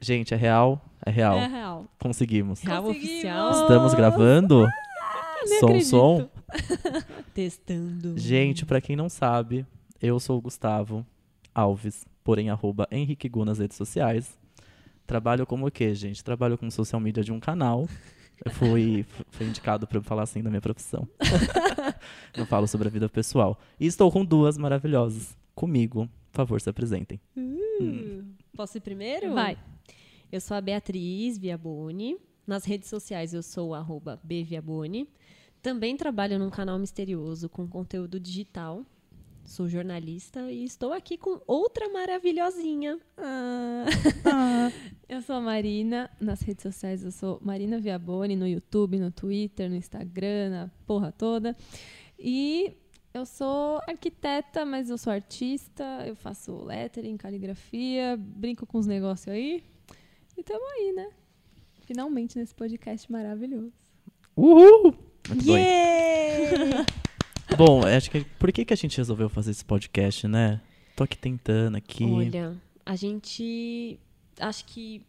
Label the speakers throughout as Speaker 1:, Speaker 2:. Speaker 1: Gente, é real? É real.
Speaker 2: É real.
Speaker 1: Conseguimos.
Speaker 2: Real Ah,
Speaker 3: Conseguimos!
Speaker 2: oficial.
Speaker 1: Estamos gravando? som, som.
Speaker 2: Testando.
Speaker 1: Gente, pra quem não sabe, eu sou o Gustavo Alves, porém arroba Henrique Gu nas redes sociais. Trabalho como o quê, gente? Trabalho como social media de um canal. Eu fui, f- fui indicado pra eu falar assim da minha profissão. não falo sobre a vida pessoal. E estou com duas maravilhosas comigo. Por favor, se apresentem.
Speaker 2: Hum. Posso ir primeiro?
Speaker 3: Vai.
Speaker 2: Eu sou a Beatriz Viaboni. Nas redes sociais eu sou o arroba bviaboni. Também trabalho num canal misterioso com conteúdo digital. Sou jornalista e estou aqui com outra maravilhosinha.
Speaker 3: Ah. Eu sou a Marina. Nas redes sociais eu sou Marina Viaboni, no YouTube, no Twitter, no Instagram, na porra toda. E eu sou arquiteta, mas eu sou artista, eu faço lettering, caligrafia, brinco com os negócios aí. E tamo aí, né? Finalmente nesse podcast maravilhoso.
Speaker 1: Uhul! Muito bem.
Speaker 2: Yeah!
Speaker 1: Bom, acho que por que, que a gente resolveu fazer esse podcast, né? Tô aqui tentando aqui.
Speaker 2: Olha, a gente. Acho que.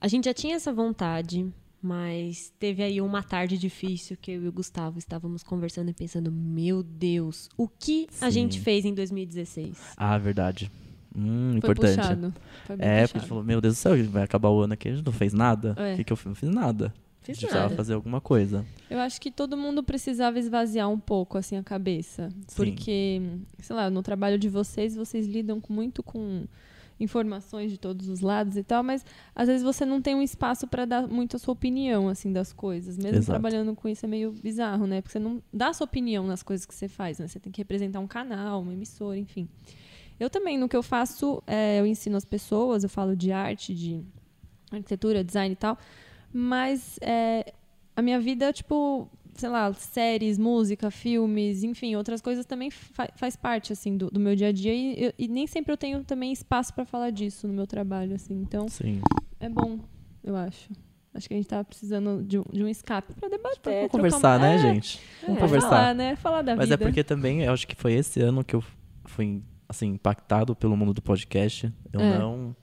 Speaker 2: A gente já tinha essa vontade, mas teve aí uma tarde difícil que eu e o Gustavo estávamos conversando e pensando: meu Deus, o que a
Speaker 1: Sim.
Speaker 2: gente fez em 2016?
Speaker 1: Ah, verdade. Hum,
Speaker 3: Foi
Speaker 1: importante.
Speaker 3: puxado. Foi
Speaker 1: É,
Speaker 3: bem
Speaker 1: porque a gente
Speaker 3: puxado.
Speaker 1: falou, meu Deus do céu, vai acabar o ano aqui, a gente não fez nada? O
Speaker 3: É.
Speaker 1: que, que eu fiz? Não fiz nada. a
Speaker 2: Fiz
Speaker 1: gente precisava
Speaker 2: nada.
Speaker 1: fazer alguma coisa.
Speaker 3: Eu acho que todo mundo precisava esvaziar um pouco assim a cabeça, porque, sei lá, no trabalho de vocês, vocês lidam com- muito com informações de todos os lados e tal, mas às vezes você não tem um espaço para dar muito a sua opinião assim das coisas. Mesmo
Speaker 1: Exato.
Speaker 3: trabalhando com isso é meio bizarro, né? Porque você não dá a sua opinião nas coisas que você faz, né? Você tem que representar um canal, uma emissora, enfim. Eu também, no que eu faço, é, eu ensino as pessoas, eu falo de arte, de arquitetura, design e tal. Mas é, a minha vida, tipo, sei lá, séries, música, filmes, enfim, outras coisas também fa- faz parte, assim, do, do meu dia a dia. E, eu- e nem sempre eu tenho também espaço para falar disso no meu trabalho, assim. Então,
Speaker 1: Sim.
Speaker 3: é bom, eu acho. Acho que a gente tá precisando de um, de um escape para debater.
Speaker 1: Vamos conversar, né, gente?
Speaker 2: É.
Speaker 3: Vamos
Speaker 1: conversar.
Speaker 3: Falar, né? Falar da
Speaker 1: Mas
Speaker 3: é, vida.
Speaker 1: é porque também, eu acho que foi esse ano que eu fui, assim, impactado pelo mundo do podcast. Eu
Speaker 2: É.
Speaker 1: não...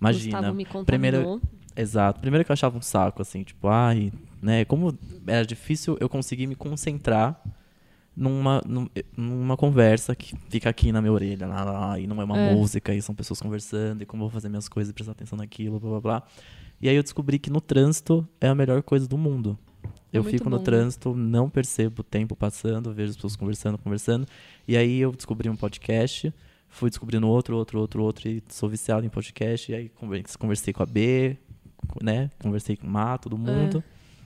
Speaker 1: Imagina,
Speaker 2: Gustavo me contaminou.
Speaker 1: primeiro- Exato. Primeiro que eu achava um saco, assim, tipo, ai, né? Como era difícil eu conseguir me concentrar numa, num- numa conversa que fica aqui na minha orelha, lá, lá, lá, e não é uma
Speaker 3: É.
Speaker 1: música, e são pessoas conversando, e como eu vou fazer minhas coisas e prestar atenção naquilo, blá blá blá. E aí eu descobri que no trânsito é a melhor coisa do mundo. Eu
Speaker 3: Muito
Speaker 1: fico no
Speaker 3: bom, né?
Speaker 1: trânsito, não percebo o tempo passando, vejo as pessoas conversando, conversando. E aí eu descobri um podcast, fui descobrindo outro, outro, outro, outro, e sou viciado em podcast. E aí conver- conversei com a B, co- né? Conversei com o Má,
Speaker 3: É.
Speaker 1: todo mundo.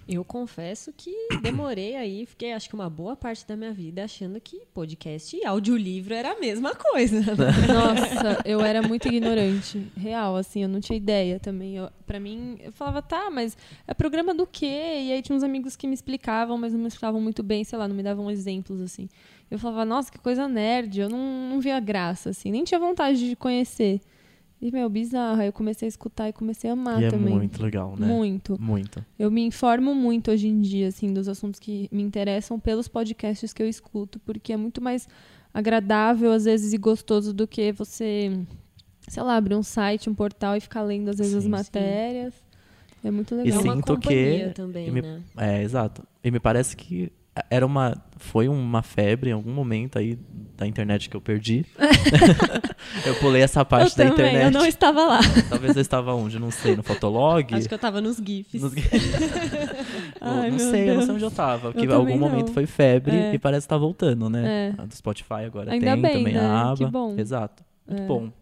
Speaker 2: Eu confesso que demorei aí, fiquei acho que uma boa parte da minha vida achando que podcast e audiolivro era a mesma coisa. É
Speaker 3: Nossa, eu era muito ignorante. Real, assim, eu não tinha ideia também. Eu, pra mim, eu falava, tá, mas é programa do quê? E aí tinha uns amigos que me explicavam, mas não me explicavam muito bem, sei lá, não me davam exemplos, assim. Eu falava, nossa, que coisa nerd, eu não, não via graça, assim, nem tinha vontade de conhecer. E, meu, bizarro. Aí eu comecei a escutar e comecei a amar
Speaker 1: e é
Speaker 3: Ah, também.
Speaker 1: muito legal, né?
Speaker 3: Muito.
Speaker 1: Muito.
Speaker 3: Eu me informo muito hoje em dia, assim, dos assuntos que me interessam pelos podcasts que eu escuto, porque é muito mais agradável, às vezes, e gostoso do que você, sei lá, abrir um site, um portal e ficar lendo, às vezes,
Speaker 1: Sim,
Speaker 3: as
Speaker 1: sim.
Speaker 3: matérias. É muito
Speaker 2: É
Speaker 3: legal.
Speaker 1: sim.
Speaker 2: uma
Speaker 1: sinto que
Speaker 2: companhia também,
Speaker 1: eu me-
Speaker 2: né?
Speaker 1: É, exato. E me parece que era uma foi uma febre em algum momento aí da internet que eu perdi. eu pulei essa parte da internet. né?
Speaker 2: eu não estava lá.
Speaker 1: Talvez eu estava onde, não sei, no Fotolog.
Speaker 2: Acho que eu estava nos GIFs.
Speaker 1: Nos-
Speaker 3: Ai,
Speaker 1: não
Speaker 3: meu
Speaker 1: sei, eu não
Speaker 3: Deus.
Speaker 1: sei onde eu tava. Porque
Speaker 3: Eu
Speaker 1: em algum
Speaker 3: também não.
Speaker 1: momento foi febre
Speaker 3: É.
Speaker 1: e parece que tá voltando, né?
Speaker 3: É.
Speaker 1: A do Spotify agora
Speaker 3: Ainda
Speaker 1: tem
Speaker 3: bem,
Speaker 1: também
Speaker 3: né?
Speaker 1: a aba.
Speaker 3: Que bom.
Speaker 1: Exato. Muito
Speaker 3: É.
Speaker 1: bom.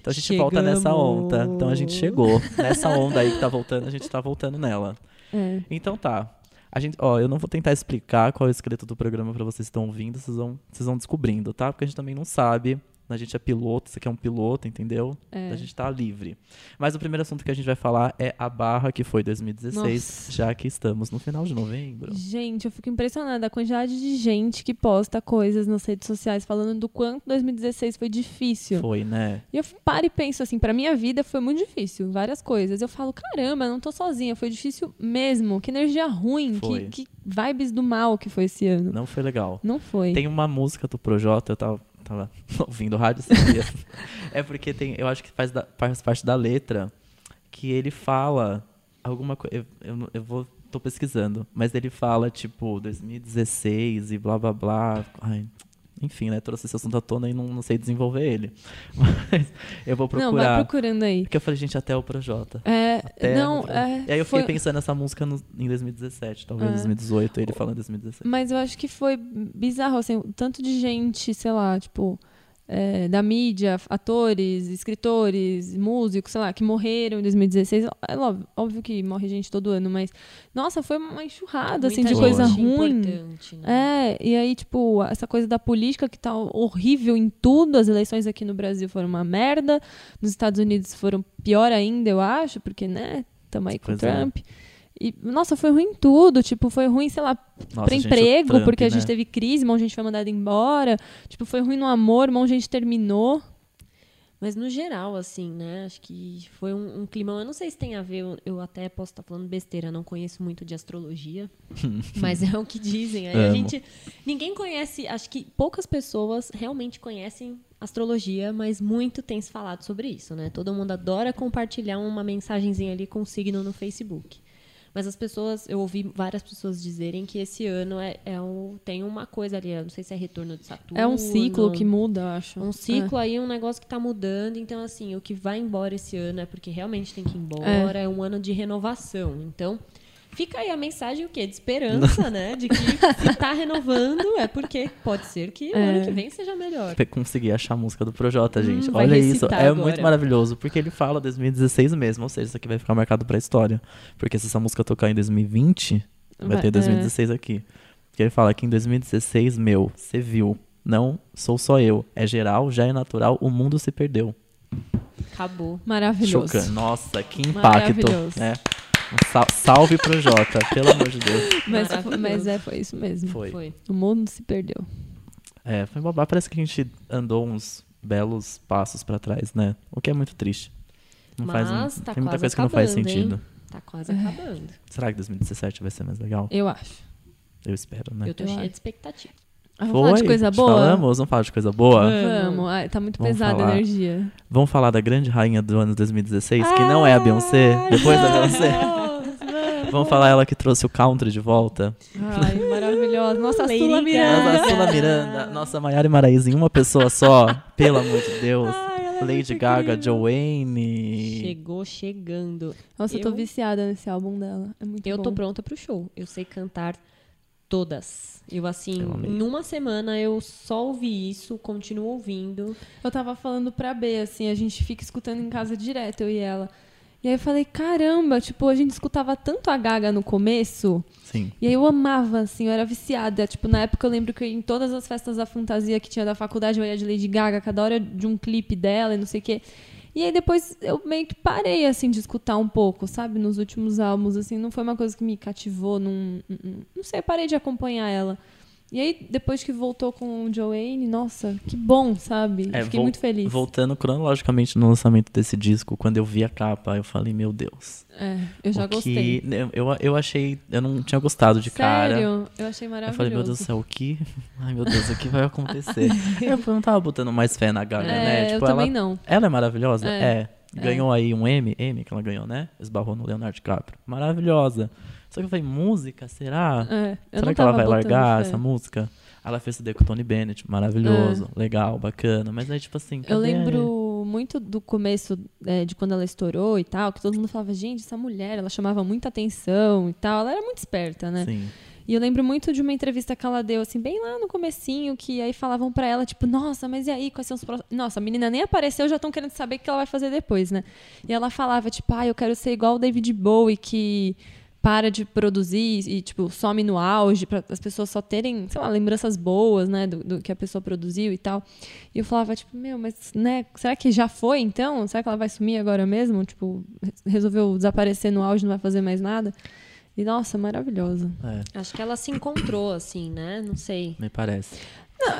Speaker 1: Então a gente volta nessa onda. Então a gente chegou. Nessa onda aí que tá voltando, a gente tá voltando nela.
Speaker 3: É.
Speaker 1: Então tá. A gente, ó, eu não vou tentar explicar qual é o esqueleto do programa pra vocês que estão ouvindo, vocês vão, vocês vão descobrindo, tá? Porque a gente também não sabe. A gente é piloto, isso aqui é um piloto, entendeu?
Speaker 3: É.
Speaker 1: A gente tá livre. Mas o primeiro assunto que a gente vai falar é a barra que foi 2016,
Speaker 3: Nossa.
Speaker 1: já que estamos no final de novembro.
Speaker 3: Gente, eu fico impressionada a quantidade de gente que posta coisas nas redes sociais falando do quanto 2016 foi difícil.
Speaker 1: Foi, né?
Speaker 3: E eu paro e penso assim, pra minha vida foi muito difícil, várias coisas. Eu falo, caramba, eu não tô sozinha, foi difícil mesmo. Que energia ruim,
Speaker 1: Foi.
Speaker 3: que, que vibes do mal que foi esse ano.
Speaker 1: Não foi legal.
Speaker 3: Não foi.
Speaker 1: Tem uma música do Projota, eu tava, tava ouvindo rádio esses dias. é porque tem, eu acho que faz, da- faz parte da letra que ele fala alguma coisa. Eu, eu, eu vou. tô pesquisando, mas ele fala, tipo, 2016 e blá blá blá. Ai, enfim, né? Trouxe esse assunto à tona e não, não sei desenvolver ele. Mas eu vou procurar.
Speaker 3: Não, vai procurando aí.
Speaker 1: Porque eu falei, gente, até o Projota.
Speaker 3: É,
Speaker 1: Até
Speaker 3: não,
Speaker 1: no-
Speaker 3: é,
Speaker 1: E aí eu fiquei
Speaker 3: foi-
Speaker 1: pensando nessa música no- em 2017, talvez
Speaker 3: É.
Speaker 1: 2018, ele falando em 2017.
Speaker 3: Mas eu acho que foi bizarro, assim, o tanto de gente, sei lá, tipo, é, da mídia, atores, escritores, músicos, sei lá, que morreram em 2016. É óbvio, óbvio que morre gente todo ano, mas, nossa, foi uma enxurrada, assim, de
Speaker 1: gente
Speaker 3: coisa ruim.
Speaker 2: importante, né?
Speaker 3: É, e aí, tipo, essa coisa da política que tá horrível em tudo. As eleições aqui no Brasil foram uma merda. Nos Estados Unidos foram pior ainda, eu acho, porque, né, tamo aí com o
Speaker 1: Pois é.
Speaker 3: Trump. E, nossa, foi ruim em tudo. Tipo, foi ruim, sei lá,
Speaker 1: Nossa,
Speaker 3: pra
Speaker 1: gente, o
Speaker 3: emprego,
Speaker 1: Trump,
Speaker 3: porque a
Speaker 1: né?
Speaker 3: gente teve crise, um monte de gente foi mandada embora. Tipo, foi ruim no amor, um monte de gente terminou.
Speaker 2: Mas no geral, assim, né? Acho que foi um, um climão. Eu não sei se tem a ver, eu, eu até posso estar falando besteira, não conheço muito de astrologia. mas é o que dizem. Aí a
Speaker 1: Amo.
Speaker 2: gente. Ninguém conhece, acho que poucas pessoas realmente conhecem astrologia, mas muito tem se falado sobre isso, né? Todo mundo adora compartilhar uma mensagenzinha ali com o signo no Facebook. Mas as pessoas, eu ouvi várias pessoas dizerem que esse ano é, é um, tem uma coisa ali, eu não sei se é retorno de Saturno.
Speaker 3: É um ciclo que muda, eu acho.
Speaker 2: Um ciclo aí, um negócio que tá mudando. Então, assim, o que vai embora esse ano é porque realmente tem que ir embora. É, um ano de renovação. Então, fica aí a mensagem, o quê? De esperança, né? De que se tá renovando é porque pode ser que o ano que vem seja melhor.
Speaker 1: Pe- Consegui achar a música do Projota, gente.
Speaker 2: vai
Speaker 1: Olha isso,
Speaker 2: recitar
Speaker 1: é
Speaker 2: agora.
Speaker 1: muito maravilhoso, porque ele fala 2016 mesmo, ou seja, isso aqui vai ficar marcado pra história. Porque se essa música tocar em 2020, vai,
Speaker 3: Vai- é.
Speaker 1: ter 2016 aqui. Porque ele fala que em 2016, meu, você viu. Não sou só eu. É geral, já é natural, o mundo se perdeu.
Speaker 2: Acabou.
Speaker 3: Maravilhoso.
Speaker 1: Chocando. Nossa, que impacto.
Speaker 3: Maravilhoso.
Speaker 1: Né? Um sal- salve pro Jota, pelo amor de Deus.
Speaker 3: Mas,
Speaker 2: Maravilhoso.
Speaker 3: mas é, foi isso mesmo.
Speaker 1: Foi.
Speaker 2: Foi.
Speaker 3: O mundo se perdeu.
Speaker 1: É, foi babá. Parece que a gente andou uns belos passos pra trás, né? O que é muito triste. Não
Speaker 2: Mas
Speaker 1: faz, um,
Speaker 2: tá
Speaker 1: tem muita coisa
Speaker 2: quase
Speaker 1: que não faz
Speaker 2: acabando, hein?
Speaker 1: sentido.
Speaker 2: Tá quase acabando.
Speaker 1: Será que 2017 vai ser mais legal?
Speaker 3: Eu acho.
Speaker 1: Eu espero, né?
Speaker 2: Eu tô
Speaker 3: Eu
Speaker 2: cheia
Speaker 3: acho.
Speaker 2: de expectativa.
Speaker 3: Ah, Vamos falar de
Speaker 1: Foi?
Speaker 3: coisa
Speaker 1: Te
Speaker 3: boa?
Speaker 1: Falamos? Vamos falar de coisa
Speaker 2: É.
Speaker 1: boa?
Speaker 3: Vamos. Ai, tá muito
Speaker 1: Vamos
Speaker 3: pesada
Speaker 1: falar.
Speaker 3: a energia.
Speaker 1: Vamos falar da grande rainha do ano 2016, que não
Speaker 2: Ah,
Speaker 1: é a Beyoncé, depois da Beyoncé. Vamos falar ela que trouxe o country de volta.
Speaker 3: Ai, maravilhosa. Nossa, a
Speaker 2: Lady
Speaker 3: Sula
Speaker 2: Gaga.
Speaker 3: Miranda.
Speaker 1: Nossa, a Sula Miranda, nossa, Maiara e Maraíza em uma pessoa só, pelo amor de Deus.
Speaker 2: é Ah,
Speaker 1: Lady Gaga, Joanne.
Speaker 2: Chegou chegando.
Speaker 3: Nossa, eu tô
Speaker 2: Eu-
Speaker 3: viciada nesse álbum dela. É muito
Speaker 2: Eu
Speaker 3: bom.
Speaker 2: tô pronta pro show. Eu sei cantar todas. Eu, assim,
Speaker 1: Eu amei.
Speaker 2: em uma semana eu só ouvi isso, continuo ouvindo.
Speaker 3: Eu tava falando pra B, assim, a gente fica escutando em casa direto, eu e ela. E aí eu falei, caramba, tipo, a gente escutava tanto a Gaga no começo,
Speaker 1: Sim.
Speaker 3: e aí eu amava, assim, eu era viciada. Tipo, na época eu lembro que em todas as festas da fantasia que tinha da faculdade, eu ia de Lady Gaga, cada hora de um clipe dela e não sei o quê. E aí depois eu meio que parei, assim, de escutar um pouco, sabe? Nos últimos álbuns, assim, não foi uma coisa que me cativou, não, não sei, parei de acompanhar ela. E aí, depois que voltou com o Joanne, nossa, que bom, sabe?
Speaker 1: É,
Speaker 3: Fiquei
Speaker 1: vol-
Speaker 3: muito feliz.
Speaker 1: Voltando cronologicamente no lançamento desse disco, quando eu vi a capa, eu falei, meu Deus.
Speaker 3: É, eu já
Speaker 1: o que- né,
Speaker 3: gostei.
Speaker 1: Eu, eu, eu achei, eu não tinha gostado de cara.
Speaker 3: Sério, eu achei
Speaker 1: Eu
Speaker 3: maravilhoso.
Speaker 1: falei, meu Deus do céu, o que? Ai, meu Deus, o que vai acontecer? eu não tava botando mais fé na Gaga,
Speaker 3: É,
Speaker 1: né?
Speaker 3: eu
Speaker 1: Tipo,
Speaker 3: também
Speaker 1: ela,
Speaker 3: não.
Speaker 1: ela é maravilhosa?
Speaker 3: É,
Speaker 1: É. Ganhou aí um M, M que ela ganhou, né? Esbarrou no Leonardo DiCaprio. Maravilhosa. Só que eu falei, música, será?
Speaker 3: É, eu
Speaker 1: será
Speaker 3: não
Speaker 1: que ela
Speaker 3: tava
Speaker 1: vai
Speaker 3: botando
Speaker 1: largar
Speaker 3: fé.
Speaker 1: essa música? Ela fez CD com o Tony Bennett, maravilhoso, legal, bacana. Mas aí, tipo assim,
Speaker 3: É. Eu
Speaker 1: cadê?
Speaker 3: lembro muito do começo é, de quando ela estourou e tal, que todo mundo falava, gente, essa mulher, ela chamava muita atenção e tal. Ela era muito esperta, né?
Speaker 1: Sim.
Speaker 3: E eu lembro muito de uma entrevista que ela deu, assim, bem lá no comecinho, que aí falavam pra ela, tipo, nossa, mas e aí, quais são os próximos... Nossa, a menina nem apareceu, já estão querendo saber o que ela vai fazer depois, né? E ela falava, tipo, ah, eu quero ser igual o David Bowie, que para de produzir e, tipo, some no auge, pra as pessoas só terem, sei lá, lembranças boas, né, do, do que a pessoa produziu e tal. E eu falava, tipo, meu, mas, né, será que já foi, então? Será que ela vai sumir agora mesmo? Tipo, re- resolveu desaparecer no auge, não vai fazer mais nada? E, nossa, maravilhosa.
Speaker 1: É,
Speaker 2: Acho que ela se encontrou, assim, né? Não sei.
Speaker 1: me parece.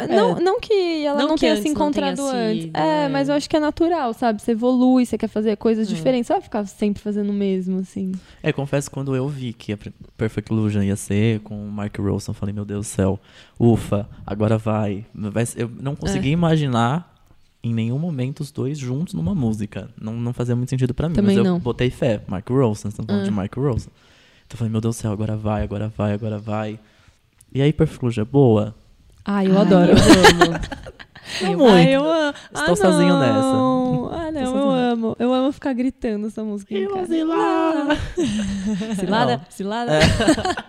Speaker 3: Não, não que ela
Speaker 2: É. Não
Speaker 3: não,
Speaker 2: que
Speaker 3: tenha
Speaker 2: antes
Speaker 3: se
Speaker 2: não tenha
Speaker 3: encontrado antes.
Speaker 2: sido,
Speaker 3: É,
Speaker 2: é.
Speaker 3: mas eu acho que é natural, sabe? Você evolui, você quer fazer coisas
Speaker 2: Hum.
Speaker 3: diferentes. Você vai ficar sempre fazendo o mesmo, assim.
Speaker 1: É, confesso que quando eu vi que a Perfect Illusion ia ser com o Mark Rolson, eu falei,
Speaker 3: É.
Speaker 1: meu Deus do céu, ufa, agora vai. Vai ser- eu não consegui imaginar em nenhum momento os dois juntos numa música. Não, não fazia muito sentido pra mim.
Speaker 3: Também
Speaker 1: mas eu
Speaker 3: não.
Speaker 1: botei fé. Mark Ronson, estamos falando
Speaker 3: Ah.
Speaker 1: de Mark Ronson. Então eu falei, meu Deus do céu, agora vai, agora vai, agora vai. E a Hyperfluge é boa?
Speaker 3: Ai,
Speaker 2: Ai,
Speaker 3: Ah, eu adoro.
Speaker 2: Eu amo.
Speaker 1: Não
Speaker 2: Eu-
Speaker 1: muito.
Speaker 3: Ai, eu amo.
Speaker 1: Estou sozinho
Speaker 3: nessa. Ah, não, eu
Speaker 1: sozinho nessa.
Speaker 3: amo. Eu amo ficar gritando essa música. em casa. Ah.
Speaker 1: sei lá.
Speaker 3: Cilada,
Speaker 1: Não.
Speaker 3: cilada.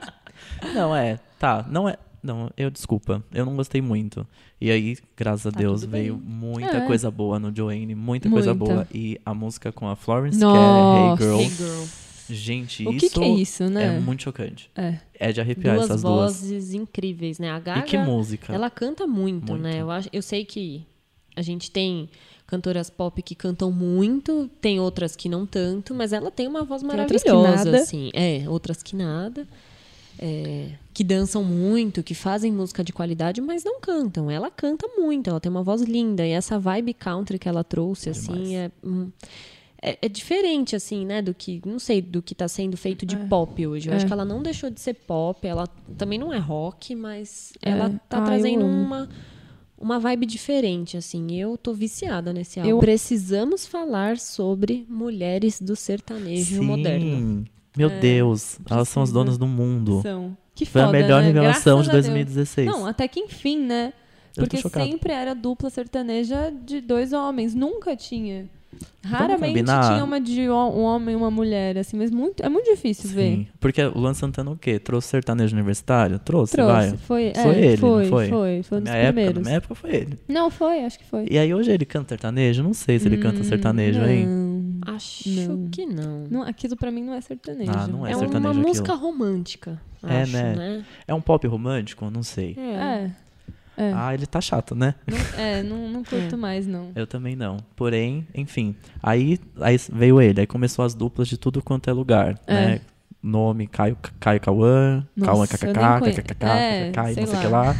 Speaker 1: Não, é. Tá, não é. Não, eu desculpa. Eu não gostei muito. E aí, graças a
Speaker 2: Tá
Speaker 1: Deus,
Speaker 2: tudo bem.
Speaker 1: veio muita
Speaker 3: É.
Speaker 1: coisa boa no Joanne, muita, coisa
Speaker 3: Muita.
Speaker 1: boa. E a música com a Florence,
Speaker 3: Nossa.
Speaker 1: que é Hey
Speaker 2: Hey
Speaker 1: Girl.
Speaker 2: Girl.
Speaker 1: Gente,
Speaker 3: O
Speaker 1: isso
Speaker 3: que, que é isso,
Speaker 1: é
Speaker 3: né?
Speaker 1: muito chocante.
Speaker 3: É.
Speaker 1: É de arrepiar
Speaker 2: Duas
Speaker 1: essas duas.
Speaker 2: vozes incríveis, né? A Gaga,
Speaker 1: E que música.
Speaker 2: ela canta muito,
Speaker 1: Muito.
Speaker 2: né? Eu, acho, eu sei que a gente tem cantoras pop que cantam muito, tem outras que não tanto, mas ela tem uma voz
Speaker 3: outras que
Speaker 2: maravilhosa,
Speaker 3: nada.
Speaker 2: assim. É, outras que nada. é, que dançam muito, que fazem música de qualidade, mas não cantam. Ela canta muito, ela tem uma voz linda. E essa vibe country que ela trouxe, assim, é, hum, é, é diferente, assim, né? Do que, não sei, do que tá sendo feito de pop hoje. Eu acho
Speaker 3: É.
Speaker 2: que ela não deixou de ser pop, ela também não é rock, mas
Speaker 3: É.
Speaker 2: ela
Speaker 3: Ah,
Speaker 2: tá
Speaker 3: eu
Speaker 2: trazendo
Speaker 3: amo.
Speaker 2: uma, uma vibe diferente, assim. Eu tô viciada nesse álbum.
Speaker 3: Eu-
Speaker 2: Precisamos falar sobre mulheres do sertanejo
Speaker 1: Sim.
Speaker 2: moderno.
Speaker 1: Meu
Speaker 3: É,
Speaker 1: Deus, elas são as
Speaker 3: precisa.
Speaker 1: donas do mundo.
Speaker 3: São. Que
Speaker 1: Foi
Speaker 3: foda,
Speaker 1: a melhor
Speaker 3: né?
Speaker 1: revelação
Speaker 3: Graças
Speaker 1: de
Speaker 3: a Deus.
Speaker 1: 2016.
Speaker 3: Não, até que enfim, né?
Speaker 1: Eu tô
Speaker 3: Porque
Speaker 1: chocado.
Speaker 3: sempre era dupla sertaneja de dois homens. Nunca tinha. Raramente
Speaker 1: combinar?
Speaker 3: tinha uma de ho- um homem e uma mulher, assim, mas muito, é muito difícil ver.
Speaker 1: Sim. Porque o Luan Santana o quê? Trouxe sertanejo universitário? Trouxe,
Speaker 3: Trouxe,
Speaker 1: vai.
Speaker 3: foi, é,
Speaker 1: Foi ele, não
Speaker 3: foi,
Speaker 1: foi?
Speaker 3: foi, foi um dos
Speaker 1: Na minha, época, na
Speaker 3: primeiros.
Speaker 1: minha época foi ele.
Speaker 3: Não, foi, acho que foi. Hum,
Speaker 1: E aí hoje ele canta sertanejo? Não sei se ele canta sertanejo, hein?
Speaker 3: Não,
Speaker 2: Acho
Speaker 3: Não.
Speaker 2: que não.
Speaker 3: não, aquilo pra mim não é sertanejo.
Speaker 1: Ah, não é
Speaker 2: é
Speaker 1: sertanejo
Speaker 2: uma
Speaker 1: aquilo.
Speaker 2: música romântica,
Speaker 1: É,
Speaker 2: acho,
Speaker 1: né?
Speaker 2: né?
Speaker 1: É um pop romântico? Não sei.
Speaker 2: É.
Speaker 3: É. É,
Speaker 1: Ah, ele tá chato, né?
Speaker 3: não, é, não, não curto
Speaker 2: É.
Speaker 3: mais, não.
Speaker 1: Eu também não. Porém, enfim. Aí, aí veio ele, aí começou as duplas de tudo quanto é lugar,
Speaker 3: É.
Speaker 1: né? Nome, Caio, Caio Cauã,
Speaker 3: Nossa,
Speaker 1: Cauã
Speaker 3: eu nem conhe-
Speaker 1: KKK, KKK,
Speaker 3: É,
Speaker 1: KKK, e
Speaker 3: sei
Speaker 1: não sei o que
Speaker 3: lá.
Speaker 1: lá.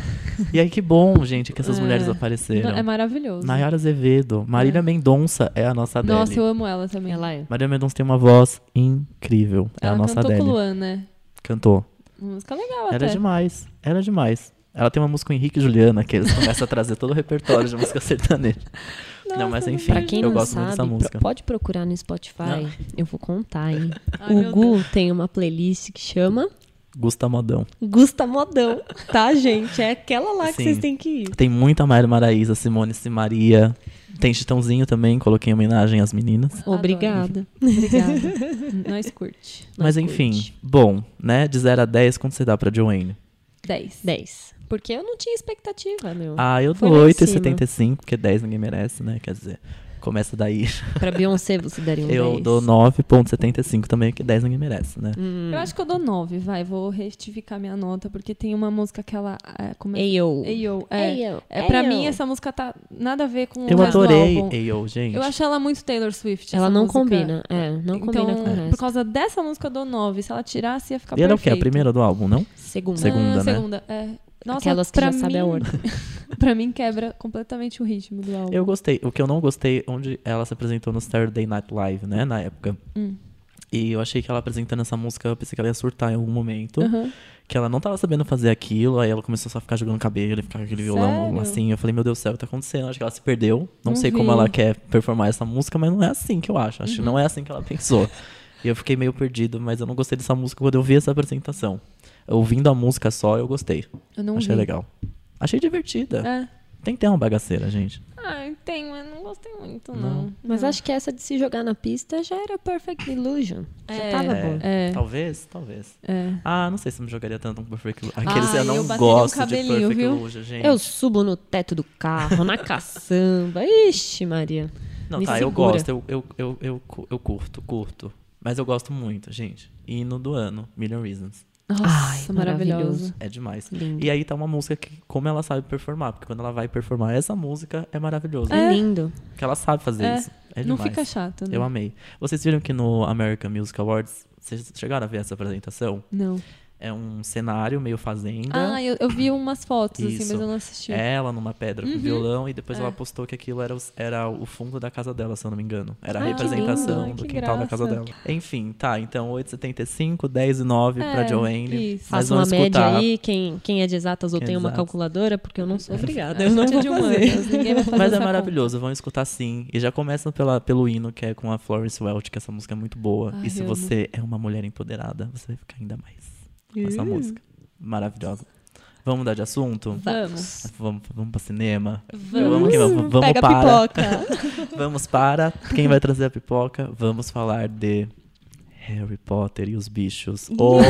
Speaker 1: E aí que bom, gente, que essas
Speaker 3: É.
Speaker 1: mulheres
Speaker 3: Não,
Speaker 1: apareceram.
Speaker 3: é maravilhoso.
Speaker 1: Nayara Azevedo, Marília
Speaker 3: É.
Speaker 1: Mendonça é a nossa Adele.
Speaker 3: Nossa, eu amo ela também.
Speaker 2: Ela é.
Speaker 1: Marília Mendonça tem uma voz incrível. É
Speaker 3: Ela
Speaker 1: a nossa
Speaker 3: cantou
Speaker 1: Adele. é
Speaker 3: com o Luan, né?
Speaker 1: Cantou.
Speaker 3: Uma música legal
Speaker 1: Era
Speaker 3: até.
Speaker 1: demais. Era demais. Ela tem uma música com Henrique e Juliana, que eles começam a trazer todo o repertório de música sertaneja. não, mas enfim,
Speaker 2: Pra quem
Speaker 1: eu
Speaker 2: não
Speaker 1: gosto
Speaker 2: sabe,
Speaker 1: muito dessa
Speaker 2: pro-
Speaker 1: música.
Speaker 2: pode procurar no Spotify.
Speaker 1: Não.
Speaker 2: Eu vou contar, hein?
Speaker 3: Ai,
Speaker 2: o
Speaker 3: meu
Speaker 2: Gu tem uma playlist que chama
Speaker 1: Gusta Modão.
Speaker 2: Gusta Modão, tá, gente? É aquela lá que
Speaker 1: Sim.
Speaker 2: vocês têm que ir.
Speaker 1: Tem muita Mayra Maraíza, Simone Simaria. Tem Chitãozinho também, coloquei em homenagem às meninas.
Speaker 3: Adoro.
Speaker 2: Obrigada.
Speaker 3: Obrigada. Nós curte.
Speaker 1: Mas
Speaker 2: Mas
Speaker 1: enfim,
Speaker 2: curte.
Speaker 1: bom, né? De 0 a 10, quanto você dá pra Joanne?
Speaker 3: 10.
Speaker 2: 10. Porque eu não tinha expectativa, meu.
Speaker 1: Ah, eu dou
Speaker 2: Foi lá em
Speaker 1: 8,75, porque 10 ninguém merece, né? Quer dizer, começa daí.
Speaker 2: Pra Beyoncé você daria um
Speaker 1: eu
Speaker 2: 10.
Speaker 1: dou 9,75 também, porque 10 ninguém merece, né?
Speaker 2: Hum.
Speaker 3: Eu acho que eu dou 9, vai. Vou retificar minha nota, porque tem uma música que ela. É, como é?
Speaker 2: Ayo.
Speaker 3: Ayo, É,
Speaker 2: Ayo.
Speaker 3: é, pra
Speaker 2: Ayo.
Speaker 3: mim, essa música tá nada a ver com o
Speaker 1: Eu
Speaker 3: resto do
Speaker 1: adorei
Speaker 3: álbum.
Speaker 1: A.O., gente.
Speaker 3: Eu acho ela muito Taylor Swift.
Speaker 2: Ela
Speaker 3: essa
Speaker 2: não
Speaker 3: música.
Speaker 2: combina. É, não combina
Speaker 3: então,
Speaker 2: com o
Speaker 3: por
Speaker 2: resto.
Speaker 3: causa dessa música eu dou 9. Se ela tirasse, ia ficar
Speaker 1: E ela é o quê? A
Speaker 3: perfeito.
Speaker 1: primeira do álbum, não?
Speaker 2: Segunda.
Speaker 1: Segunda. né?
Speaker 3: Ah, segunda, é. Nossa,
Speaker 2: Aquelas que
Speaker 3: pra
Speaker 2: já sabem a
Speaker 3: mim-
Speaker 2: ordem.
Speaker 3: pra mim quebra completamente o ritmo do álbum.
Speaker 1: Eu gostei. O que eu não gostei, onde ela se apresentou no Saturday Night Live, né? Na época.
Speaker 3: Hum.
Speaker 1: E eu achei que ela apresentando essa música, eu pensei que ela ia surtar em algum momento.
Speaker 3: Aham.
Speaker 1: Que ela não tava sabendo fazer aquilo, aí ela começou só a ficar jogando cabelo, e ficar com aquele violão
Speaker 3: Sério?
Speaker 1: assim. Eu falei, meu Deus do céu, o que tá acontecendo? Acho que ela se perdeu. Não,
Speaker 3: Não
Speaker 1: sei
Speaker 3: vi. Uhum.
Speaker 1: como ela quer performar essa música, mas não é assim que eu acho. Acho que não é assim que ela pensou. E eu fiquei meio perdido, mas eu não gostei dessa música quando eu vi essa apresentação. Ouvindo a música só, eu gostei.
Speaker 3: Eu não
Speaker 1: achei
Speaker 3: vi.
Speaker 1: legal. Achei divertida.
Speaker 3: É.
Speaker 1: Tem que ter uma bagaceira, gente.
Speaker 3: Ah, tem, mas não gostei muito, não.
Speaker 2: Mas acho que essa de se jogar na pista já era Perfect Illusion. Já
Speaker 3: É.
Speaker 2: tava bom.
Speaker 3: É,
Speaker 1: Talvez, talvez.
Speaker 3: é.
Speaker 1: Ah, não sei se eu me jogaria tanto com Perfect Illusion. Aqueles
Speaker 3: Ah,
Speaker 1: eu não
Speaker 3: eu bateria um
Speaker 1: gosto de
Speaker 3: cabelinho,
Speaker 1: Perfect
Speaker 3: viu?
Speaker 1: Illusion, gente.
Speaker 2: Eu subo no teto do carro, na caçamba. Ixi, Maria.
Speaker 1: não,
Speaker 2: me
Speaker 1: tá, eu
Speaker 2: segura.
Speaker 1: gosto, eu, eu, eu, eu, cu- eu curto, curto. Mas eu gosto muito, gente. Hino do ano, Million Reasons.
Speaker 3: Nossa,
Speaker 2: Ai,
Speaker 3: maravilhoso.
Speaker 1: É demais.
Speaker 2: Lindo.
Speaker 1: E aí tá uma música que, como ela sabe performar, porque quando ela vai performar essa música, é maravilhoso.
Speaker 2: É lindo.
Speaker 1: Porque ela sabe fazer
Speaker 3: É.
Speaker 1: isso. É
Speaker 3: não
Speaker 1: demais.
Speaker 3: fica chato, né?
Speaker 1: Eu amei. Vocês viram que no American Music Awards, vocês chegaram a ver essa apresentação?
Speaker 3: Não.
Speaker 1: É, é um cenário meio fazenda.
Speaker 3: Ah, eu, eu vi umas fotos, assim,
Speaker 1: Isso. É,
Speaker 3: mas eu não assisti.
Speaker 1: ela numa pedra com
Speaker 3: Uhum.
Speaker 1: violão e depois
Speaker 3: É.
Speaker 1: ela postou que aquilo era, os- era o fundo da casa dela, se eu não me engano. Era a
Speaker 3: Ah, que
Speaker 1: representação
Speaker 3: lindo,
Speaker 1: do
Speaker 3: que
Speaker 1: quintal da casa
Speaker 3: graça.
Speaker 1: dela. Enfim, tá. Então 8,75, 10 e 9 pra
Speaker 3: É,
Speaker 1: Joanne.
Speaker 3: isso.
Speaker 1: Mas
Speaker 2: Faça uma
Speaker 1: vamos
Speaker 2: média
Speaker 1: escutar.
Speaker 2: aí, quem, quem é de exatas ou tem uma
Speaker 1: Exatas.
Speaker 2: calculadora, porque eu não sou obrigada.
Speaker 3: A
Speaker 2: Eu não
Speaker 3: partir
Speaker 2: vou
Speaker 3: de um
Speaker 2: fazer.
Speaker 3: ano, ninguém vai fazer
Speaker 1: Mas é
Speaker 3: essa
Speaker 1: maravilhoso, vão escutar sim. E já começam pela, pelo hino, que é com a Florence Welch, que essa música é muito boa.
Speaker 3: Ai,
Speaker 1: e se
Speaker 3: eu amo.
Speaker 1: você é uma mulher empoderada, você vai ficar ainda mais
Speaker 3: conta.
Speaker 1: com essa música. Maravilhosa. Vamos mudar de assunto?
Speaker 3: Vamos.
Speaker 1: Vamos, vamos pra cinema?
Speaker 2: Vamos.
Speaker 1: Vamos que vamos. Vamos
Speaker 3: Pega
Speaker 1: para.
Speaker 3: a pipoca.
Speaker 1: Vamos para quem vai trazer a pipoca. Vamos falar de Harry Potter e os bichos, ou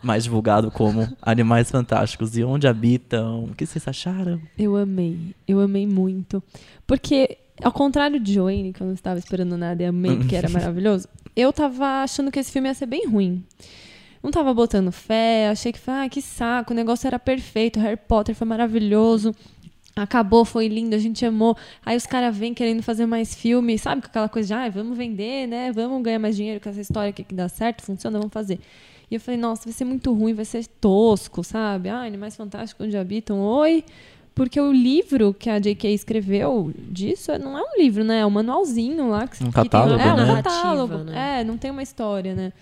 Speaker 1: mais divulgado como Animais Fantásticos e onde habitam. O que vocês acharam?
Speaker 3: Eu amei, eu amei muito. Porque, ao contrário de Joanne, que eu não estava esperando nada e amei, porque era maravilhoso, eu tava achando que esse filme ia ser bem ruim. Não tava botando fé, achei que, foi, ah, que saco, o negócio era perfeito, Harry Potter foi maravilhoso, acabou, foi lindo, a gente amou. Aí os caras vêm querendo fazer mais filme, sabe? Com aquela coisa de, ah, vamos vender, né? Vamos ganhar mais dinheiro com essa história aqui que dá certo, funciona, vamos fazer. E eu falei, nossa, vai ser muito ruim, vai ser tosco, sabe? Ah, Animais Fantásticos onde habitam, oi! Porque o livro que a J.K. escreveu disso é- não é um livro, né? É um manualzinho lá. Que,
Speaker 1: Um
Speaker 3: que tem-
Speaker 1: catálogo,
Speaker 3: é, um
Speaker 1: né?
Speaker 3: catálogo.
Speaker 2: Narrativa, né?
Speaker 3: É, não tem uma história, né?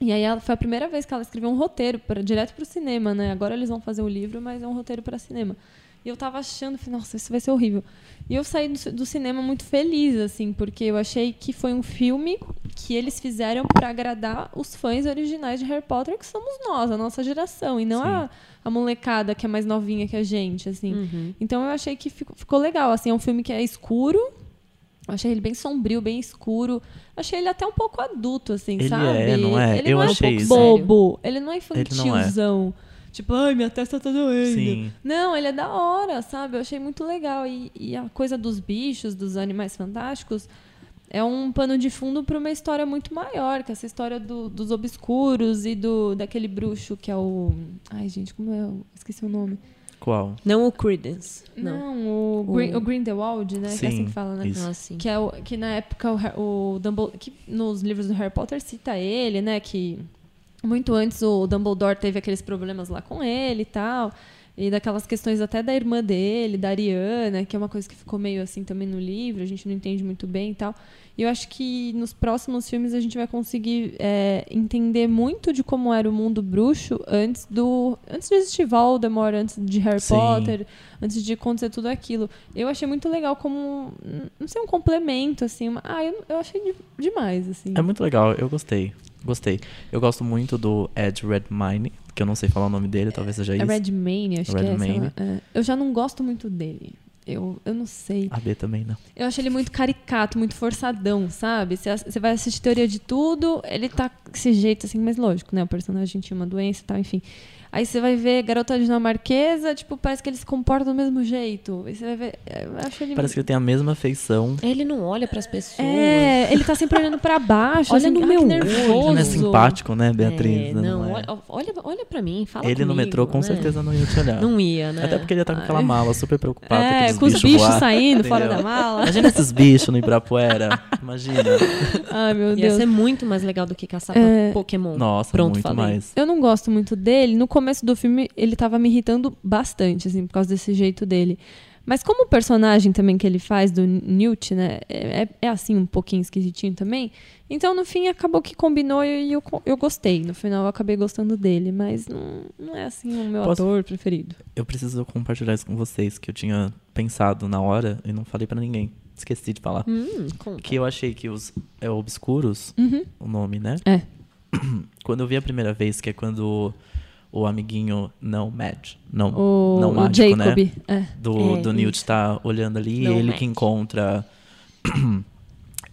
Speaker 3: E aí ela, foi a primeira vez que ela escreveu um roteiro pra, direto pro cinema, né? Agora eles vão fazer o livro, mas é um roteiro para cinema. E eu tava achando, falei, nossa, isso vai ser horrível. E eu saí do, ci- do cinema muito feliz, assim, porque eu achei que foi um filme que eles fizeram pra agradar os fãs originais de Harry Potter, que somos nós, a nossa geração, e não
Speaker 1: Sim. Hum.
Speaker 3: a, a molecada que é mais novinha que a gente, assim.
Speaker 2: Uhum.
Speaker 3: Então eu achei que ficou, ficou legal, assim, é um filme que é escuro, eu achei ele bem sombrio, bem escuro. Achei ele até um pouco adulto, assim,
Speaker 1: Ele
Speaker 3: sabe?
Speaker 1: é, não é?
Speaker 3: Ele
Speaker 1: Eu
Speaker 3: não
Speaker 1: achei
Speaker 3: é um
Speaker 1: isso.
Speaker 3: pouco bobo, ele não é
Speaker 1: não é.
Speaker 3: infantilzão. Tipo, ai, minha testa tá doendo.
Speaker 1: Sim.
Speaker 3: Não, ele é da hora, sabe? Eu achei muito legal. E, e a coisa dos bichos, dos animais fantásticos, é um pano de fundo para uma história muito maior, que é essa história do- dos obscuros e do daquele bruxo que é o. Ai, gente, como é? o- Esqueci o nome.
Speaker 1: Qual?
Speaker 2: Não o Credence. Não.
Speaker 3: Não, o, Grin-
Speaker 2: O-
Speaker 3: o Grindelwald, né? que é assim
Speaker 1: Sim,
Speaker 3: que fala, né?
Speaker 1: isso.
Speaker 2: Ah, sim.
Speaker 3: Que, é o- que na época o, Har- o Dumbledore. Que nos livros do Harry Potter cita ele, né? Que muito antes o Dumbledore teve aqueles problemas lá com ele e tal. E daquelas questões até da irmã dele, da Ariana, que é uma coisa que ficou meio assim também no livro, a gente não entende muito bem e tal. E eu acho que nos próximos filmes a gente vai conseguir é, entender muito de como era o mundo bruxo antes do. Antes de existir Voldemort, antes de Harry
Speaker 1: Sim.
Speaker 3: Potter, antes de acontecer tudo aquilo. Eu achei muito legal como. Não sei, um complemento, assim. uma- ah, eu, eu achei de- demais, assim.
Speaker 1: É muito legal, eu gostei. Gostei. Eu gosto muito do Ed Redmine, que eu não sei falar o nome dele, talvez seja
Speaker 3: É
Speaker 1: isso.
Speaker 3: Redmayne, acho que é, sei
Speaker 1: Redmayne.
Speaker 3: lá. É. Eu já não gosto muito dele. Eu, eu não sei.
Speaker 1: A B também né? não.
Speaker 3: Eu acho ele muito caricato, muito forçadão, sabe? Você ass- Você vai assistir Teoria de Tudo, ele tá desse jeito, assim, mas lógico, né? O personagem tinha uma doença e tal, enfim. Aí você vai ver Garota Dinamarquesa, tipo, parece que ele se comporta do mesmo jeito. Aí você vai ver... Eu acho ele...
Speaker 1: Parece que ele tem a mesma feição.
Speaker 2: Ele não olha pras pessoas.
Speaker 3: É, ele tá sempre olhando pra baixo,
Speaker 2: Olha
Speaker 3: assim,
Speaker 2: no
Speaker 3: ah,
Speaker 2: meu
Speaker 3: que
Speaker 2: olho.
Speaker 3: nervoso.
Speaker 1: Ele não é simpático, né, Beatriz?
Speaker 2: É,
Speaker 1: Não,
Speaker 2: não,
Speaker 1: é.
Speaker 2: olha, olha, olha pra mim, fala
Speaker 1: Ele no
Speaker 2: comigo,
Speaker 1: metrô com
Speaker 2: né?
Speaker 1: certeza não ia te olhar.
Speaker 2: Não ia, né?
Speaker 1: Até porque ele ia estar com aquela
Speaker 3: Ai.
Speaker 1: mala super preocupado com
Speaker 3: É,
Speaker 1: aqueles
Speaker 3: com os bichos
Speaker 1: voar.
Speaker 3: saindo fora
Speaker 1: entendeu?
Speaker 3: da mala.
Speaker 1: Imagina esses bichos no Ibirapuera. Imagina.
Speaker 3: Ai, meu
Speaker 2: Ia
Speaker 3: Deus.
Speaker 2: ser muito mais legal do que caçar
Speaker 3: É.
Speaker 2: Pokémon.
Speaker 1: Nossa,
Speaker 2: Pronto,
Speaker 1: muito
Speaker 2: falei.
Speaker 1: mais.
Speaker 3: Eu não gosto muito dele. No começo do filme, ele tava me irritando bastante, assim, por causa desse jeito dele. Mas como o personagem também que ele faz, do Newt, né, é, é- é assim, um pouquinho esquisitinho também. Então, no fim, acabou que combinou e eu, eu gostei. No final, eu acabei gostando dele. Mas não, não é, assim, o meu
Speaker 1: Posso-
Speaker 3: ator preferido.
Speaker 1: Eu preciso compartilhar isso com vocês, que eu tinha pensado na hora e não falei pra ninguém. Esqueci de falar.
Speaker 2: Hum, conta.
Speaker 1: Que eu achei que os é, obscuros,
Speaker 3: Uhum.
Speaker 1: o nome, né?
Speaker 3: É.
Speaker 1: Quando eu vi a primeira vez, que é quando o amiguinho não match, não,
Speaker 3: O,
Speaker 1: não
Speaker 3: o
Speaker 1: mágico,
Speaker 3: Jacob.
Speaker 1: né?
Speaker 3: Oh, É.
Speaker 1: Do,
Speaker 2: É,
Speaker 1: do Newt tá olhando ali,
Speaker 2: Não
Speaker 1: ele
Speaker 2: match.
Speaker 1: que encontra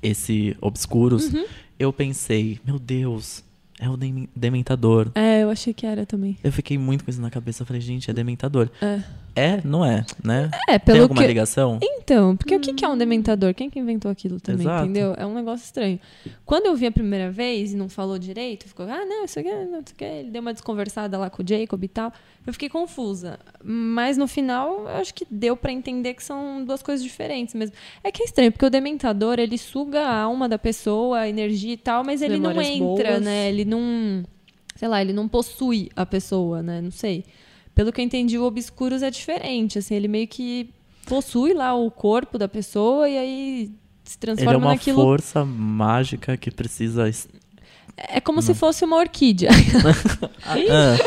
Speaker 1: esse
Speaker 3: Uhum.
Speaker 1: obscuros. Eu pensei, meu Deus, é o Demi- Dementador.
Speaker 3: É, eu achei que era também.
Speaker 1: Eu fiquei muito com isso na cabeça. Eu falei, gente, é Dementador.
Speaker 3: É.
Speaker 1: É, não é, né?
Speaker 3: É,
Speaker 1: Tem
Speaker 3: pelo
Speaker 1: alguma
Speaker 3: que...
Speaker 1: ligação?
Speaker 3: Então, porque o que, que é
Speaker 2: Hum.
Speaker 3: um dementador? Quem que inventou aquilo também,
Speaker 1: Exato.
Speaker 3: entendeu? É um negócio estranho. Quando eu vi a primeira vez e não falou direito, ficou, ah, não, isso aqui, é- não, isso aqui. é-" Ele deu uma desconversada lá com o Jacob e tal. Eu fiquei confusa. Mas no final, eu acho que deu pra entender que são duas coisas diferentes mesmo. É que é estranho, porque o dementador, ele suga a alma da pessoa, a energia e tal, mas ele
Speaker 2: Memórias
Speaker 3: não entra,
Speaker 2: boas.
Speaker 3: né? Ele não. sei lá, ele não possui a pessoa, né? Não sei. Pelo que eu entendi, o Obscuros é diferente, assim, ele meio que possui lá o corpo da pessoa e aí se
Speaker 1: Ele
Speaker 3: transforma
Speaker 1: é uma
Speaker 3: naquilo.
Speaker 1: força mágica que precisa. es-
Speaker 3: É como
Speaker 1: Hum.
Speaker 3: se fosse uma orquídea
Speaker 1: Ah,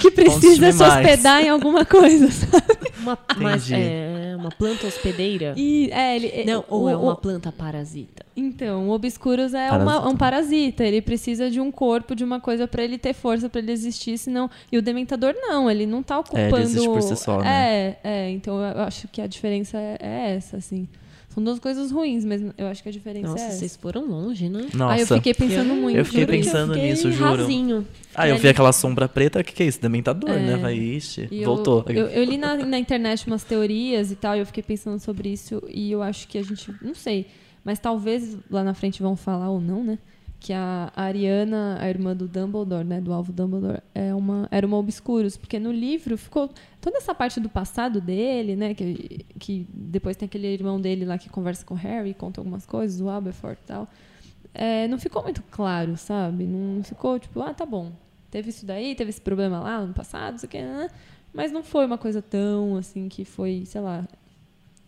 Speaker 3: que precisa se
Speaker 1: demais.
Speaker 3: hospedar em alguma coisa. sabe?
Speaker 2: Uma, mas,
Speaker 1: Entendi.
Speaker 2: é, uma planta hospedeira?
Speaker 3: E, é, ele,
Speaker 2: Não, ou
Speaker 3: o-
Speaker 2: é uma
Speaker 3: o-
Speaker 2: planta parasita?
Speaker 3: Então, o Obscuros é
Speaker 1: Parasita.
Speaker 3: uma- um parasita. Ele precisa de um corpo, de uma coisa pra ele ter força, pra ele existir, senão... E o Dementador não, ele não tá
Speaker 1: É, ele
Speaker 3: ocupando...
Speaker 1: existe por si só,
Speaker 3: É, é, então eu acho que a diferença é, é essa, assim. São duas coisas ruins, mas eu acho que a diferença
Speaker 2: Nossa,
Speaker 3: é essa.
Speaker 2: vocês foram longe, né?
Speaker 1: nossa.
Speaker 3: Aí eu fiquei pensando muito.
Speaker 1: Eu fiquei
Speaker 3: juro que
Speaker 1: pensando
Speaker 3: fiquei
Speaker 1: nisso, juro.
Speaker 2: Rasinho.
Speaker 1: Ah, eu vi
Speaker 3: Ele-
Speaker 1: aquela sombra preta, o que, que é isso? Dementador,
Speaker 3: É.
Speaker 1: né? Vai, ixi,
Speaker 3: E eu-
Speaker 1: voltou.
Speaker 3: Eu, eu li na, na internet umas teorias e tal, e eu fiquei pensando sobre isso, e eu acho que a gente. Não sei, mas talvez lá na frente vão falar ou não, né? Que a Ariana, a irmã do Dumbledore, né? Do alvo Dumbledore, é uma, era uma obscuros, porque no livro ficou toda essa parte do passado dele, né? Que, que depois tem aquele irmão dele lá que conversa com o Harry, conta algumas coisas, o Aberforth e tal. É, não ficou muito claro, sabe? Não ficou tipo, ah, tá bom. Teve isso daí, teve esse problema lá no passado, não sei o que, né? Mas não foi uma coisa tão assim que foi, sei lá,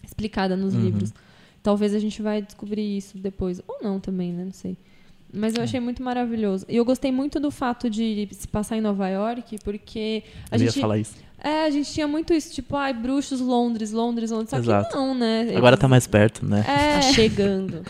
Speaker 3: explicada nos
Speaker 1: Uhum.
Speaker 3: livros. Talvez a gente vai descobrir isso depois. Ou não também, né? Não sei. Mas
Speaker 1: É.
Speaker 3: eu achei muito maravilhoso. E eu gostei muito do fato de se passar em Nova York, porque a
Speaker 1: Eu ia
Speaker 3: gente.
Speaker 1: falar isso.
Speaker 3: É, a gente tinha muito isso, tipo, ai, bruxos, Londres, Londres, Londres. Só
Speaker 1: Exato.
Speaker 3: que não, né?
Speaker 1: Agora tá mais perto, né?
Speaker 2: Tá
Speaker 3: É,
Speaker 2: chegando.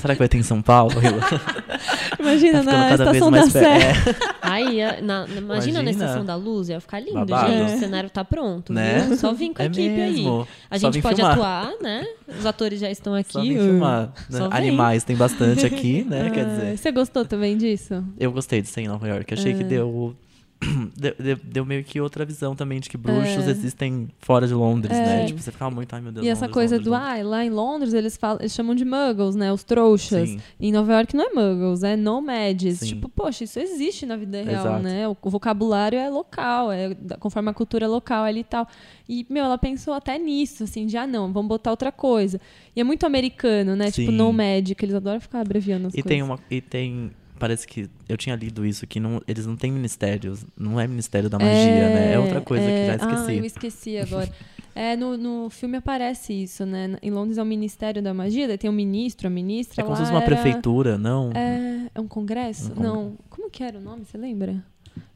Speaker 1: Será que vai ter em São Paulo? Tá
Speaker 3: imagina,
Speaker 1: ficando
Speaker 3: na
Speaker 1: cada vez
Speaker 3: estação da
Speaker 1: mais
Speaker 3: Sé.
Speaker 1: perto.
Speaker 2: Aí, a- na- na- imagina,
Speaker 1: Imagina.
Speaker 2: na estação da luz, ia ficar lindo,
Speaker 1: Babado.
Speaker 2: gente.
Speaker 1: É.
Speaker 2: O cenário tá pronto,
Speaker 1: Né?
Speaker 2: viu? Só vim com
Speaker 1: É,
Speaker 2: a
Speaker 1: é
Speaker 2: equipe aí.
Speaker 1: mesmo.
Speaker 2: A
Speaker 1: Só
Speaker 2: gente
Speaker 1: vem
Speaker 2: pode
Speaker 1: filmar.
Speaker 2: atuar, né? Os atores já estão aqui.
Speaker 1: Só vem filmar. né?
Speaker 2: Só vem.
Speaker 1: Animais tem bastante aqui, né? Quer
Speaker 3: Ah,
Speaker 1: dizer.
Speaker 3: Você gostou também disso?
Speaker 1: Eu gostei de ser em Nova York. Achei que
Speaker 3: É.
Speaker 1: deu. Deu, deu- deu meio que outra visão também de que bruxos
Speaker 3: É.
Speaker 1: existem fora de Londres, né?
Speaker 3: É.
Speaker 1: Tipo, você ficava muito, ai meu Deus.
Speaker 3: e essa
Speaker 1: Londres,
Speaker 3: coisa
Speaker 1: Londres,
Speaker 3: do,
Speaker 1: Londres.
Speaker 3: ai, lá em Londres eles, falam, eles chamam de muggles, né? Os trouxas.
Speaker 1: Sim.
Speaker 3: Em Nova York não é muggles, é nomads.
Speaker 1: Sim.
Speaker 3: Tipo, poxa, isso existe na vida real,
Speaker 1: Exato.
Speaker 3: né? O vocabulário é local, é da- conforme a cultura local ali e tal. E, meu, ela pensou até nisso, assim, de, ah, não, vamos botar outra coisa. E é muito americano, né? Tipo,
Speaker 1: Sim.
Speaker 3: nomad, que eles adoram ficar abreviando as
Speaker 1: E
Speaker 3: coisas.
Speaker 1: tem uma. E tem. Parece que eu tinha lido isso, que não, eles não têm ministérios. Não é Ministério da Magia, né? É outra coisa
Speaker 3: é,
Speaker 1: que já
Speaker 3: Ah, eu
Speaker 1: esqueci.
Speaker 3: esqueci agora. É, no, no filme aparece isso, né? Em Londres é o Ministério da Magia, daí tem um ministro, a ministra
Speaker 1: é como
Speaker 3: lá
Speaker 1: se fosse uma
Speaker 3: era-
Speaker 1: prefeitura, não?
Speaker 3: É, é um congresso?
Speaker 1: Um con-
Speaker 3: Não. Como que era o nome? Você lembra?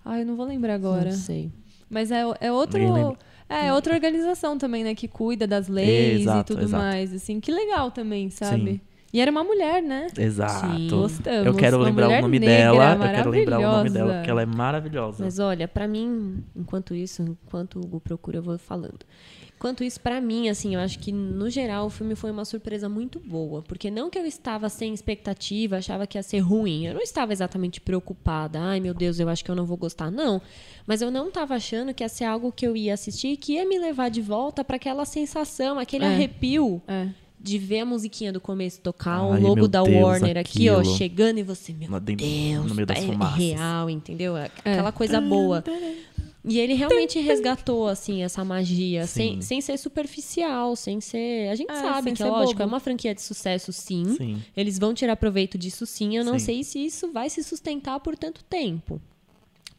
Speaker 3: Ah, eu não vou lembrar agora.
Speaker 2: Não sei.
Speaker 3: Mas é, é outro.
Speaker 1: Nem lembro.
Speaker 3: É outra organização também, né? Que cuida das leis e
Speaker 1: Exato,
Speaker 3: tudo
Speaker 1: exato.
Speaker 3: mais. Assim, que legal também, sabe?
Speaker 1: Sim.
Speaker 3: E era uma mulher, né?
Speaker 1: Exato.
Speaker 2: Sim.
Speaker 3: Gostamos.
Speaker 1: Eu quero
Speaker 3: Uma
Speaker 1: lembrar o
Speaker 3: mulher
Speaker 1: nome
Speaker 3: negra,
Speaker 1: dela. Eu quero lembrar o nome dela,
Speaker 3: maravilhosa.
Speaker 1: porque ela é maravilhosa.
Speaker 2: Mas olha, pra mim, enquanto isso, enquanto o Hugo procura, eu vou falando. Enquanto isso, pra mim, assim, eu acho que no geral o filme foi uma surpresa muito boa, porque não que eu estava sem expectativa, achava que ia ser ruim, eu não estava exatamente preocupada, ai meu Deus, eu acho que eu não vou gostar, não, mas eu não estava achando que ia ser algo que eu ia assistir e que ia me levar de volta pra aquela sensação, aquele
Speaker 3: É.
Speaker 2: arrepio
Speaker 3: É.
Speaker 2: de ver a musiquinha do começo tocar,
Speaker 1: Ai,
Speaker 2: o logo
Speaker 1: meu
Speaker 2: da
Speaker 1: Deus,
Speaker 2: Warner aqui, ó,
Speaker 1: aquilo.
Speaker 2: chegando e você, meu
Speaker 1: Lá dentro,
Speaker 2: Deus,
Speaker 1: no meio das
Speaker 2: é
Speaker 1: fumaças.
Speaker 2: real, entendeu? É Aquela coisa boa. E ele realmente resgatou, assim, essa magia, sem,
Speaker 1: Sim.
Speaker 2: sem ser superficial, sem ser... A gente
Speaker 3: É,
Speaker 2: sabe
Speaker 3: sem
Speaker 2: que,
Speaker 3: ser
Speaker 2: lógico,
Speaker 3: bobo.
Speaker 2: é uma franquia de sucesso, sim.
Speaker 3: hum?
Speaker 1: Sim.
Speaker 2: Eles vão tirar proveito disso, sim. Eu não
Speaker 1: Sim.
Speaker 2: sei se isso vai se sustentar por tanto tempo.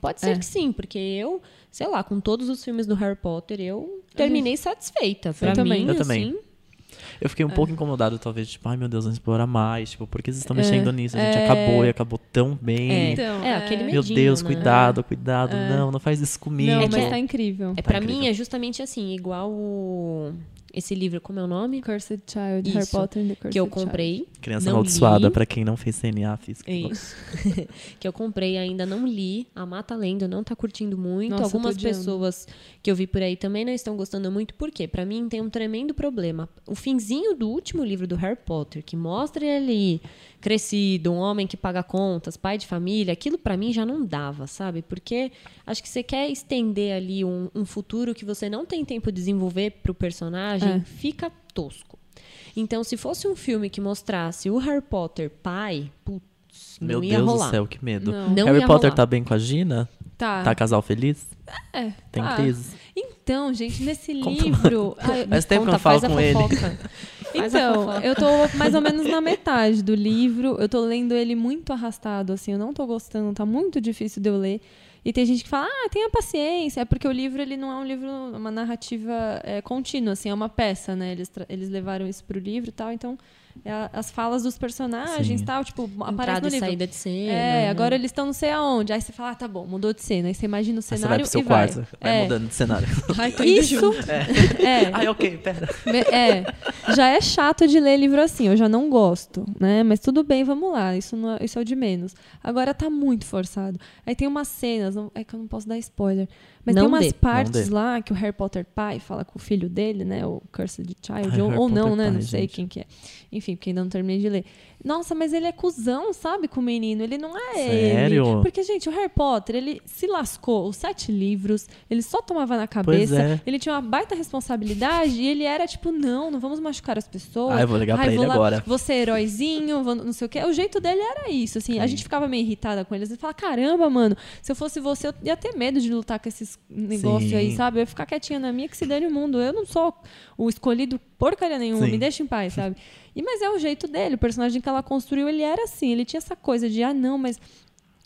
Speaker 2: Pode ser
Speaker 3: É.
Speaker 2: que sim, porque eu, sei lá, com todos os filmes do Harry Potter,
Speaker 3: Uhum.
Speaker 2: eu terminei satisfeita. Pra
Speaker 3: também.
Speaker 2: mim,
Speaker 1: Eu também.
Speaker 2: assim,
Speaker 1: Eu
Speaker 3: É.
Speaker 1: fiquei um pouco incomodado, talvez, tipo, ai meu Deus, vamos explorar mais. Tipo, por que vocês estão
Speaker 3: É.
Speaker 1: mexendo nisso? A gente
Speaker 3: É.
Speaker 1: acabou e acabou tão bem.
Speaker 3: Então,
Speaker 2: É, aquele
Speaker 1: Meu
Speaker 2: medinho,
Speaker 1: Deus,
Speaker 2: né?
Speaker 1: cuidado, cuidado. Não, não faz isso comigo.
Speaker 3: É. Não,
Speaker 2: É que
Speaker 3: mas
Speaker 2: é-
Speaker 3: tá incrível.
Speaker 2: É,
Speaker 1: Tá
Speaker 2: pra mim
Speaker 1: incrível.
Speaker 2: é justamente assim, igual o... esse livro, como é o nome?
Speaker 3: Cursed Child, Harry
Speaker 2: Isso,
Speaker 3: Potter and the Cursed
Speaker 2: Que eu
Speaker 3: Child.
Speaker 2: comprei.
Speaker 1: Criança
Speaker 2: Não
Speaker 1: amaldiçoada,
Speaker 2: li.
Speaker 1: pra quem não fez CNA física.
Speaker 2: É Isso. que eu comprei, ainda não li. A Mata Lendo não tá curtindo muito.
Speaker 3: Nossa, eu tô
Speaker 2: Algumas
Speaker 3: odiando.
Speaker 2: pessoas que eu vi por aí também não estão gostando muito, porque pra mim tem um tremendo problema. O finzinho do último livro do Harry Potter, que mostra ele ali crescido, um homem que paga contas, pai de família, aquilo pra mim já não dava, sabe? Porque acho que você quer estender ali um, um futuro que você não tem tempo de desenvolver pro personagem,
Speaker 3: É.
Speaker 2: fica tosco. Então, se fosse um filme que mostrasse o Harry Potter pai, putz, não
Speaker 1: Meu
Speaker 2: ia
Speaker 1: Deus
Speaker 2: rolar.
Speaker 1: do céu, que medo.
Speaker 3: Não.
Speaker 2: Não
Speaker 1: Harry
Speaker 2: ia
Speaker 1: Potter
Speaker 2: rolar.
Speaker 1: tá bem com a Gina?
Speaker 3: Tá.
Speaker 1: Tá casal feliz?
Speaker 3: É,
Speaker 1: Tem
Speaker 3: tá.
Speaker 1: crise?
Speaker 3: Então, gente, nesse
Speaker 1: Conta,
Speaker 3: livro. Ai,
Speaker 1: Faz tempo que eu não
Speaker 2: Conta, faz
Speaker 1: falo
Speaker 2: a
Speaker 1: com ele.
Speaker 2: fofoca. Faz a
Speaker 3: Então,
Speaker 2: fofoca.
Speaker 3: eu tô mais ou menos na metade do livro. Eu tô lendo ele muito arrastado, assim. Eu não tô gostando, tá muito difícil de eu ler. E tem gente que fala, ah, tenha paciência. É porque o livro, ele não é um livro, uma narrativa é, contínua, assim. É uma peça, né? Eles, tra- eles levaram isso pro livro e tal. Então, é a- as falas dos personagens
Speaker 1: Sim.
Speaker 3: e tal, tipo, aparece
Speaker 2: Entrada
Speaker 3: no
Speaker 2: e
Speaker 3: livro.
Speaker 2: saída de cena.
Speaker 3: É,
Speaker 2: né?
Speaker 3: agora eles estão não sei aonde. Aí você fala, ah, tá bom, mudou de cena. Aí você imagina o
Speaker 1: Aí você
Speaker 3: cenário
Speaker 1: vai pro seu
Speaker 3: e
Speaker 1: quarto,
Speaker 3: vai. É.
Speaker 1: vai, mudando de cenário.
Speaker 2: Ai, tô indo
Speaker 3: Isso
Speaker 2: junto.
Speaker 3: é,
Speaker 1: Ai, ok, pera.
Speaker 3: Me- É, já é chato de ler livro assim, eu já não gosto, né? Mas tudo bem, vamos lá, isso, não é, isso é o de menos. Agora tá muito forçado. Aí tem umas cenas, não- é que eu não posso dar spoiler, mas
Speaker 2: Não
Speaker 3: tem umas
Speaker 2: dê.
Speaker 3: partes
Speaker 1: dê.
Speaker 3: lá que o Harry Potter pai fala com o filho dele, né? O Cursed Child,
Speaker 1: Ai,
Speaker 3: ou,
Speaker 1: Harry
Speaker 3: ou não,
Speaker 1: Potter
Speaker 3: né? não
Speaker 1: pai,
Speaker 3: sei
Speaker 1: gente.
Speaker 3: quem que é. Enfim, porque ainda não terminei de ler. Nossa, mas ele é cuzão, sabe, com o menino, ele não é ele.
Speaker 1: Sério?
Speaker 3: Porque, gente, o Harry Potter, ele se lascou os sete livros, ele só tomava na
Speaker 1: Pois
Speaker 3: cabeça,
Speaker 1: é.
Speaker 3: ele tinha uma baita responsabilidade e ele era tipo, não, não vamos machucar as pessoas.
Speaker 1: Ah, eu vou ligar pra
Speaker 3: Ai,
Speaker 1: ele
Speaker 3: lá,
Speaker 1: agora.
Speaker 3: Você é heróizinho, vou- não sei o quê. O jeito dele era isso, assim. A gente ficava meio irritada com eles. Ele falava, caramba, mano, se eu fosse você, eu ia ter medo de lutar com esses negócios aí,
Speaker 1: Sim.
Speaker 3: sabe? Eu ia ficar quietinha na minha que se dane o mundo. Eu não sou o escolhido porcaria nenhuma,
Speaker 1: Sim.
Speaker 3: me deixa em paz, sabe? E, mas é o jeito dele. O personagem que ela construiu, ele era assim. Ele tinha essa coisa de, ah, não, mas...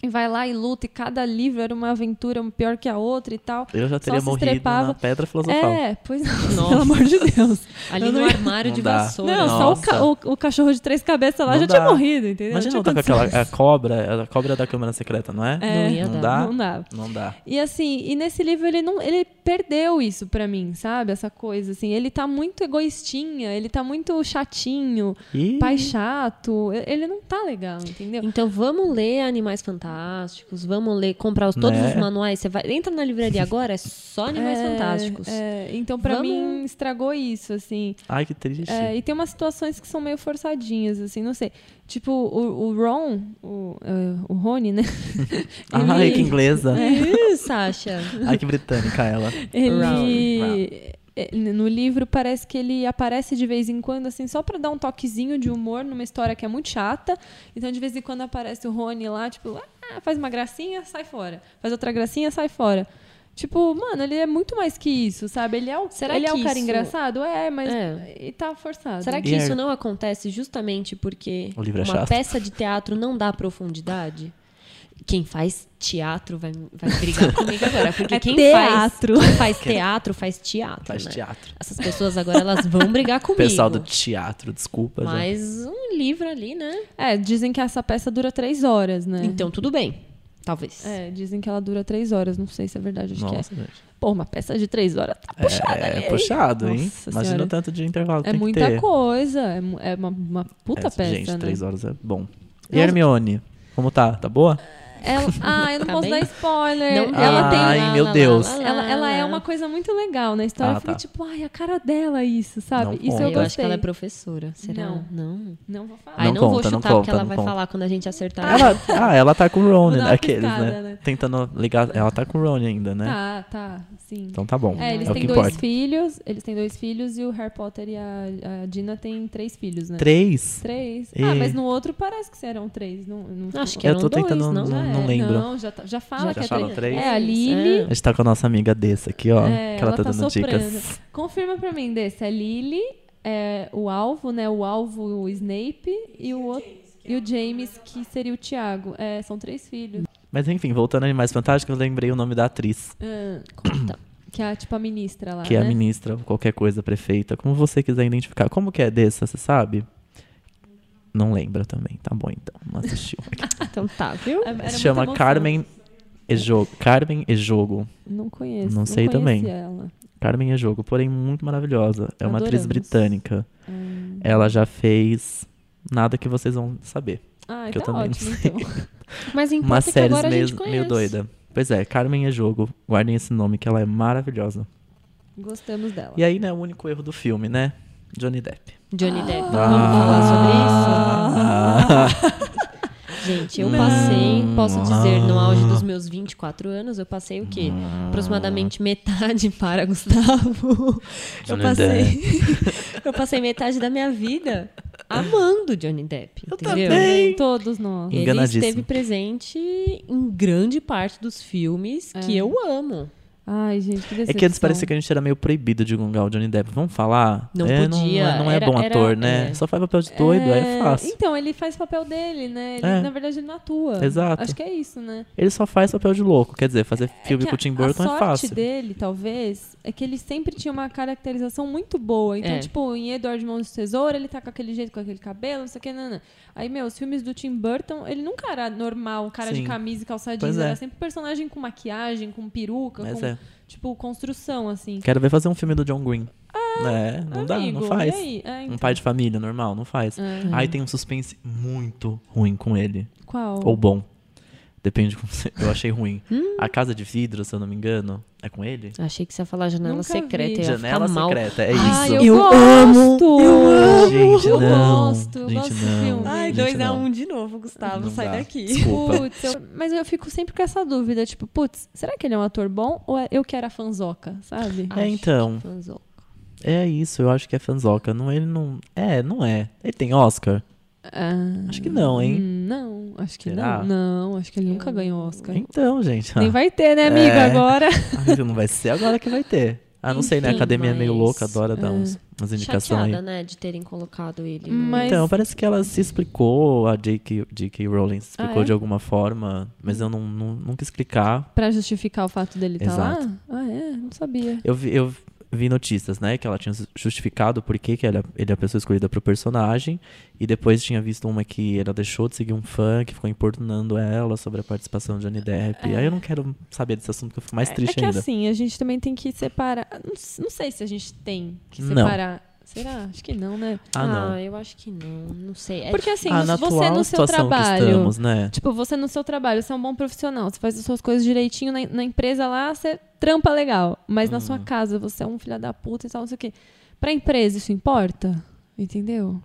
Speaker 3: E vai lá e luta, e cada livro era uma aventura um pior que a outra e tal.
Speaker 1: Eu já
Speaker 3: Só
Speaker 1: teria
Speaker 3: se
Speaker 1: morrido
Speaker 3: estrepava.
Speaker 1: na pedra filosofal.
Speaker 3: É, pois não,
Speaker 2: Nossa.
Speaker 3: pelo amor de Deus.
Speaker 2: Ali
Speaker 3: Eu não
Speaker 2: no
Speaker 3: ia-
Speaker 2: armário
Speaker 1: Não
Speaker 2: de
Speaker 1: dá.
Speaker 2: vassoura.
Speaker 3: Não, só o, ca- o- o cachorro de três cabeças lá
Speaker 1: Não
Speaker 3: já
Speaker 1: dá.
Speaker 3: tinha morrido, entendeu?
Speaker 1: Imagina
Speaker 3: Não
Speaker 1: lutar
Speaker 3: tinha
Speaker 1: com aquela a
Speaker 3: condições.
Speaker 1: cobra, a cobra da câmera secreta, não é?
Speaker 2: É. Não ia
Speaker 1: não
Speaker 2: dar.
Speaker 1: dá?
Speaker 3: Não dava.
Speaker 1: Não dá.
Speaker 3: E assim, e nesse livro ele não, ele perdeu isso pra mim, sabe? Essa coisa assim, ele tá muito egoístinha, ele tá muito chatinho,
Speaker 2: Uhum.
Speaker 1: Ih,
Speaker 3: pai chato, e- ele não tá legal, entendeu?
Speaker 2: Então vamos ler Animais Fantásticos, vamos ler, comprar os- todos
Speaker 1: Né?
Speaker 2: os manuais. Você vai, entra na livraria agora, é só Animais
Speaker 3: É,
Speaker 2: Fantásticos.
Speaker 3: é, então pra
Speaker 2: Vamos-
Speaker 3: mim estragou isso, assim.
Speaker 1: Ai, que triste.
Speaker 3: É, e tem umas situações que são meio forçadinhas, assim, não sei. Tipo, o, o Ron, o, eh, o Rony, né?
Speaker 1: Ai,
Speaker 3: ele-
Speaker 1: que inglesa.
Speaker 2: Ih, Sasha.
Speaker 1: Ai, que britânica ela. Round,
Speaker 3: Ele. é, No livro parece que ele aparece de vez em quando, assim, só pra dar um toquezinho de humor numa história que é muito chata. Então, de vez em quando aparece o Rony lá, tipo, ah, faz uma gracinha, sai fora. Faz outra gracinha, sai fora. Tipo, mano, ele é muito mais que isso, sabe? Ele é o,
Speaker 2: Será
Speaker 3: ele é
Speaker 2: que
Speaker 3: o cara
Speaker 2: isso-
Speaker 3: engraçado? É, mas.
Speaker 2: É.
Speaker 3: E tá forçado.
Speaker 2: Será que
Speaker 1: E a-
Speaker 2: isso não acontece justamente porque
Speaker 1: O livro é
Speaker 2: uma
Speaker 1: chato.
Speaker 2: peça de teatro não dá profundidade? Quem faz teatro vai, vai brigar comigo agora. Porque
Speaker 3: É
Speaker 2: quem
Speaker 3: teatro.
Speaker 2: faz, quem faz teatro faz teatro.
Speaker 1: Faz
Speaker 2: né?
Speaker 1: teatro.
Speaker 2: Essas pessoas agora elas vão brigar comigo.
Speaker 1: Pessoal do tipo, é. teatro, desculpa. gente.
Speaker 2: Mas um livro ali, né?
Speaker 3: É, dizem que essa peça dura três horas, né?
Speaker 2: Então tudo bem. Talvez.
Speaker 3: É, dizem que ela dura três horas, não sei se é verdade, acho
Speaker 1: Nossa, gente.
Speaker 3: que é. Pô, uma peça de três horas tá puxada,
Speaker 1: É,
Speaker 3: né?
Speaker 1: é puxado, hein?
Speaker 3: Nossa
Speaker 1: Imagina
Speaker 3: senhora.
Speaker 1: o tanto de intervalo que
Speaker 3: É
Speaker 1: tem
Speaker 3: muita
Speaker 1: que ter.
Speaker 3: coisa, é, mu- é uma, uma puta
Speaker 1: É,
Speaker 3: peça,
Speaker 1: Gente,
Speaker 3: né?
Speaker 1: três horas é bom. E
Speaker 3: Nossa.
Speaker 1: Hermione? Como tá? Tá boa?
Speaker 3: Ela- ah, eu não
Speaker 2: Tá
Speaker 3: posso
Speaker 2: bem?
Speaker 3: dar spoiler.
Speaker 2: Não
Speaker 3: ela
Speaker 1: dá.
Speaker 3: tem.
Speaker 1: Ai, meu Deus.
Speaker 3: É. Ela, ela é uma coisa muito legal na história.
Speaker 1: Ah,
Speaker 3: eu fiquei
Speaker 1: tá.
Speaker 3: tipo, ai, a cara dela, isso, sabe?
Speaker 1: Não
Speaker 3: isso
Speaker 1: conta. Ah,
Speaker 3: eu
Speaker 2: Eu,
Speaker 3: gostei.
Speaker 2: acho que ela é professora. Será?
Speaker 3: Não.
Speaker 2: Não.
Speaker 3: Não vou falar.
Speaker 2: Ai, não,
Speaker 1: Não
Speaker 2: vou
Speaker 1: conta,
Speaker 2: chutar
Speaker 1: não conta,
Speaker 2: porque ela
Speaker 1: não
Speaker 2: vai
Speaker 1: conta.
Speaker 2: falar quando a gente acertar.
Speaker 1: Ela, ah, ela tá com o Ron,
Speaker 3: Vou dar
Speaker 1: né?
Speaker 3: uma
Speaker 1: Aqueles,
Speaker 3: piscada,
Speaker 1: né?
Speaker 3: né?
Speaker 1: Tentando ligar. Ela tá com o Ron ainda, né?
Speaker 3: Tá, tá, sim.
Speaker 1: Então tá bom.
Speaker 3: é, eles
Speaker 1: o que
Speaker 3: têm dois
Speaker 1: importa.
Speaker 3: filhos. Eles têm dois filhos e o Harry Potter e a, a Dina têm três filhos, né?
Speaker 1: Três?
Speaker 3: Três.
Speaker 1: E-
Speaker 3: Ah, mas no outro parece que serão três. Não, não-
Speaker 2: Acho que
Speaker 1: Eu
Speaker 2: eram
Speaker 1: tô
Speaker 2: dois,
Speaker 1: tentando
Speaker 2: não?
Speaker 1: não-
Speaker 3: é,
Speaker 1: não lembro.
Speaker 3: Não, já, tá- já
Speaker 1: Já
Speaker 3: fala que é
Speaker 1: fala
Speaker 3: três.
Speaker 1: três?
Speaker 3: É, a Lily.
Speaker 1: A gente tá com a nossa amiga desse aqui, ó.
Speaker 3: É,
Speaker 1: que ela,
Speaker 3: ela
Speaker 1: tá
Speaker 3: tá
Speaker 1: dando
Speaker 3: soprando.
Speaker 1: dicas.
Speaker 3: Confirma pra mim, desse é Lily, é, o alvo, né? O alvo, o Snape e o outro. E o James, que seria o Tiago. É, são três filhos.
Speaker 1: Mas enfim, voltando a Animais Fantásticos, eu lembrei o nome da atriz,
Speaker 3: Ah,
Speaker 2: Conta.
Speaker 3: que é tipo a ministra lá.
Speaker 1: que é a
Speaker 3: né?
Speaker 1: ministra, qualquer coisa, prefeita, como você quiser identificar. Como que é dessa, você sabe? Não lembra também. Tá bom, então. Não assistiu.
Speaker 2: Então tá, viu?
Speaker 3: É- era
Speaker 1: Se
Speaker 3: muita
Speaker 1: chama
Speaker 3: emoção.
Speaker 1: Carmen Ejogo. Carmen Ejogo.
Speaker 3: Não conheço.
Speaker 1: Não sei
Speaker 3: conheci
Speaker 1: também.
Speaker 3: Ela.
Speaker 1: Carmen Ejogo, porém muito maravilhosa. É uma atriz
Speaker 3: Adoramos.
Speaker 1: britânica.
Speaker 3: Hum.
Speaker 1: Ela já fez nada que vocês vão saber.
Speaker 3: Ah,
Speaker 1: Que eu
Speaker 3: então tá
Speaker 1: também não
Speaker 3: ótimo, então.
Speaker 2: Mas importa
Speaker 1: Uma
Speaker 2: que
Speaker 1: série
Speaker 2: agora a gente
Speaker 1: meio,
Speaker 2: conhece.
Speaker 1: meio doida. Pois é, Carmen Ejogo. Guardem esse nome que ela é maravilhosa.
Speaker 3: Gostamos dela.
Speaker 1: E aí, né, o único erro do filme, né? Johnny Depp.
Speaker 2: Johnny Depp. Vamos
Speaker 1: Ah.
Speaker 2: falar sobre isso? Gente, eu passei, posso dizer, no auge dos meus 24 anos, eu passei o quê? Aproximadamente metade para Gustavo. Eu
Speaker 1: Johnny
Speaker 2: passei, eu passei metade da minha vida amando Johnny Depp, entendeu?
Speaker 1: também.
Speaker 3: Todos nós.
Speaker 2: Ele
Speaker 1: Enganadíssimo.
Speaker 2: É. esteve presente em grande parte dos filmes que eu amo.
Speaker 3: Ai, gente, que
Speaker 1: É
Speaker 3: decepção.
Speaker 1: que antes parecia que a gente era meio proibido de gongar o Johnny Depp. Vamos falar?
Speaker 2: Não
Speaker 1: é,
Speaker 2: podia,
Speaker 1: Não, não é
Speaker 2: era-
Speaker 1: bom
Speaker 2: era-
Speaker 1: ator, né?
Speaker 2: é.
Speaker 1: Só faz papel de doido, aí é fácil.
Speaker 3: Então, ele faz papel dele, né? Ele,
Speaker 1: É.
Speaker 3: Na verdade, ele não atua.
Speaker 1: Exato.
Speaker 3: Acho que é isso, né?
Speaker 1: Ele só faz papel de louco. Quer dizer, fazer filme
Speaker 3: que
Speaker 1: com o Tim
Speaker 3: a
Speaker 1: Burton é
Speaker 3: sorte
Speaker 1: fácil.
Speaker 3: dele, talvez, é que ele sempre tinha uma caracterização muito boa. Então,
Speaker 2: É.
Speaker 3: tipo, em Edward Mãos de Tesoura, ele tá com aquele jeito, com aquele cabelo, não sei o que, nana. Aí, meu, os filmes do Tim Burton, ele nunca era normal, um cara de
Speaker 1: Sim.
Speaker 3: camisa e calçadinho.
Speaker 1: Pois é.
Speaker 3: Era sempre personagem com maquiagem, com peruca,
Speaker 1: Mas
Speaker 3: com,
Speaker 1: é.
Speaker 3: tipo, construção, assim.
Speaker 1: Quero ver fazer um filme do John Green. é, não dá,
Speaker 3: Amigo,
Speaker 1: não faz.
Speaker 3: E aí? É,
Speaker 1: Um
Speaker 3: então.
Speaker 1: pai de família, normal, não faz.
Speaker 3: É.
Speaker 1: Aí tem um suspense muito ruim com ele.
Speaker 3: Qual?
Speaker 1: Ou bom. Depende de como você... Eu achei ruim. A Casa de Vidro, se eu não me engano, é com ele?
Speaker 2: Achei que você ia falar janela
Speaker 3: Nunca
Speaker 2: secreta.
Speaker 3: vi.
Speaker 2: Eu ia ficar
Speaker 1: Janela
Speaker 2: tá mal.
Speaker 1: Secreta, é
Speaker 3: Ah,
Speaker 1: isso.
Speaker 3: eu,
Speaker 2: Eu
Speaker 3: gosto!
Speaker 2: amo,
Speaker 1: Gente,
Speaker 3: eu
Speaker 1: não.
Speaker 3: gosto, eu
Speaker 1: Gente,
Speaker 3: gosto do
Speaker 1: não.
Speaker 3: filme.
Speaker 2: Ai,
Speaker 1: Gente,
Speaker 2: 2x1
Speaker 1: não.
Speaker 2: um de novo, Gustavo.
Speaker 1: Não
Speaker 2: sai
Speaker 1: dá.
Speaker 2: daqui.
Speaker 1: Desculpa.
Speaker 3: Putz, eu- mas eu fico sempre com essa dúvida, tipo, putz, será que ele é um ator bom ou é eu que era fanzoca, sabe?
Speaker 1: É, então.
Speaker 2: Fanzou.
Speaker 1: É isso, eu acho que é fanzoca. Não, ele não. É, não é. Ele tem Oscar?
Speaker 3: Ah,
Speaker 1: Acho que não, hein?
Speaker 3: hum, Não, acho que
Speaker 1: Será?
Speaker 3: não. Não, acho que ele nunca
Speaker 2: Eu-
Speaker 3: ganhou Oscar.
Speaker 1: Então, gente.
Speaker 3: Nem
Speaker 1: ah,
Speaker 3: vai ter, né, amigo,
Speaker 1: É.
Speaker 3: agora?
Speaker 1: ai, não vai ser agora que vai ter. Ah, não sei, né? A
Speaker 2: Enfim,
Speaker 1: academia é meio
Speaker 2: mas,
Speaker 1: louca, adora dar
Speaker 3: é,
Speaker 1: uns, umas indicações
Speaker 2: Chateada,
Speaker 1: aí.
Speaker 2: né, de terem colocado ele.
Speaker 3: Mas-
Speaker 1: Então, parece que ela se explicou, a J.K. J.K. Rowling se explicou
Speaker 3: Ah, é?
Speaker 1: de alguma forma, mas eu não, não- nunca explicar.
Speaker 3: Pra justificar o fato dele estar
Speaker 1: Exato.
Speaker 3: lá? Ah, é? Não sabia.
Speaker 1: Eu vi, eu vi notícias, né? Que ela tinha justificado por que que ela- ele é a pessoa escolhida pro personagem. E depois tinha visto uma que ela deixou de seguir um fã que ficou importunando ela sobre a participação de Johnny Depp. Aí eu não quero saber desse assunto, porque eu fico mais
Speaker 3: É-
Speaker 1: triste
Speaker 3: é que
Speaker 1: ainda.
Speaker 3: assim, a gente também tem que separar. Não, s- não sei se a gente tem que
Speaker 1: Não.
Speaker 3: separar. Será? Acho que não, né?
Speaker 1: Ah, não.
Speaker 2: eu acho que não. Não sei. É
Speaker 3: Porque assim,
Speaker 1: ah, na
Speaker 3: você
Speaker 1: atual
Speaker 3: no seu
Speaker 1: situação
Speaker 3: trabalho.
Speaker 1: que estamos, né?
Speaker 3: Tipo, você no seu trabalho, você é um bom profissional, você faz as suas coisas direitinho na, na empresa lá, você trampa legal. Mas na
Speaker 1: Uhum.
Speaker 3: sua casa, você é um filho da puta e tal, não sei o quê. Pra empresa, isso importa? Entendeu?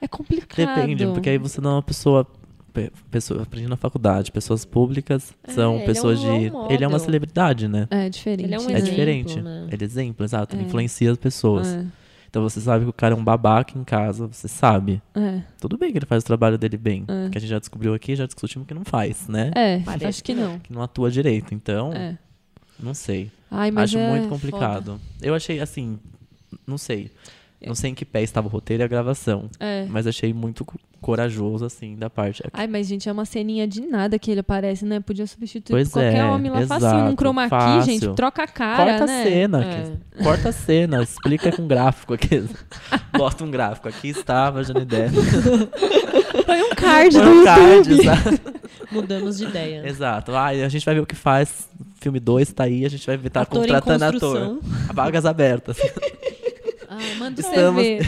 Speaker 3: É complicado.
Speaker 1: Depende, porque aí você não é uma pessoa. pe- Pessoa, aprendi na faculdade, pessoas públicas
Speaker 2: É,
Speaker 1: são
Speaker 2: ele é um
Speaker 1: pessoas
Speaker 2: role
Speaker 1: de. Ele é uma
Speaker 2: model.
Speaker 1: celebridade, né?
Speaker 3: É diferente.
Speaker 2: Ele é um
Speaker 1: É
Speaker 3: né?
Speaker 2: exemplo,
Speaker 1: diferente.
Speaker 2: né?
Speaker 1: Ele é exemplo, exato. Ele
Speaker 3: É.
Speaker 1: influencia as pessoas. Então você sabe que o cara é um babaca em casa, você sabe.
Speaker 3: É,
Speaker 1: Tudo bem que ele faz o trabalho dele bem.
Speaker 3: É.
Speaker 1: Que a gente já descobriu aqui, já discutimos que não faz, né?
Speaker 3: é, é,
Speaker 2: Parece
Speaker 3: acho que
Speaker 2: que
Speaker 3: não.
Speaker 1: Que não atua direito. Então,
Speaker 3: É.
Speaker 1: não sei.
Speaker 3: Ai, mas
Speaker 1: Acho
Speaker 3: é
Speaker 1: muito
Speaker 3: foda.
Speaker 1: complicado. Eu achei, assim, não sei.
Speaker 3: Eu-
Speaker 1: Não sei em que pé estava o roteiro e a gravação.
Speaker 3: É.
Speaker 1: Mas achei muito co- corajoso, assim, da parte.
Speaker 3: Ai, mas gente, é uma ceninha de nada que ele aparece, né? Podia substituir
Speaker 1: Pois
Speaker 3: qualquer
Speaker 1: é,
Speaker 3: homem lá facinho,
Speaker 1: exato,
Speaker 3: num chroma key,
Speaker 1: fácil.
Speaker 3: gente, troca a cara,
Speaker 1: Corta
Speaker 3: né?
Speaker 1: a cena.
Speaker 2: É.
Speaker 1: que- Corta a cena. Explica com gráfico aqui. Bota um gráfico. Aqui estava a Janidé.
Speaker 3: Põe um card do
Speaker 1: Põe um card,
Speaker 3: YouTube.
Speaker 1: exato.
Speaker 2: Mudamos de ideia.
Speaker 1: Exato. Ai, a gente vai ver o que faz. Filme 2 tá aí. A gente vai estar
Speaker 2: Ator em
Speaker 1: contratando ator.
Speaker 2: construção.
Speaker 1: Vagas abertas.
Speaker 3: Ai,
Speaker 2: Ah,
Speaker 3: manda o
Speaker 1: Estamos-
Speaker 3: CV.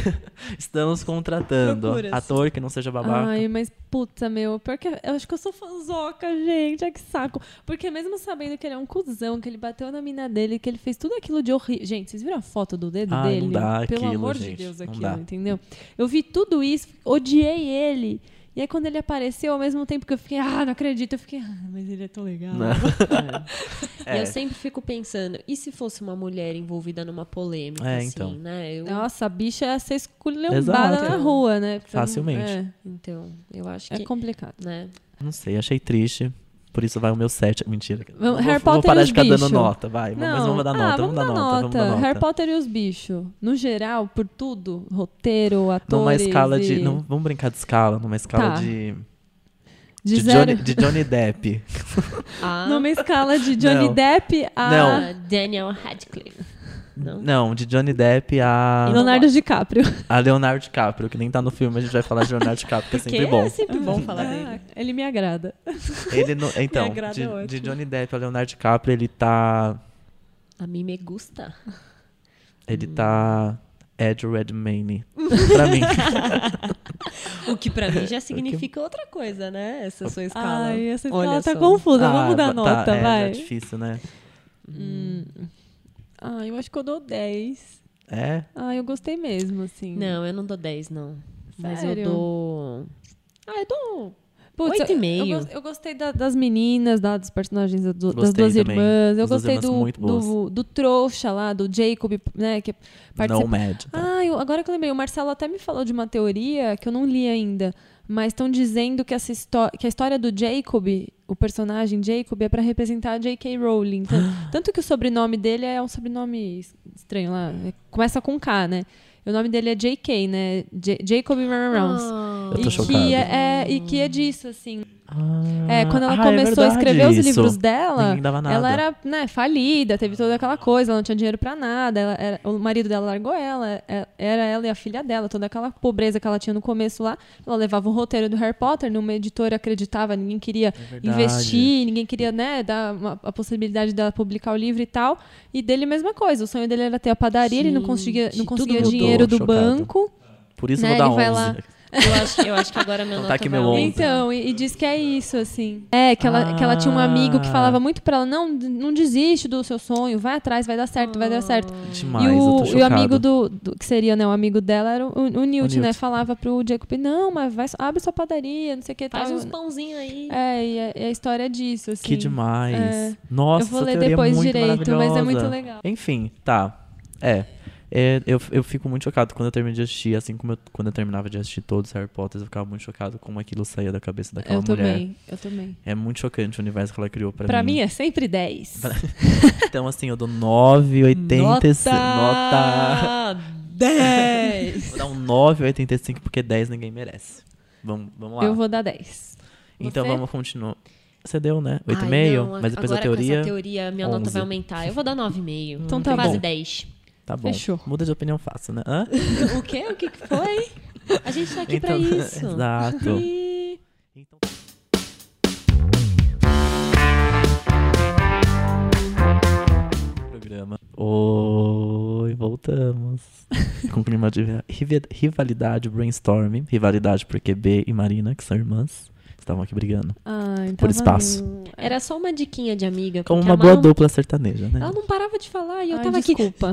Speaker 1: Estamos contratando
Speaker 2: Procuras.
Speaker 1: ator que não seja babaca.
Speaker 3: Ai, mas puta, meu. Pior que eu acho que eu sou fanzoca, gente. Ai, que saco. Porque mesmo sabendo que ele é um cuzão, que ele bateu na mina dele, que ele fez tudo aquilo de horrível. Gente, vocês viram a foto do dedo
Speaker 1: Ai, não
Speaker 3: dele?
Speaker 1: dá
Speaker 3: Pelo
Speaker 1: aquilo,
Speaker 3: amor de
Speaker 1: gente,
Speaker 3: Deus,
Speaker 1: não
Speaker 3: aquilo,
Speaker 1: dá.
Speaker 3: entendeu? Eu vi tudo isso, odiei ele. E aí, quando ele apareceu, ao mesmo tempo que eu fiquei, ah, não acredito, eu fiquei, ah, mas ele é tão legal.
Speaker 1: Não.
Speaker 2: E
Speaker 1: É.
Speaker 2: eu sempre fico pensando, e se fosse uma mulher envolvida numa polêmica,
Speaker 1: É,
Speaker 2: assim,
Speaker 1: então.
Speaker 2: né? Eu,
Speaker 3: Nossa, a bicha ia ser esculhambada
Speaker 1: Exato.
Speaker 3: na rua, né? Porque eu não-
Speaker 1: Facilmente.
Speaker 2: Então, eu acho
Speaker 3: É,
Speaker 2: que...
Speaker 3: é complicado.
Speaker 2: né?
Speaker 1: Não sei, achei triste. Por isso vai o meu 7. Mentira.
Speaker 3: Vamos-
Speaker 1: Não
Speaker 3: Harry
Speaker 1: vou, vou
Speaker 3: Potter e
Speaker 1: parar
Speaker 3: os
Speaker 1: de ficar dando
Speaker 3: bichos.
Speaker 1: nota, vai. Vamos- Tá Mas vamos dar nota,
Speaker 3: ah,
Speaker 1: vamos, dar nota, vamos dar nota.
Speaker 3: Harry Potter e os bichos. No geral, por tudo. Roteiro, atores...
Speaker 1: Numa escala
Speaker 3: e-
Speaker 1: de. Não, vamos brincar de escala, numa escala
Speaker 3: Tá.
Speaker 1: de.
Speaker 3: de
Speaker 1: de
Speaker 3: zero...
Speaker 1: Johnny, de Johnny Depp.
Speaker 2: A
Speaker 3: Numa escala de Johnny
Speaker 1: Não.
Speaker 3: Depp a
Speaker 1: Não.
Speaker 2: a Ah, Daniel Radcliffe. Não?
Speaker 1: Não, de Johnny Depp a,
Speaker 3: Leonardo DiCaprio.
Speaker 1: a Leonardo DiCaprio, que nem tá no filme, a gente vai falar de Leonardo DiCaprio, que é sempre
Speaker 2: Porque
Speaker 1: bom.
Speaker 2: é sempre bom falar dele.
Speaker 3: Ah, ele me agrada.
Speaker 1: Ele não- então,
Speaker 3: agrada é
Speaker 1: de,
Speaker 3: ótimo.
Speaker 1: de Johnny Depp a Leonardo DiCaprio, ele tá.
Speaker 2: A mim me gusta.
Speaker 1: Ele tá. Ed Redmayne. pra mim.
Speaker 2: O que pra mim já significa outra coisa, né? Essa sua escala.
Speaker 3: Ai, essa
Speaker 2: Olha
Speaker 3: escala tá
Speaker 2: só.
Speaker 3: confusa.
Speaker 1: Ah,
Speaker 3: Vamos mudar a
Speaker 1: tá,
Speaker 3: nota,
Speaker 1: é,
Speaker 3: vai.
Speaker 1: É difícil, né?
Speaker 3: Hum. Ah, eu acho que eu dou 10.
Speaker 1: É.
Speaker 3: Ah, eu gostei mesmo, assim.
Speaker 2: Não, eu não dou 10, não. Mas eu
Speaker 3: Sério?
Speaker 2: dou... Ah, eu dou...
Speaker 3: Putz,
Speaker 2: Oito e
Speaker 3: eu-
Speaker 2: meio.
Speaker 3: Eu, gos- eu gostei da- das meninas, da- dos personagens da- do- das
Speaker 1: Gostei
Speaker 3: duas
Speaker 1: também.
Speaker 3: irmãs. Eu
Speaker 1: As duas
Speaker 3: gostei
Speaker 1: irmãs
Speaker 3: do,
Speaker 1: muito boas.
Speaker 3: do, do trouxa lá, do Jacob, né? Que participa.
Speaker 1: Nomad.
Speaker 3: Ah, eu- agora que eu lembrei, o Marcelo até me falou de uma teoria que eu não li ainda, mas estão dizendo que, essa histó- que a história do Jacob o personagem Jacob é para representar a J.K. Rowling. Tan- Tanto, que o sobrenome dele é um sobrenome es- estranho lá. é- Começa com K, né? E o nome dele é J.K., né? J- Jacob Rounds.
Speaker 2: Ah.
Speaker 1: Eu tô
Speaker 3: e
Speaker 1: chocado.
Speaker 3: que é, é- e que é disso, assim.
Speaker 1: Ah,
Speaker 3: É, quando ela
Speaker 1: ah, é
Speaker 3: começou a
Speaker 1: verdade
Speaker 3: escrever os
Speaker 1: isso.
Speaker 3: livros dela,
Speaker 1: Ninguém dava nada.
Speaker 3: ela era né, falida, teve toda aquela coisa, ela não tinha dinheiro pra nada, ela era- o marido dela largou ela, é- era ela e a filha dela, toda aquela pobreza que ela tinha no começo lá. Ela levava o roteiro do Harry Potter, numa editora acreditava, ninguém queria
Speaker 1: É verdade.
Speaker 3: investir, ninguém queria né, dar uma- a possibilidade dela publicar o livro e tal. E dele, mesma coisa, o sonho dele era ter a padaria, ele não
Speaker 2: Gente,
Speaker 3: conseguia, não
Speaker 2: tudo
Speaker 3: conseguia
Speaker 1: mudou,
Speaker 3: dinheiro do
Speaker 1: chocado.
Speaker 3: banco.
Speaker 1: Por isso
Speaker 3: né,
Speaker 1: vou dar
Speaker 3: ele
Speaker 1: 11.
Speaker 3: vai lá-
Speaker 2: Eu acho, eu acho que agora meu
Speaker 1: Então tá
Speaker 2: nota
Speaker 1: aqui
Speaker 2: vai
Speaker 1: meu
Speaker 2: ao-
Speaker 1: onze.
Speaker 3: Então, e, e diz que é isso, assim. É, que ela, que ela tinha um amigo que
Speaker 1: Ah.
Speaker 3: falava muito pra ela: não, não desiste do seu sonho, vai atrás, vai dar certo, vai dar certo.
Speaker 1: Demais,
Speaker 3: e,
Speaker 1: Ah. eu
Speaker 3: o,
Speaker 1: tô
Speaker 3: e o
Speaker 1: chocado.
Speaker 3: amigo do, do- que seria, né, o amigo dela era o, o Newt, né?
Speaker 1: Newt.
Speaker 3: Falava pro Jacob, não, mas vai, abre sua padaria, não sei o que
Speaker 2: Faz
Speaker 3: tal.
Speaker 2: uns pãozinhos aí.
Speaker 3: É, e é, é a história disso, assim.
Speaker 1: Que demais.
Speaker 3: É.
Speaker 1: Nossa,
Speaker 3: Eu vou
Speaker 1: essa
Speaker 3: ler
Speaker 1: teoria é
Speaker 3: depois
Speaker 1: muito
Speaker 3: direito, mas é muito
Speaker 1: maravilhosa.
Speaker 3: legal.
Speaker 1: Enfim, tá. É. É, eu, eu fico muito chocado quando eu termino de assistir, assim como eu- quando eu terminava de assistir todos os Harry Potter, eu ficava muito chocado como aquilo saía da cabeça daquela
Speaker 3: eu
Speaker 1: mulher.
Speaker 3: também, eu também.
Speaker 1: É muito chocante o universo que ela criou pra,
Speaker 3: Pra
Speaker 1: mim.
Speaker 3: mim é sempre 10.
Speaker 1: Então, assim, eu dou 9,85. Nota!
Speaker 2: 10!
Speaker 1: Vou dar um 9,85 porque 10 ninguém merece. Vamos, vamos lá.
Speaker 3: Eu vou dar 10.
Speaker 1: Então
Speaker 3: Você?
Speaker 1: vamos continuar. Você deu, né?
Speaker 2: Ai,
Speaker 1: 8,5?
Speaker 2: não,
Speaker 1: Mas depois a
Speaker 2: agora com
Speaker 1: teoria.
Speaker 2: essa teoria, minha nota
Speaker 1: 11.
Speaker 2: vai aumentar. Eu vou dar 9,5.
Speaker 3: Então tá
Speaker 2: Quase
Speaker 1: bom.
Speaker 2: 10.
Speaker 1: Tá bom.
Speaker 3: Fechou.
Speaker 1: Muda de opinião fácil, né? Hã?
Speaker 2: o quê? O que que foi? A gente tá aqui pra isso.
Speaker 1: Então, Exato.
Speaker 2: Ih,
Speaker 1: Então- Programa. Oi, voltamos. Com clima de rivi- rivalidade, brainstorm. Rivalidade porque B e Marina, que são irmãs, estavam aqui brigando.
Speaker 3: Ah, então
Speaker 1: Por espaço.
Speaker 3: valeu.
Speaker 2: Era só uma diquinha de amiga.
Speaker 1: Como
Speaker 2: porque
Speaker 1: uma
Speaker 2: a
Speaker 1: boa
Speaker 2: Mar não-
Speaker 1: dupla sertaneja, né? É,
Speaker 2: Ela não parava de falar e assim, eu
Speaker 3: Ai,
Speaker 2: tava aqui,
Speaker 3: desculpa.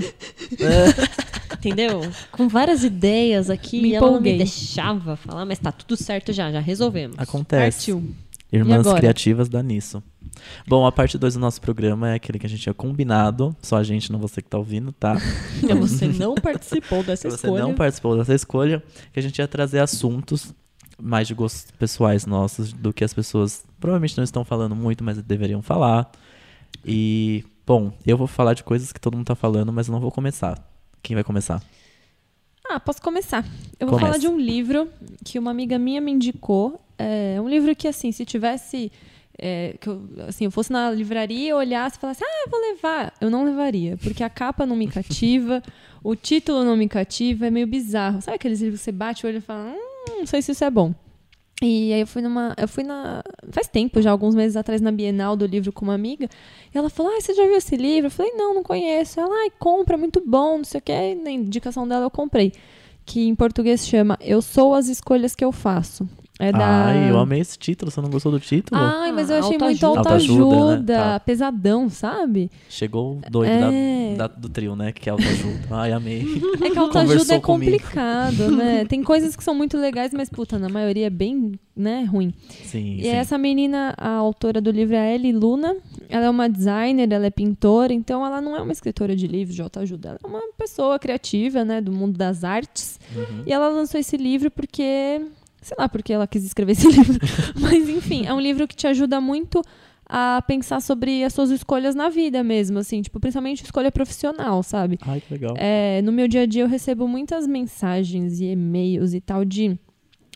Speaker 2: entendeu? Com várias ideias aqui
Speaker 3: Me
Speaker 2: e ela não me
Speaker 3: empolguei.
Speaker 2: deixava falar, mas tá tudo certo já, já resolvemos.
Speaker 1: Acontece.
Speaker 3: Partiu.
Speaker 1: Irmãs
Speaker 3: E agora?
Speaker 1: criativas dá nisso. Bom, a parte 2 do nosso programa é aquele que a gente tinha combinado. Só a gente, não você que tá ouvindo, tá?
Speaker 2: Então Você não participou dessa
Speaker 1: Se Então você não participou dessa escolha, que a gente ia trazer assuntos mais de gostos pessoais nossos do que as pessoas provavelmente não estão falando muito, mas deveriam falar. E, bom, eu vou falar de coisas que todo mundo tá falando, mas eu não vou começar. Quem vai começar?
Speaker 3: Ah, posso começar. Eu vou
Speaker 1: Começa.
Speaker 3: falar de um livro que uma amiga minha me indicou. É um livro que, assim, se tivesse. é, que eu, assim, eu fosse na livraria, eu olhasse e falasse, ah, eu vou levar. Eu não levaria, porque a capa não me cativa, o título não me cativa, é meio bizarro. Sabe aqueles livros que você bate o olho e fala, hum, não sei se isso é bom. E aí eu fui numa. Eu fui na. Faz tempo, já alguns meses atrás, na Bienal do livro com uma amiga. E ela falou: Ah, você já viu esse livro? Eu falei, não, não conheço. Ela, ai, compra, é muito bom, não sei o que. E na indicação dela eu comprei. Que em português chama Eu Sou as Escolhas que eu faço. É da.
Speaker 1: Ai, eu amei esse título. Você não gostou do título?
Speaker 3: Ai, mas eu
Speaker 2: Ah,
Speaker 3: achei muito
Speaker 1: autoajuda.
Speaker 3: autoajuda,
Speaker 1: Autoajuda, né? Tá.
Speaker 3: pesadão, sabe?
Speaker 1: Chegou o doido
Speaker 3: É.
Speaker 1: da- da- do trio, né? Que é o junto. Ai, amei.
Speaker 3: É que autoajuda
Speaker 1: Conversou
Speaker 3: é
Speaker 1: comigo.
Speaker 3: complicado, né? Tem coisas que são muito legais, mas, puta, na maioria é bem, né, ruim.
Speaker 1: Sim,
Speaker 3: E
Speaker 1: sim.
Speaker 3: essa menina, a autora do livro é a Ellie Luna. Ela é uma designer, ela é pintora, então ela não é uma escritora de livros de autoajuda. Ela é uma pessoa criativa, né, do mundo das artes.
Speaker 1: Uhum.
Speaker 3: E ela lançou esse livro porque, sei lá, porque ela quis escrever esse livro. Mas enfim, é um livro que te ajuda muito a pensar sobre as suas escolhas na vida mesmo, assim, tipo, principalmente escolha profissional, sabe?
Speaker 1: Ai, que legal.
Speaker 3: É, no meu dia a dia eu recebo muitas mensagens e e-mails e tal de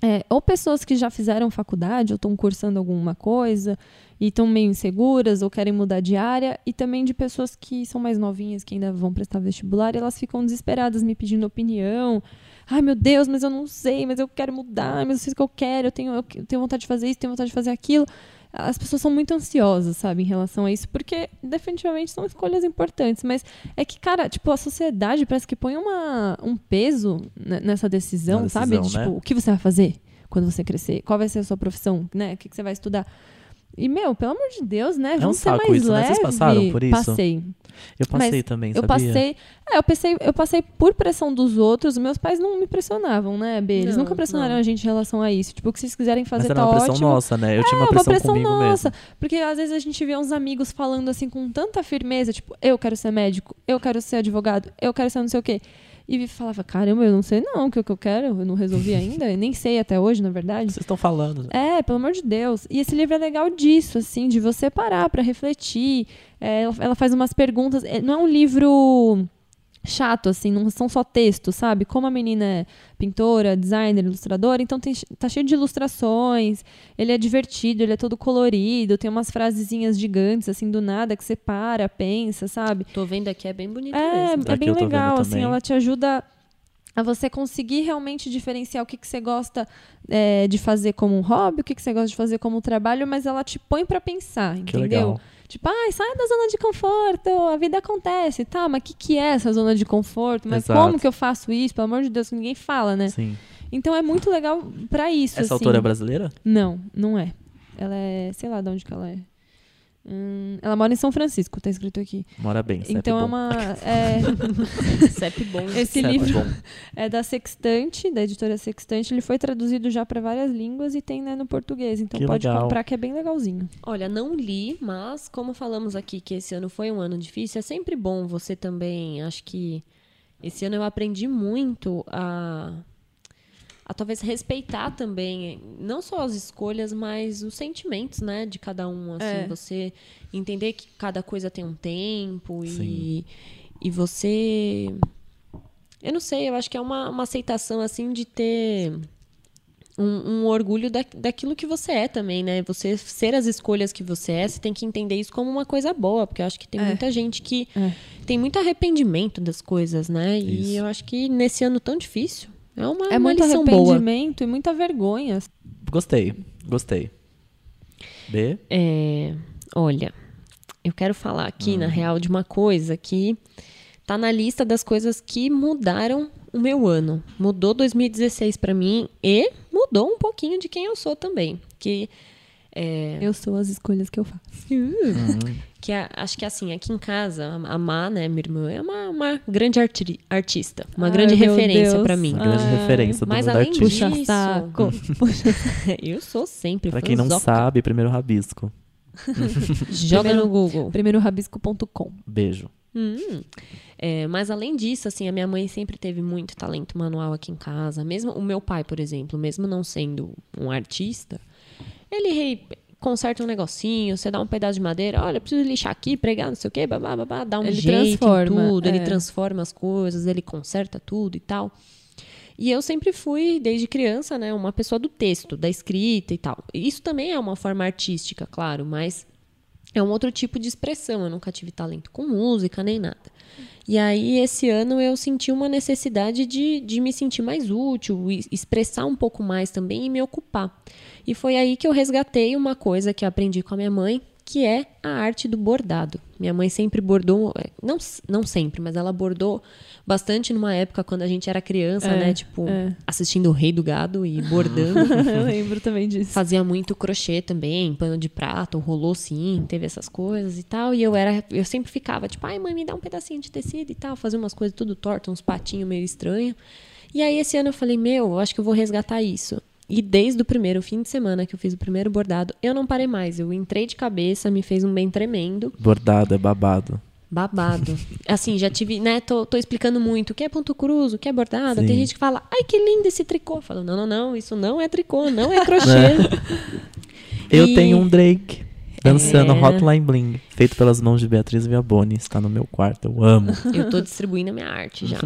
Speaker 3: é, ou pessoas que já fizeram faculdade ou estão cursando alguma coisa e estão meio inseguras ou querem mudar de área e também de pessoas que são mais novinhas que ainda vão prestar vestibular e elas ficam desesperadas me pedindo opinião ai meu Deus mas eu não sei mas eu quero mudar mas eu sei o que eu quero eu tenho eu tenho vontade de fazer isso tenho vontade de fazer aquilo as pessoas são muito ansiosas sabe em relação a isso porque definitivamente são escolhas importantes mas é que, cara, tipo, a sociedade parece que põe uma, um peso ne- nessa decisão,
Speaker 1: Na decisão,
Speaker 3: sabe? De,
Speaker 1: né?
Speaker 3: tipo, o que você vai fazer quando você crescer? Qual vai ser a sua profissão, né? O que, que você vai estudar? E, meu, pelo amor de Deus, né? Vamos ser
Speaker 1: saco
Speaker 3: mais
Speaker 1: isso, né?
Speaker 3: leve.
Speaker 1: Vocês passaram por isso?
Speaker 3: Passei.
Speaker 1: Eu passei
Speaker 3: mas
Speaker 1: também,
Speaker 3: Eu
Speaker 1: sabia?
Speaker 3: passei, é, eu passei, eu passei por pressão dos outros. Meus pais não me pressionavam, né, B? Eles
Speaker 2: Não,
Speaker 3: nunca pressionaram
Speaker 2: não.
Speaker 3: a gente em relação a isso. Tipo, o que vocês quiserem fazer
Speaker 1: Mas era
Speaker 3: tá
Speaker 1: uma pressão
Speaker 3: ótimo.
Speaker 1: nossa, né? Eu tinha uma
Speaker 3: É uma
Speaker 1: pressão,
Speaker 3: pressão
Speaker 1: comigo
Speaker 3: nossa.
Speaker 1: mesmo.
Speaker 3: Porque às vezes a gente vê uns amigos falando assim com tanta firmeza, tipo, eu quero ser médico, eu quero ser advogado, eu quero ser não sei o quê. E falava, caramba, eu não sei não o que, o que eu quero, eu não resolvi ainda, eu nem sei até hoje, na verdade.
Speaker 1: Vocês estão falando.
Speaker 3: É, pelo amor de Deus. E esse livro é legal disso, assim, de você parar pra refletir. É, ela, ela faz umas perguntas. É, não é um livro chato, assim, não são só textos, sabe? Como a menina é pintora, designer, ilustradora, então tem, tá cheio de ilustrações, ele é divertido, ele é todo colorido, tem umas frasezinhas gigantes, assim, do nada, que você para, pensa, sabe?
Speaker 2: Tô vendo aqui, é bem bonito
Speaker 3: É,
Speaker 2: mesmo.
Speaker 3: é
Speaker 1: Aqui
Speaker 3: bem
Speaker 1: eu tô vendo
Speaker 3: legal, assim,
Speaker 1: também.
Speaker 3: ela te ajuda a você conseguir realmente diferenciar o que, que você gosta é, de fazer como um hobby, o que, que você gosta de fazer como um trabalho, mas ela te põe pra pensar,
Speaker 1: Que
Speaker 3: entendeu?
Speaker 1: legal.
Speaker 3: Tipo, ai, sai da zona de conforto, a vida acontece, tá, mas o que, que é essa zona de conforto? Mas
Speaker 1: Exato.
Speaker 3: como que eu faço isso? Pelo amor de Deus, que ninguém fala, né?
Speaker 1: Sim.
Speaker 3: Então é muito legal pra isso,
Speaker 1: Essa
Speaker 3: assim.
Speaker 1: autora é brasileira?
Speaker 3: Não, não é. Ela é, sei lá de onde que ela é. Hum, ela mora em São Francisco, tá escrito aqui.
Speaker 1: Mora bem, sempre
Speaker 3: então é
Speaker 1: bom.
Speaker 3: uma... é-
Speaker 2: CEP bom.
Speaker 3: esse
Speaker 1: Sempre
Speaker 3: livro
Speaker 1: bom.
Speaker 3: é da Sextante, da editora Sextante. Ele foi traduzido já pra várias línguas e tem né, no português. Então
Speaker 1: Que
Speaker 3: pode
Speaker 1: legal.
Speaker 3: comprar que é bem legalzinho.
Speaker 2: Olha, não li, mas como falamos aqui que esse ano foi um ano difícil, é sempre bom você também. Acho que esse ano eu aprendi muito a, a talvez respeitar também, não só as escolhas, mas os sentimentos, né, de cada um. Assim,
Speaker 3: É.
Speaker 2: você entender que cada coisa tem um tempo
Speaker 1: Sim.
Speaker 2: e, e você. Eu não sei, eu acho que é uma, uma aceitação assim de ter um, um orgulho da, daquilo que você é também, né? Você ser as escolhas que você é, você tem que entender isso como uma coisa boa, porque eu acho que tem
Speaker 3: É.
Speaker 2: muita gente que
Speaker 3: É.
Speaker 2: tem muito arrependimento das coisas, né? E
Speaker 1: Isso.
Speaker 2: eu acho que nesse ano tão difícil é uma,
Speaker 3: É
Speaker 2: uma
Speaker 3: muito
Speaker 2: lição boa.
Speaker 3: arrependimento e muita vergonha.
Speaker 1: Gostei, gostei. B?
Speaker 2: É, olha, eu quero falar aqui, na real, de uma coisa que tá na lista das coisas que mudaram o meu ano. Mudou 2016 pra mim e mudou um pouquinho de quem eu sou também. Que é,
Speaker 3: Eu sou as escolhas que eu faço.
Speaker 2: que a- acho que assim, aqui em casa, a a Má, né, minha irmã, é uma, uma grande arti- artista, uma
Speaker 3: Ai,
Speaker 2: grande
Speaker 3: meu
Speaker 2: referência
Speaker 3: Deus.
Speaker 2: pra mim.
Speaker 1: Uma grande
Speaker 3: Ah,
Speaker 1: referência do
Speaker 2: mas
Speaker 1: mundo
Speaker 2: além
Speaker 1: artístico.
Speaker 2: disso-
Speaker 3: Puxa
Speaker 2: Isso.
Speaker 3: saco. Puxa,
Speaker 2: Eu sou sempre
Speaker 1: Pra quem não
Speaker 2: fanzoca.
Speaker 1: sabe, primeiro rabisco.
Speaker 2: joga no Google.
Speaker 3: primeiro rabisco.com.
Speaker 1: Beijo.
Speaker 2: Hum. É, mas além disso, assim, a minha mãe sempre teve muito talento manual aqui em casa. Mesmo o meu pai, por exemplo, mesmo não sendo um artista, ele re- conserta um negocinho, você dá um pedaço de madeira, olha, preciso lixar aqui, pregar, não sei o quê, babá, babá, dá um
Speaker 3: Ele
Speaker 2: jeito
Speaker 3: transforma,
Speaker 2: em tudo, ele
Speaker 3: é.
Speaker 2: transforma as coisas, ele conserta tudo e tal. E eu sempre fui, desde criança, né, uma pessoa do texto, da escrita e tal. Isso também é uma forma artística, claro, mas é um outro tipo de expressão. Eu nunca tive talento com música nem nada. E aí, esse ano, eu senti uma necessidade de, de me sentir mais útil, e expressar um pouco mais também e me ocupar. E foi aí que eu resgatei uma coisa que eu aprendi com a minha mãe, que é a arte do bordado. Minha mãe sempre bordou, eh, não, s- não sempre, mas ela bordou bastante numa época quando a gente era criança,
Speaker 3: É,
Speaker 2: né? Tipo,
Speaker 3: é.
Speaker 2: assistindo o Rei do Gado e bordando.
Speaker 3: eu lembro também disso.
Speaker 2: Fazia muito crochê também, pano de prato, rolou sim, teve essas coisas e tal. E eu era, eu sempre ficava, tipo, ai, mãe, me dá um pedacinho de tecido e tal, fazer umas coisas tudo torto, uns patinhos meio estranho. E aí esse ano eu falei, meu, eu acho que eu vou resgatar isso. E desde o primeiro fim de semana que eu fiz o primeiro bordado, eu não parei mais. Eu entrei de cabeça, me fez um bem tremendo.
Speaker 1: Bordado é babado.
Speaker 2: Babado. Assim, já tive, né? Tô, tô explicando muito o que é ponto cruz, o que é bordado.
Speaker 1: Sim.
Speaker 2: Tem gente que fala, ai, que lindo esse tricô. Eu falo, não, não, não, isso não é tricô, não é crochê.
Speaker 1: Eu
Speaker 2: E-
Speaker 1: tenho um Drake dançando
Speaker 2: É.
Speaker 1: Hotline Bling, feito pelas mãos de Beatriz Viaboni. Está no meu quarto, eu amo.
Speaker 2: Eu tô distribuindo a minha arte já.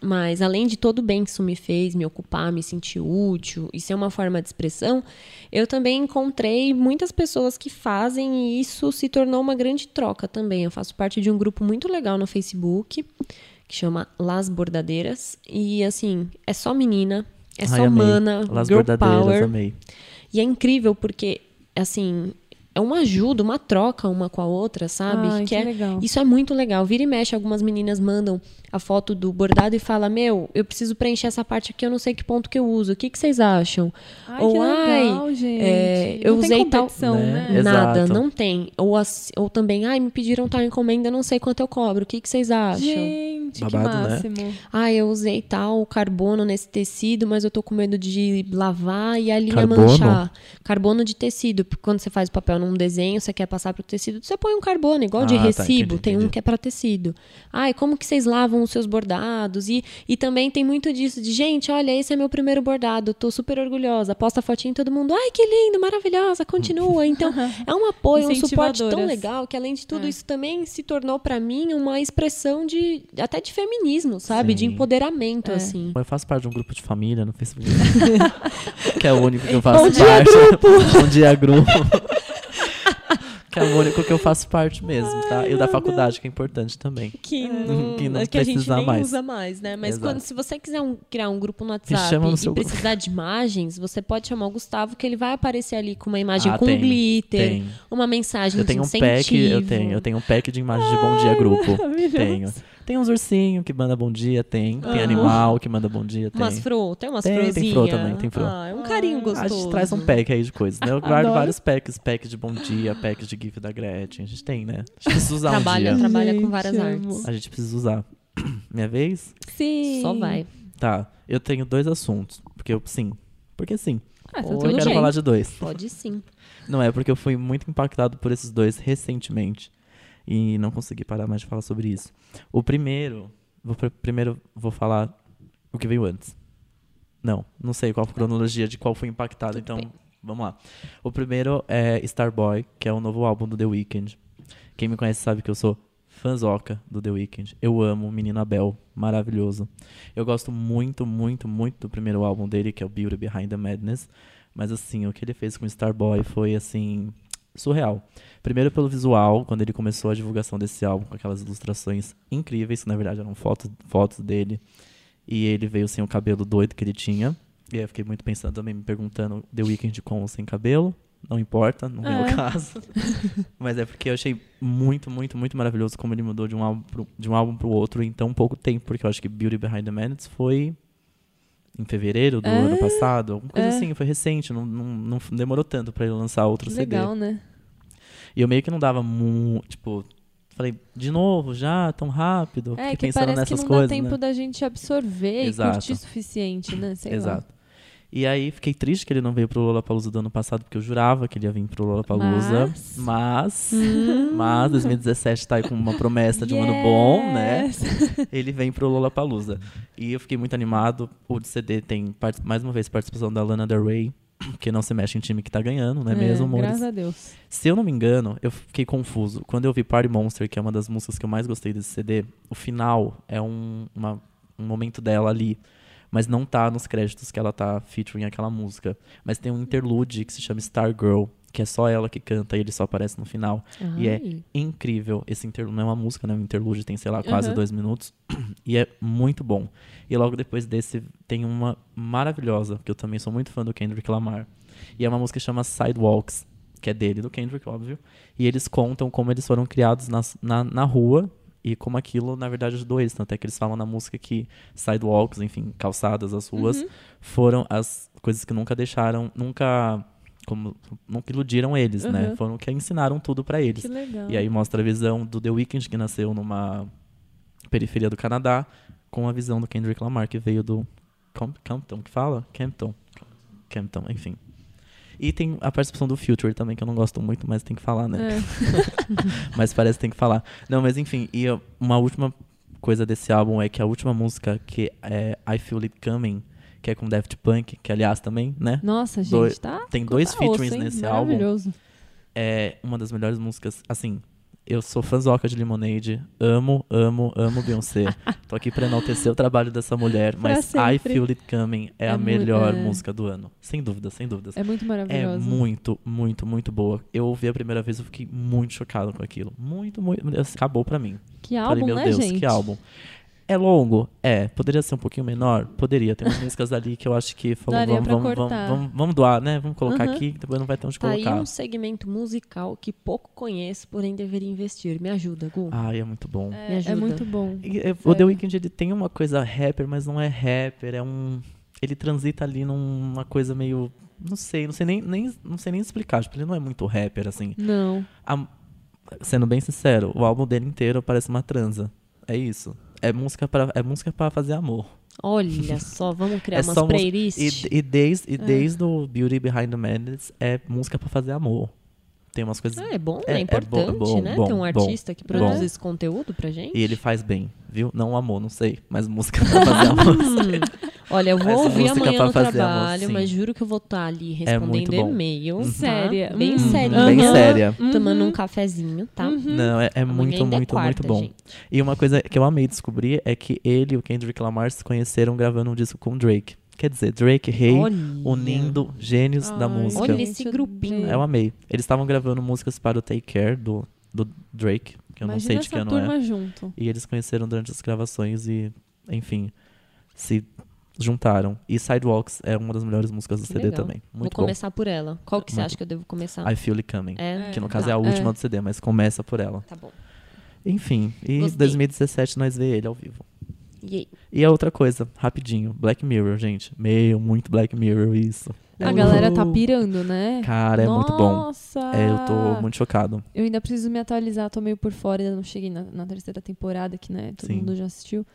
Speaker 2: Mas além de todo o bem que isso me fez, me ocupar, me sentir útil, isso é uma forma de expressão, eu também encontrei muitas pessoas que fazem e isso se tornou uma grande troca também. Eu faço parte de um grupo muito legal no Facebook, que chama Las Bordadeiras. E assim, é só menina, é
Speaker 1: Ai,
Speaker 2: só
Speaker 1: amei.
Speaker 2: mana,
Speaker 1: Las
Speaker 2: girl
Speaker 1: bordadeiras,
Speaker 2: power.
Speaker 1: amei.
Speaker 2: E é incrível porque, assim, é uma ajuda, uma troca uma com a outra, sabe?
Speaker 3: Ai,
Speaker 2: que
Speaker 3: que
Speaker 2: é,
Speaker 3: legal.
Speaker 2: Isso é muito legal. Vira e mexe, algumas meninas mandam a foto do bordado e fala: Meu, eu preciso preencher essa parte aqui, eu não sei que ponto que eu uso. O que, que vocês acham?
Speaker 3: Ai, que
Speaker 2: Ou,
Speaker 3: legal,
Speaker 2: ai,
Speaker 3: gente.
Speaker 2: é, eu
Speaker 3: não
Speaker 2: usei
Speaker 3: tem
Speaker 2: tal-
Speaker 3: competição,
Speaker 1: Né?
Speaker 3: né?
Speaker 1: Exato.
Speaker 2: Nada, não tem. Ou, as- ou também, ai, me pediram tal encomenda, não sei quanto eu cobro. O que, que vocês acham?
Speaker 3: Gente,
Speaker 1: Babado,
Speaker 3: que
Speaker 1: né?
Speaker 3: máximo.
Speaker 2: Ah, eu usei tal carbono nesse tecido, mas eu tô com medo de lavar e a linha
Speaker 1: Carbono?
Speaker 2: manchar. Carbono de tecido, porque quando você faz o papel num um desenho, você quer passar para o tecido, você põe um carbono, igual de
Speaker 1: Ah, tá,
Speaker 2: recibo,
Speaker 1: entendi,
Speaker 2: tem um
Speaker 1: entendi.
Speaker 2: que é para tecido. Ai, como que vocês lavam os seus bordados? E, e também tem muito disso de, gente, olha, esse é meu primeiro bordado, tô super orgulhosa. Posta a fotinha e todo mundo, ai, que lindo, maravilhosa, continua. Então, é um apoio, um suporte tão
Speaker 3: Incentivadoras.
Speaker 2: legal que, além de tudo,
Speaker 3: É.
Speaker 2: isso também se tornou para mim uma expressão de, até de feminismo, sabe? De
Speaker 1: Sim.
Speaker 2: empoderamento,
Speaker 3: É.
Speaker 2: assim.
Speaker 1: Eu faço parte de um grupo de família no Facebook. que é o único que eu faço
Speaker 2: Bom dia,
Speaker 1: parte. Grupo. Bom dia, grupo! que é o único que eu faço parte mesmo, tá? E o da faculdade, que é importante também.
Speaker 2: que,
Speaker 1: não- Uhum. que não
Speaker 2: a gente
Speaker 1: precisa
Speaker 2: nem
Speaker 1: mais.
Speaker 2: usa mais, né? Mas
Speaker 1: Exato.
Speaker 2: quando se você quiser um- criar um grupo no
Speaker 1: chama no
Speaker 2: WhatsApp e
Speaker 1: seu grupo.
Speaker 2: precisar de imagens, você pode chamar o Gustavo que ele vai aparecer ali com uma imagem
Speaker 1: Ah,
Speaker 2: com
Speaker 1: tem,
Speaker 2: glitter,
Speaker 1: Tem.
Speaker 2: uma mensagem
Speaker 1: Eu tenho
Speaker 2: de
Speaker 1: um
Speaker 2: incentivo.
Speaker 1: pack, eu tenho, eu tenho um pack de imagens de bom dia grupo. Tenho. Tem uns ursinhos que manda bom dia, tem. Tem
Speaker 2: Ah.
Speaker 1: animal que manda bom dia, tem.
Speaker 2: Umas fro, tem umas
Speaker 1: Tem, tem
Speaker 2: frozinhas.
Speaker 1: fro também, tem fro.
Speaker 2: Ah, é um carinho gostoso.
Speaker 1: A gente traz um pack aí de coisas, né? Eu guardo
Speaker 3: Adoro.
Speaker 1: vários packs, pack de bom dia, pack de GIF da Gretchen. A gente tem, né? A gente precisa usar
Speaker 2: Trabalha,
Speaker 1: um dia.
Speaker 2: trabalha com
Speaker 3: Gente,
Speaker 2: várias
Speaker 3: amo.
Speaker 2: artes.
Speaker 1: A gente precisa usar. Minha vez?
Speaker 3: Sim.
Speaker 2: Só vai.
Speaker 1: Tá. Eu tenho dois assuntos. Porque eu, sim. Porque sim.
Speaker 3: Ah, tá
Speaker 2: Ou
Speaker 1: Eu
Speaker 3: tudo
Speaker 1: quero
Speaker 3: bem.
Speaker 1: falar de dois.
Speaker 2: Pode sim.
Speaker 1: Não é porque eu fui muito impactado por esses dois recentemente e não consegui parar mais de falar sobre isso. O primeiro, vou pr- primeiro vou falar o que veio antes. Não, não sei qual a cronologia de qual foi impactado,
Speaker 2: Tudo
Speaker 1: então
Speaker 2: bem.
Speaker 1: vamos lá. O primeiro é Starboy, que é o novo álbum do The Weeknd. Quem me conhece sabe que eu sou fanzoca do The Weeknd. Eu amo o menino Abel, maravilhoso. Eu gosto muito, muito, muito do primeiro álbum dele, que é o Beauty Behind the Madness. Mas assim, o que ele fez com Starboy foi assim surreal. Primeiro pelo visual, quando ele começou a divulgação desse álbum com aquelas ilustrações incríveis, que na verdade eram fotos fotos dele. E ele veio sem o cabelo doido que ele tinha. E aí eu fiquei muito pensando também, me perguntando The Weeknd com ou sem cabelo. Não importa, não é,
Speaker 3: É.
Speaker 1: o caso. Mas é porque eu achei muito, muito, muito maravilhoso como ele mudou de um álbum pro, de um álbum pro outro em tão pouco tempo. Porque eu acho que Beauty Behind the Madness foi em fevereiro do
Speaker 3: É.
Speaker 1: ano passado. Alguma coisa
Speaker 3: É.
Speaker 1: assim, foi recente. Não, não, não f- demorou tanto pra ele lançar outro CD.
Speaker 3: Legal, né?
Speaker 1: E eu meio que não dava muito, tipo, falei, de novo, já, tão rápido,
Speaker 3: É,
Speaker 1: fiquei
Speaker 3: que
Speaker 1: pensando
Speaker 3: parece que
Speaker 1: nessas
Speaker 3: não
Speaker 1: coisas.
Speaker 3: dá tempo
Speaker 1: né?
Speaker 3: da gente absorver
Speaker 1: Exato.
Speaker 3: e curtir o suficiente, né? Sei lá.
Speaker 1: Exato. E aí fiquei triste que ele não veio pro Lollapalooza do ano passado, porque eu jurava que ele ia vir pro Lollapalooza.
Speaker 3: Mas- Hum.
Speaker 1: Mas, mas 2017 tá aí com uma promessa de um ano bom, né?
Speaker 3: Yes.
Speaker 1: ele vem pro Lollapalooza. E eu fiquei muito animado. O CD tem, part- mais uma vez, participação da Lana Del Rey, que não se mexe em time que tá ganhando, não é, mesmo, amores?
Speaker 3: Graças a Deus.
Speaker 1: Se eu não me engano, eu fiquei confuso. Quando eu vi Party Monster, que é uma das músicas que eu mais gostei desse CD, o final é um, uma- um momento dela ali. Mas não tá nos créditos que ela tá featuring aquela música. Mas tem um interlude que se chama Stargirl, que é só ela que canta e ele só aparece no final E é
Speaker 2: Ai,
Speaker 1: incrível. Esse interlude não é uma música, né? Um interlude tem, sei lá, quase
Speaker 3: Aham.
Speaker 1: dois minutos. E é muito bom. E logo depois desse tem uma maravilhosa, que eu também sou muito fã do Kendrick Lamar. E é uma música que chama Sidewalks, que é dele, do Kendrick, óbvio. E eles contam como eles foram criados nas- na, na rua e como aquilo, na verdade, ajudou eles. Tanto é que eles falam na música que sidewalks, enfim, calçadas, as ruas, foram as coisas que nunca deixaram, nunca. Como, nunca iludiram eles, né?
Speaker 3: Uhum.
Speaker 1: Foram que ensinaram tudo pra eles.
Speaker 3: Que legal.
Speaker 1: E aí mostra a visão do The Weeknd, que nasceu numa periferia do Canadá, com a visão do Kendrick Lamar, que veio do Camp Campton, que fala? Campton. Campton, enfim. E tem a participação do Future também, que eu não gosto muito, mas tem que falar, né?
Speaker 3: É.
Speaker 1: Mas parece que tem que falar. Não, mas enfim, e eu- uma última coisa desse álbum é que a última música, que é I Feel It Coming, que é com Daft Punk, que aliás também, né?
Speaker 3: Nossa, gente,
Speaker 1: Dois-
Speaker 3: tá?
Speaker 1: Tem dois
Speaker 3: tá osso,
Speaker 1: featurings
Speaker 3: hein?
Speaker 1: nesse álbum
Speaker 3: Maravilhoso.
Speaker 1: é uma das melhores músicas. Assim, eu sou fãzoca de Lemonade. Amo, amo, amo Beyoncé. Tô aqui pra enaltecer o trabalho dessa mulher.
Speaker 3: Pra
Speaker 1: Mas I
Speaker 3: sempre.
Speaker 1: Feel It Coming é,
Speaker 3: É
Speaker 1: a
Speaker 3: mu-
Speaker 1: melhor
Speaker 3: é.
Speaker 1: música do ano. Sem dúvida, sem dúvida.
Speaker 3: É muito
Speaker 1: É
Speaker 3: maravilhoso.
Speaker 1: muito, muito, muito boa. Eu ouvi a primeira vez, eu fiquei muito chocado com aquilo. Muito, muito. Acabou pra mim.
Speaker 3: Que
Speaker 1: Falei,
Speaker 3: álbum,
Speaker 1: meu
Speaker 3: né,
Speaker 1: Deus,
Speaker 3: gente?
Speaker 1: que álbum. É longo? É. Poderia ser um pouquinho menor? Poderia. Tem umas músicas ali que eu acho que falou,
Speaker 3: Daria
Speaker 1: vamos,
Speaker 3: pra
Speaker 1: vamos,
Speaker 3: cortar."
Speaker 1: vamos, vamos, vamos doar, né? Vamos colocar
Speaker 3: Uhum.
Speaker 1: aqui, que depois não vai ter onde
Speaker 2: Tá aí
Speaker 1: colocar.
Speaker 2: um segmento musical que pouco conheço, porém deveria investir. Me ajuda, Gu.
Speaker 1: Ai, é muito bom.
Speaker 3: É,
Speaker 2: Me ajuda.
Speaker 3: é muito bom.
Speaker 1: E,
Speaker 2: eh,
Speaker 1: é, O
Speaker 3: Sério.
Speaker 1: The Weeknd ele tem uma coisa rapper, mas não é rapper, é um ele transita ali numa coisa meio, não sei, não sei nem, nem não sei nem explicar, tipo, ele não é muito rapper assim.
Speaker 3: Não.
Speaker 1: A- sendo bem sincero, o álbum dele inteiro parece uma transa. É isso. É música para é música para fazer amor.
Speaker 2: Olha só, vamos criar
Speaker 1: É só
Speaker 2: umas
Speaker 1: música-
Speaker 2: playlists.
Speaker 1: E, e desde e desde o Beauty Behind the Madness é música para é fazer amor. Tem umas coisas.
Speaker 2: Ah, é bom,
Speaker 1: É-
Speaker 2: é,
Speaker 1: é
Speaker 2: importante,
Speaker 1: bom, bom,
Speaker 2: né?
Speaker 1: bom,
Speaker 2: Ter um
Speaker 1: bom,
Speaker 2: artista que produz
Speaker 1: bom.
Speaker 2: esse conteúdo pra gente.
Speaker 1: E ele faz bem, viu? Não amor, não sei. Mas música pra fazer amor.
Speaker 2: Hum. Olha, eu vou
Speaker 1: Essa
Speaker 2: ouvir
Speaker 1: música
Speaker 2: amanhã
Speaker 1: pra
Speaker 2: no
Speaker 1: fazer amor,
Speaker 2: trabalho,
Speaker 1: sim.
Speaker 2: mas juro que eu vou estar ali
Speaker 1: muito
Speaker 2: respondendo
Speaker 1: bom. Uhum.
Speaker 2: e-mail. tá?
Speaker 3: Séria.
Speaker 2: Bem
Speaker 3: Hum.
Speaker 2: séria.
Speaker 1: Bem
Speaker 3: Aham.
Speaker 1: séria.
Speaker 2: Tomando um cafezinho, tá?
Speaker 3: Uhum.
Speaker 1: Não, é, é
Speaker 2: Amanhã
Speaker 1: muito,
Speaker 2: ainda é
Speaker 1: muito, muito
Speaker 2: quarta,
Speaker 1: bom.
Speaker 2: gente.
Speaker 1: E uma coisa que eu amei descobrir é que ele e o Kendrick Lamar se conheciram gravando um disco com o Drake. Quer dizer, Drake e Rei
Speaker 2: Olha.
Speaker 1: unindo gênios é da
Speaker 3: Ai,
Speaker 1: música. É
Speaker 2: Olha esse
Speaker 3: Gente, eu
Speaker 2: grupinho.
Speaker 3: adorei.
Speaker 1: Eu amei. Eles estavam gravando músicas para o Take Care do, do Drake, que eu não sei
Speaker 3: Imagina
Speaker 1: de que
Speaker 3: essa
Speaker 1: ano é.
Speaker 3: turma junto.
Speaker 1: E eles se conheceram durante as gravações e, enfim, se juntaram. E Sidewalks é uma das melhores músicas do
Speaker 2: Que
Speaker 1: CD
Speaker 2: legal.
Speaker 1: também.
Speaker 2: Vou
Speaker 1: Muito bom.
Speaker 2: começar por ela. Qual que você
Speaker 1: Muito.
Speaker 2: acha que eu devo começar?
Speaker 1: I Feel It Coming.
Speaker 2: É,
Speaker 1: Que no caso é
Speaker 2: tá.
Speaker 1: a última
Speaker 3: É.
Speaker 1: do CD, mas começa por ela.
Speaker 2: Tá bom.
Speaker 1: Enfim, e em
Speaker 2: Gostei.
Speaker 1: 2017 nós vê ele ao vivo.
Speaker 2: E aí?
Speaker 1: E a outra coisa, rapidinho, Black Mirror, gente. Meu, muito Black Mirror isso.
Speaker 3: A
Speaker 1: É
Speaker 3: galera tá
Speaker 1: muito-
Speaker 3: pirando, né?
Speaker 1: Cara, é muito bom.
Speaker 3: Nossa!
Speaker 1: É, eu tô muito chocado.
Speaker 3: Eu ainda preciso me atualizar, tô meio por fora, ainda não cheguei na, na terceira temporada, que né, todo
Speaker 1: Sim. É
Speaker 3: mundo já assistiu.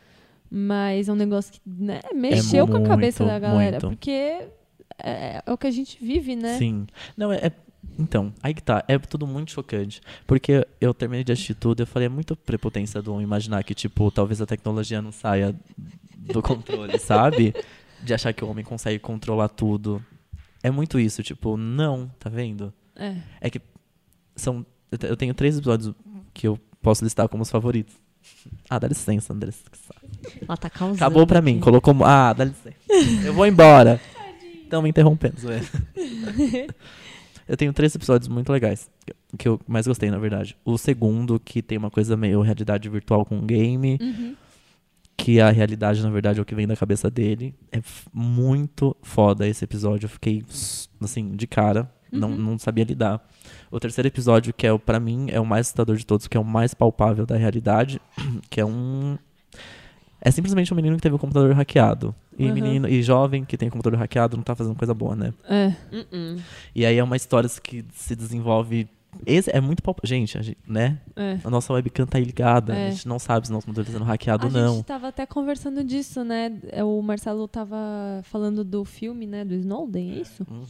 Speaker 3: Mas é um negócio que né, mexeu com a cabeça
Speaker 1: muito,
Speaker 3: da galera,
Speaker 1: muito.
Speaker 3: porque é, é o que a gente vive, né?
Speaker 1: Sim. Não, é, é- Então, aí que tá. É tudo muito chocante. Porque eu terminei de assistir tudo, eu falei, é muita prepotência do homem imaginar que, tipo, talvez a tecnologia não saia do controle, sabe? De achar que o homem consegue controlar tudo. É muito isso, tipo, não, tá vendo?
Speaker 3: É.
Speaker 1: É que são. eu te- Eu tenho três episódios que eu posso listar como os favoritos. Ah, dá licença, Andressa.
Speaker 2: Ela tá causando.
Speaker 1: Acabou pra mim,
Speaker 2: aqui.
Speaker 1: colocou. mu- Ah, dá licença. Eu vou embora. Estão me interrompendo. zoeira. Eu tenho três episódios muito legais. que eu- Que eu mais gostei, na verdade. O segundo, que tem uma coisa meio realidade virtual com um game. Que a realidade, na verdade, é o que vem da cabeça dele. É f- muito foda esse episódio. Eu fiquei, s- assim, de cara. Não,
Speaker 3: Uhum.
Speaker 1: não sabia lidar. O terceiro episódio, que é, o- pra mim, é o mais assustador de todos, que é o mais palpável da realidade. Que é um. É simplesmente um menino que teve o computador hackeado. E,
Speaker 3: Uhum.
Speaker 1: menino, e jovem que tem o computador hackeado não tá fazendo coisa boa, né?
Speaker 3: É.
Speaker 2: Uh-uh.
Speaker 1: E aí é uma história que se desenvolve. Esse é muito palpa... Gente, a gente, né?
Speaker 3: é.
Speaker 1: A nossa webcam tá aí ligada.
Speaker 3: É.
Speaker 1: A gente não sabe se o nosso computador tá sendo hackeado
Speaker 3: A
Speaker 1: ou não.
Speaker 3: gente tava até conversando disso, né? É, O Marcelo tava falando do filme, né? Do Snowden, é isso?
Speaker 1: Uhum.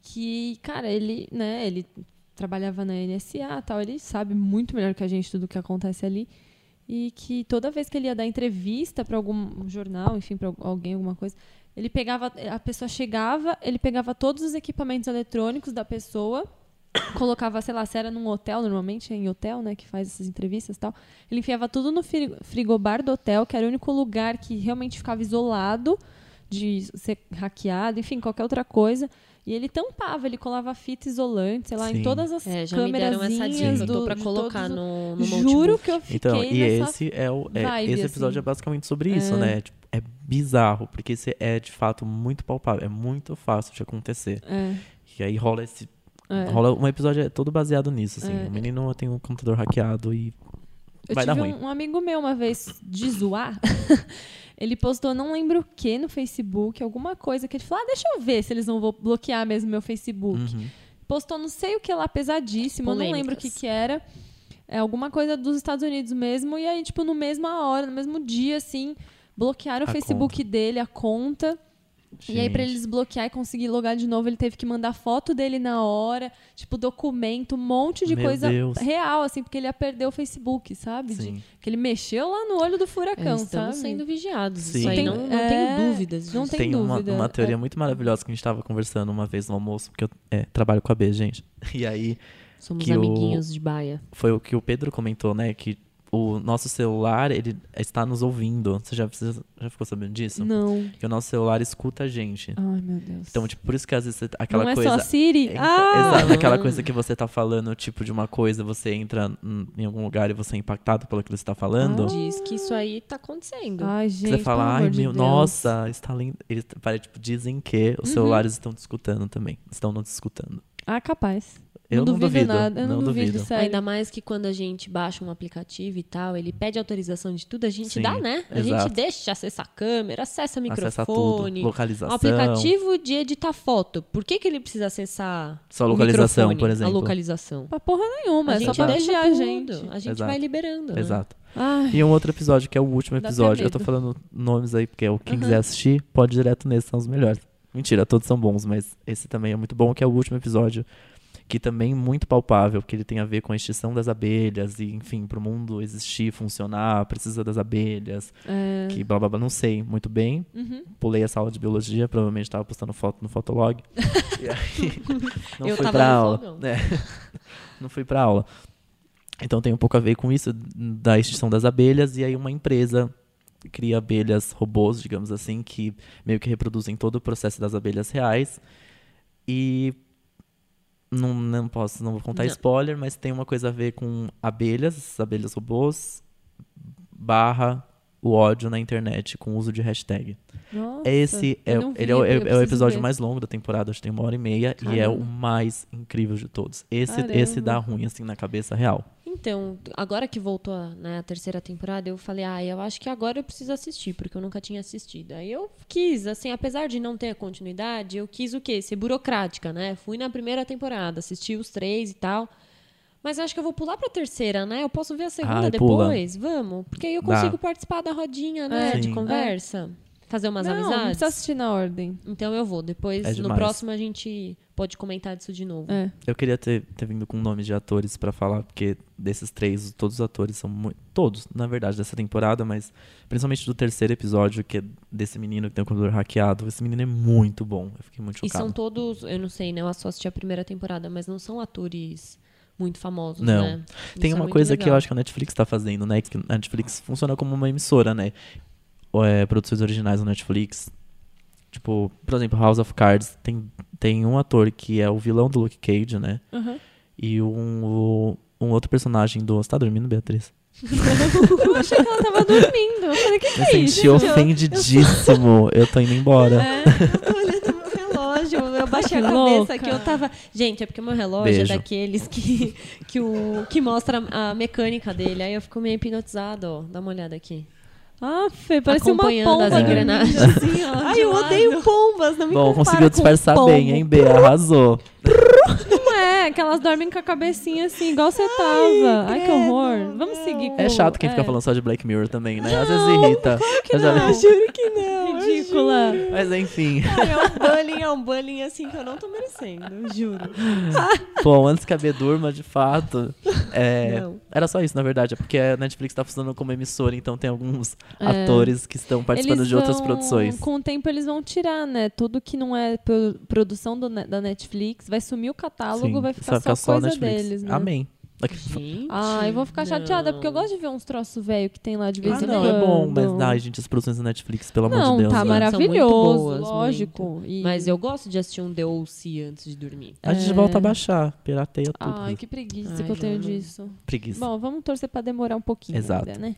Speaker 3: Que, cara, ele, né? Ele trabalhava na NSA e tal. Ele sabe muito melhor que a gente tudo o que acontece ali. E que toda vez que ele ia dar entrevista pra algum jornal, enfim, pra alguém, alguma coisa, ele pegava, a pessoa chegava, ele pegava todos os equipamentos eletrônicos da pessoa, colocava, sei lá, se era num hotel, normalmente é em hotel, né, que faz essas entrevistas e tal. Ele enfiava tudo no fri- frigobar do hotel, que era o único lugar que realmente ficava isolado de ser hackeado, enfim, qualquer outra coisa. E ele tampava, ele colava fita isolante, sei lá, em
Speaker 1: Sim.
Speaker 3: todas as
Speaker 2: É, já me
Speaker 3: câmeras
Speaker 2: deram essa dica. Eu tô
Speaker 3: do,
Speaker 2: pra
Speaker 3: de
Speaker 2: colocar
Speaker 3: todos os-
Speaker 2: no, no
Speaker 3: Juro
Speaker 2: notebook.
Speaker 3: que eu fiquei
Speaker 1: Então, e
Speaker 3: nessa
Speaker 1: esse é o. é-
Speaker 3: vibe,
Speaker 1: esse episódio
Speaker 3: assim.
Speaker 1: é basicamente sobre isso,
Speaker 3: É.
Speaker 1: né? Tipo, é bizarro, porque esse é de fato muito palpável, é muito fácil de acontecer.
Speaker 3: É,
Speaker 1: E aí rola esse.
Speaker 3: é.
Speaker 1: Rola um episódio é todo baseado nisso, assim.
Speaker 3: É.
Speaker 1: O menino tem um computador hackeado e.
Speaker 3: Eu
Speaker 1: Vai dar
Speaker 3: tive
Speaker 1: ruim.
Speaker 3: Um, um amigo meu uma vez de zoar. ele postou, não lembro o que, no Facebook, alguma coisa que ele falou: ah, deixa eu ver se eles não vão bloquear mesmo meu Facebook.
Speaker 1: Uhum.
Speaker 3: Postou não sei o que lá, pesadíssimo, eu não lembro o que,
Speaker 2: Polêmicas.
Speaker 3: que era. É alguma coisa dos Estados Unidos mesmo. E aí, tipo, no mesma hora, no mesmo dia, assim, bloquearam o
Speaker 1: A
Speaker 3: Facebook dele, a conta. E aí, pra
Speaker 1: Gente.
Speaker 3: ele desbloquear e conseguir logar de novo, ele teve que mandar foto dele na hora, tipo, documento, um monte de
Speaker 1: Meu
Speaker 3: coisa
Speaker 1: Deus.
Speaker 3: real, assim, porque ele ia perder o Facebook, sabe? De-
Speaker 1: Sim.
Speaker 3: que ele mexeu lá no olho do furacão, sabe?
Speaker 2: É, Estamos sendo vigiados.
Speaker 1: Sim.
Speaker 2: Isso aí
Speaker 1: Tem-
Speaker 2: não, não
Speaker 3: é,
Speaker 2: tenho dúvidas.
Speaker 3: não
Speaker 2: disso.
Speaker 3: tem
Speaker 1: uma,
Speaker 3: dúvida,
Speaker 1: uma
Speaker 3: é.
Speaker 1: teoria muito maravilhosa que a gente tava conversando uma vez no almoço, porque eu é, trabalho com a B, gente. E aí
Speaker 2: Somos
Speaker 1: que o-
Speaker 2: amiguinhos de baia.
Speaker 1: foi o que o Pedro comentou, né? Que o nosso celular, ele está nos ouvindo. Você já, você já ficou sabendo disso?
Speaker 3: Não.
Speaker 1: Que o nosso celular escuta a gente.
Speaker 3: Ai, meu Deus.
Speaker 1: Então, tipo, por isso que às vezes você- aquela
Speaker 3: não é
Speaker 1: coisa.
Speaker 3: só a Siri?
Speaker 1: É,
Speaker 3: ah!
Speaker 1: Exato, aquela coisa que você tá falando, tipo, de uma coisa, você entra hum, em algum lugar e você é impactado pelo que você tá falando.
Speaker 2: Diz que isso aí tá acontecendo.
Speaker 3: Ai,
Speaker 1: Que
Speaker 3: gente,
Speaker 1: então, você fala,
Speaker 3: pelo
Speaker 1: ai
Speaker 3: amor de
Speaker 1: meu,
Speaker 3: Deus. Uhum.
Speaker 1: nossa, está lindo. Eles parece, tipo, dizem que os celulares estão te escutando também. Estão nos escutando.
Speaker 3: Ah, capaz.
Speaker 1: Eu não,
Speaker 3: duvido,
Speaker 1: duvido.
Speaker 3: nada. Eu não, duvido, sério.
Speaker 2: Ainda mais que quando a gente baixa um aplicativo e tal, ele pede autorização de tudo, a gente
Speaker 1: Sim,
Speaker 2: dá, né? A
Speaker 1: exato.
Speaker 2: gente deixa acessar a câmera, acessa
Speaker 1: Acessa tudo.
Speaker 2: microfone.
Speaker 1: Localização.
Speaker 2: aplicativo de editar foto. Por que, que ele precisa acessar
Speaker 1: Só
Speaker 2: o
Speaker 1: localização,
Speaker 2: microfone,
Speaker 1: por
Speaker 3: tá
Speaker 1: exemplo.
Speaker 2: A localização.
Speaker 3: Pra porra nenhuma,
Speaker 2: a
Speaker 3: é só
Speaker 2: gente
Speaker 3: pra
Speaker 2: deixa
Speaker 3: vigiar a
Speaker 2: pro
Speaker 3: gente.
Speaker 2: mundo, A gente
Speaker 1: Exato.
Speaker 2: vai liberando. né?
Speaker 1: Exato.
Speaker 3: Ai,
Speaker 1: E um outro episódio, que é o último
Speaker 3: Dá até
Speaker 1: episódio. Eu tô
Speaker 3: medo.
Speaker 1: falando nomes aí, porque o quem
Speaker 3: Aham.
Speaker 1: quiser assistir, pode ir direto nesse, são os melhores. Mentira, todos são bons, mas esse também é muito bom, que é o último episódio. que também é muito palpável, porque ele tem a ver com a extinção das abelhas e, enfim, para o mundo existir, funcionar, precisa das abelhas,
Speaker 3: É,
Speaker 1: que blá blá blá, não sei muito bem.
Speaker 3: uhum.
Speaker 1: Pulei essa aula de biologia, provavelmente estava postando foto no Fotolog. e aí, não
Speaker 2: Eu
Speaker 1: fui
Speaker 2: tava
Speaker 1: para
Speaker 2: no
Speaker 1: aula.
Speaker 2: fogão.
Speaker 1: né? não fui para aula. Então tem um pouco a ver com isso da extinção das abelhas e aí uma empresa cria abelhas robôs, digamos assim, que meio que reproduzem todo o processo das abelhas reais. E não, não posso, não vou contar
Speaker 2: Não.
Speaker 1: spoiler, mas tem uma coisa a ver com abelhas, abelhas robôs barra o ódio na internet com o uso de hashtag.
Speaker 3: Nossa,
Speaker 1: Esse é,
Speaker 3: eu não vi,
Speaker 1: ele é, o-
Speaker 3: eu
Speaker 1: é o
Speaker 3: preciso
Speaker 1: episódio
Speaker 3: ver.
Speaker 1: mais longo da temporada, acho que tem uma hora e meia, e é o
Speaker 3: Caramba.
Speaker 1: mais incrível de todos. Esse,
Speaker 3: Caramba.
Speaker 1: esse dá ruim, assim, na cabeça real.
Speaker 2: Então, agora que voltou a, né, a terceira temporada, eu falei, ah, eu acho que agora eu preciso assistir, porque eu nunca tinha assistido. Aí eu quis, assim, apesar de não ter a continuidade, eu quis o quê? Ser burocrática, né? Fui na primeira temporada, assisti os três e tal. Mas acho que eu vou pular pra terceira, né? Eu posso ver a segunda
Speaker 1: Ai, pula.
Speaker 2: depois? Vamos? Porque aí eu
Speaker 1: Dá.
Speaker 2: consigo participar da rodinha, né?
Speaker 1: É.
Speaker 2: De
Speaker 1: Sim.
Speaker 2: conversa. Fazer umas
Speaker 3: não, não
Speaker 2: amizades.
Speaker 3: precisa assistir na ordem.
Speaker 2: Então eu vou. Depois,
Speaker 1: É
Speaker 2: no
Speaker 1: demais.
Speaker 2: próximo, a gente pode comentar disso de novo.
Speaker 3: É.
Speaker 1: Eu queria ter, ter vindo com nomes de atores pra falar, porque desses três, todos os atores são muito. Todos, na verdade, dessa temporada, mas principalmente do terceiro episódio, que é desse menino que tem o computador hackeado. Esse menino é muito bom. Eu fiquei muito
Speaker 2: E são
Speaker 1: chocado.
Speaker 2: todos, eu não sei, né? Eu só assisti a primeira temporada, mas não são atores muito famosos,
Speaker 1: Não.
Speaker 2: né?
Speaker 1: Tem uma coisa que eu acho que a Netflix tá fazendo, né? Que a Netflix funciona como uma emissora, né? Ou, é, produções originais da Netflix. Tipo, por exemplo, House of Cards tem, tem um ator que é o vilão do Luke Cage, né?
Speaker 3: Aham.
Speaker 1: E um, o- um outro personagem do. Você tá dormindo, Beatriz?
Speaker 3: Eu achei que ela tava dormindo. Eu falei, que que
Speaker 1: Eu
Speaker 3: é isso?
Speaker 1: senti ofendidíssimo. Eu tô indo embora.
Speaker 2: É, eu tô olhando meu relógio, eu baixei a
Speaker 3: Que
Speaker 2: cabeça
Speaker 3: louca.
Speaker 2: que eu tava. Gente, é porque meu relógio
Speaker 1: Beijo.
Speaker 2: é daqueles que, que, o, que mostra a mecânica dele. Aí eu fico meio hipnotizada, ó. Dá uma olhada aqui.
Speaker 3: Ah, Fê, parece uma
Speaker 2: Acompanhando
Speaker 3: pomba.
Speaker 2: as
Speaker 3: dormindo,
Speaker 2: engrenagens.
Speaker 3: assim, ó,
Speaker 2: Ai,
Speaker 3: de
Speaker 2: eu
Speaker 3: lado.
Speaker 2: odeio pombas, não me
Speaker 1: Bom,
Speaker 2: compara
Speaker 1: conseguiu
Speaker 2: com
Speaker 1: disfarçar
Speaker 2: pombo.
Speaker 1: bem, hein, Bea? Arrasou.
Speaker 3: Não é, que elas dormem com a cabecinha assim, igual você tava. Ai, que
Speaker 2: credo,
Speaker 3: horror. Vamos seguir com...
Speaker 1: É chato quem fica
Speaker 3: é.
Speaker 1: falando só de Black Mirror também, né? Às vezes irrita. Eu já-
Speaker 3: Não, juro que não.
Speaker 2: Ridícula.
Speaker 3: Ridícula.
Speaker 1: Mas enfim.
Speaker 2: Ai, é um bullying, é um bullying assim que eu não tô merecendo, juro.
Speaker 1: Bom, antes que a B durma, de fato. é,
Speaker 2: Não.
Speaker 1: Era só isso, na verdade. É porque a Netflix tá funcionando como emissora, então tem alguns
Speaker 3: É.
Speaker 1: atores que estão participando
Speaker 3: Eles
Speaker 1: de outras
Speaker 3: vão-
Speaker 1: produções.
Speaker 3: Com o tempo eles vão tirar, né? Tudo que não é pro- produção do ne- da Netflix, vai sumir o catálogo,
Speaker 1: Sim,
Speaker 3: vai
Speaker 1: só
Speaker 3: ficar só, coisa deles, né?
Speaker 1: Amém.
Speaker 2: Gente,
Speaker 3: Ah, eu vou ficar chateada, porque eu
Speaker 2: não.
Speaker 3: gosto de ver uns troços velho que tem lá de vez
Speaker 1: Ah,
Speaker 3: em
Speaker 1: não,
Speaker 3: quando.
Speaker 1: é bom, mas ai, gente, as produções da Netflix, pelo amor
Speaker 3: Não,
Speaker 1: de Deus.
Speaker 3: tá
Speaker 1: né?
Speaker 2: maravilhoso.
Speaker 3: maravilhoso,
Speaker 2: boas,
Speaker 3: lógico. e-
Speaker 2: Mas eu gosto de assistir um The O.C. antes de dormir.
Speaker 1: A gente
Speaker 3: É.
Speaker 1: volta a baixar, pirateia tudo.
Speaker 3: Ai, que preguiça
Speaker 2: Ai,
Speaker 3: que eu tenho
Speaker 2: mano.
Speaker 3: disso.
Speaker 1: Preguiça.
Speaker 3: Bom, vamos torcer pra demorar um pouquinho
Speaker 1: Exato.
Speaker 3: ainda, né?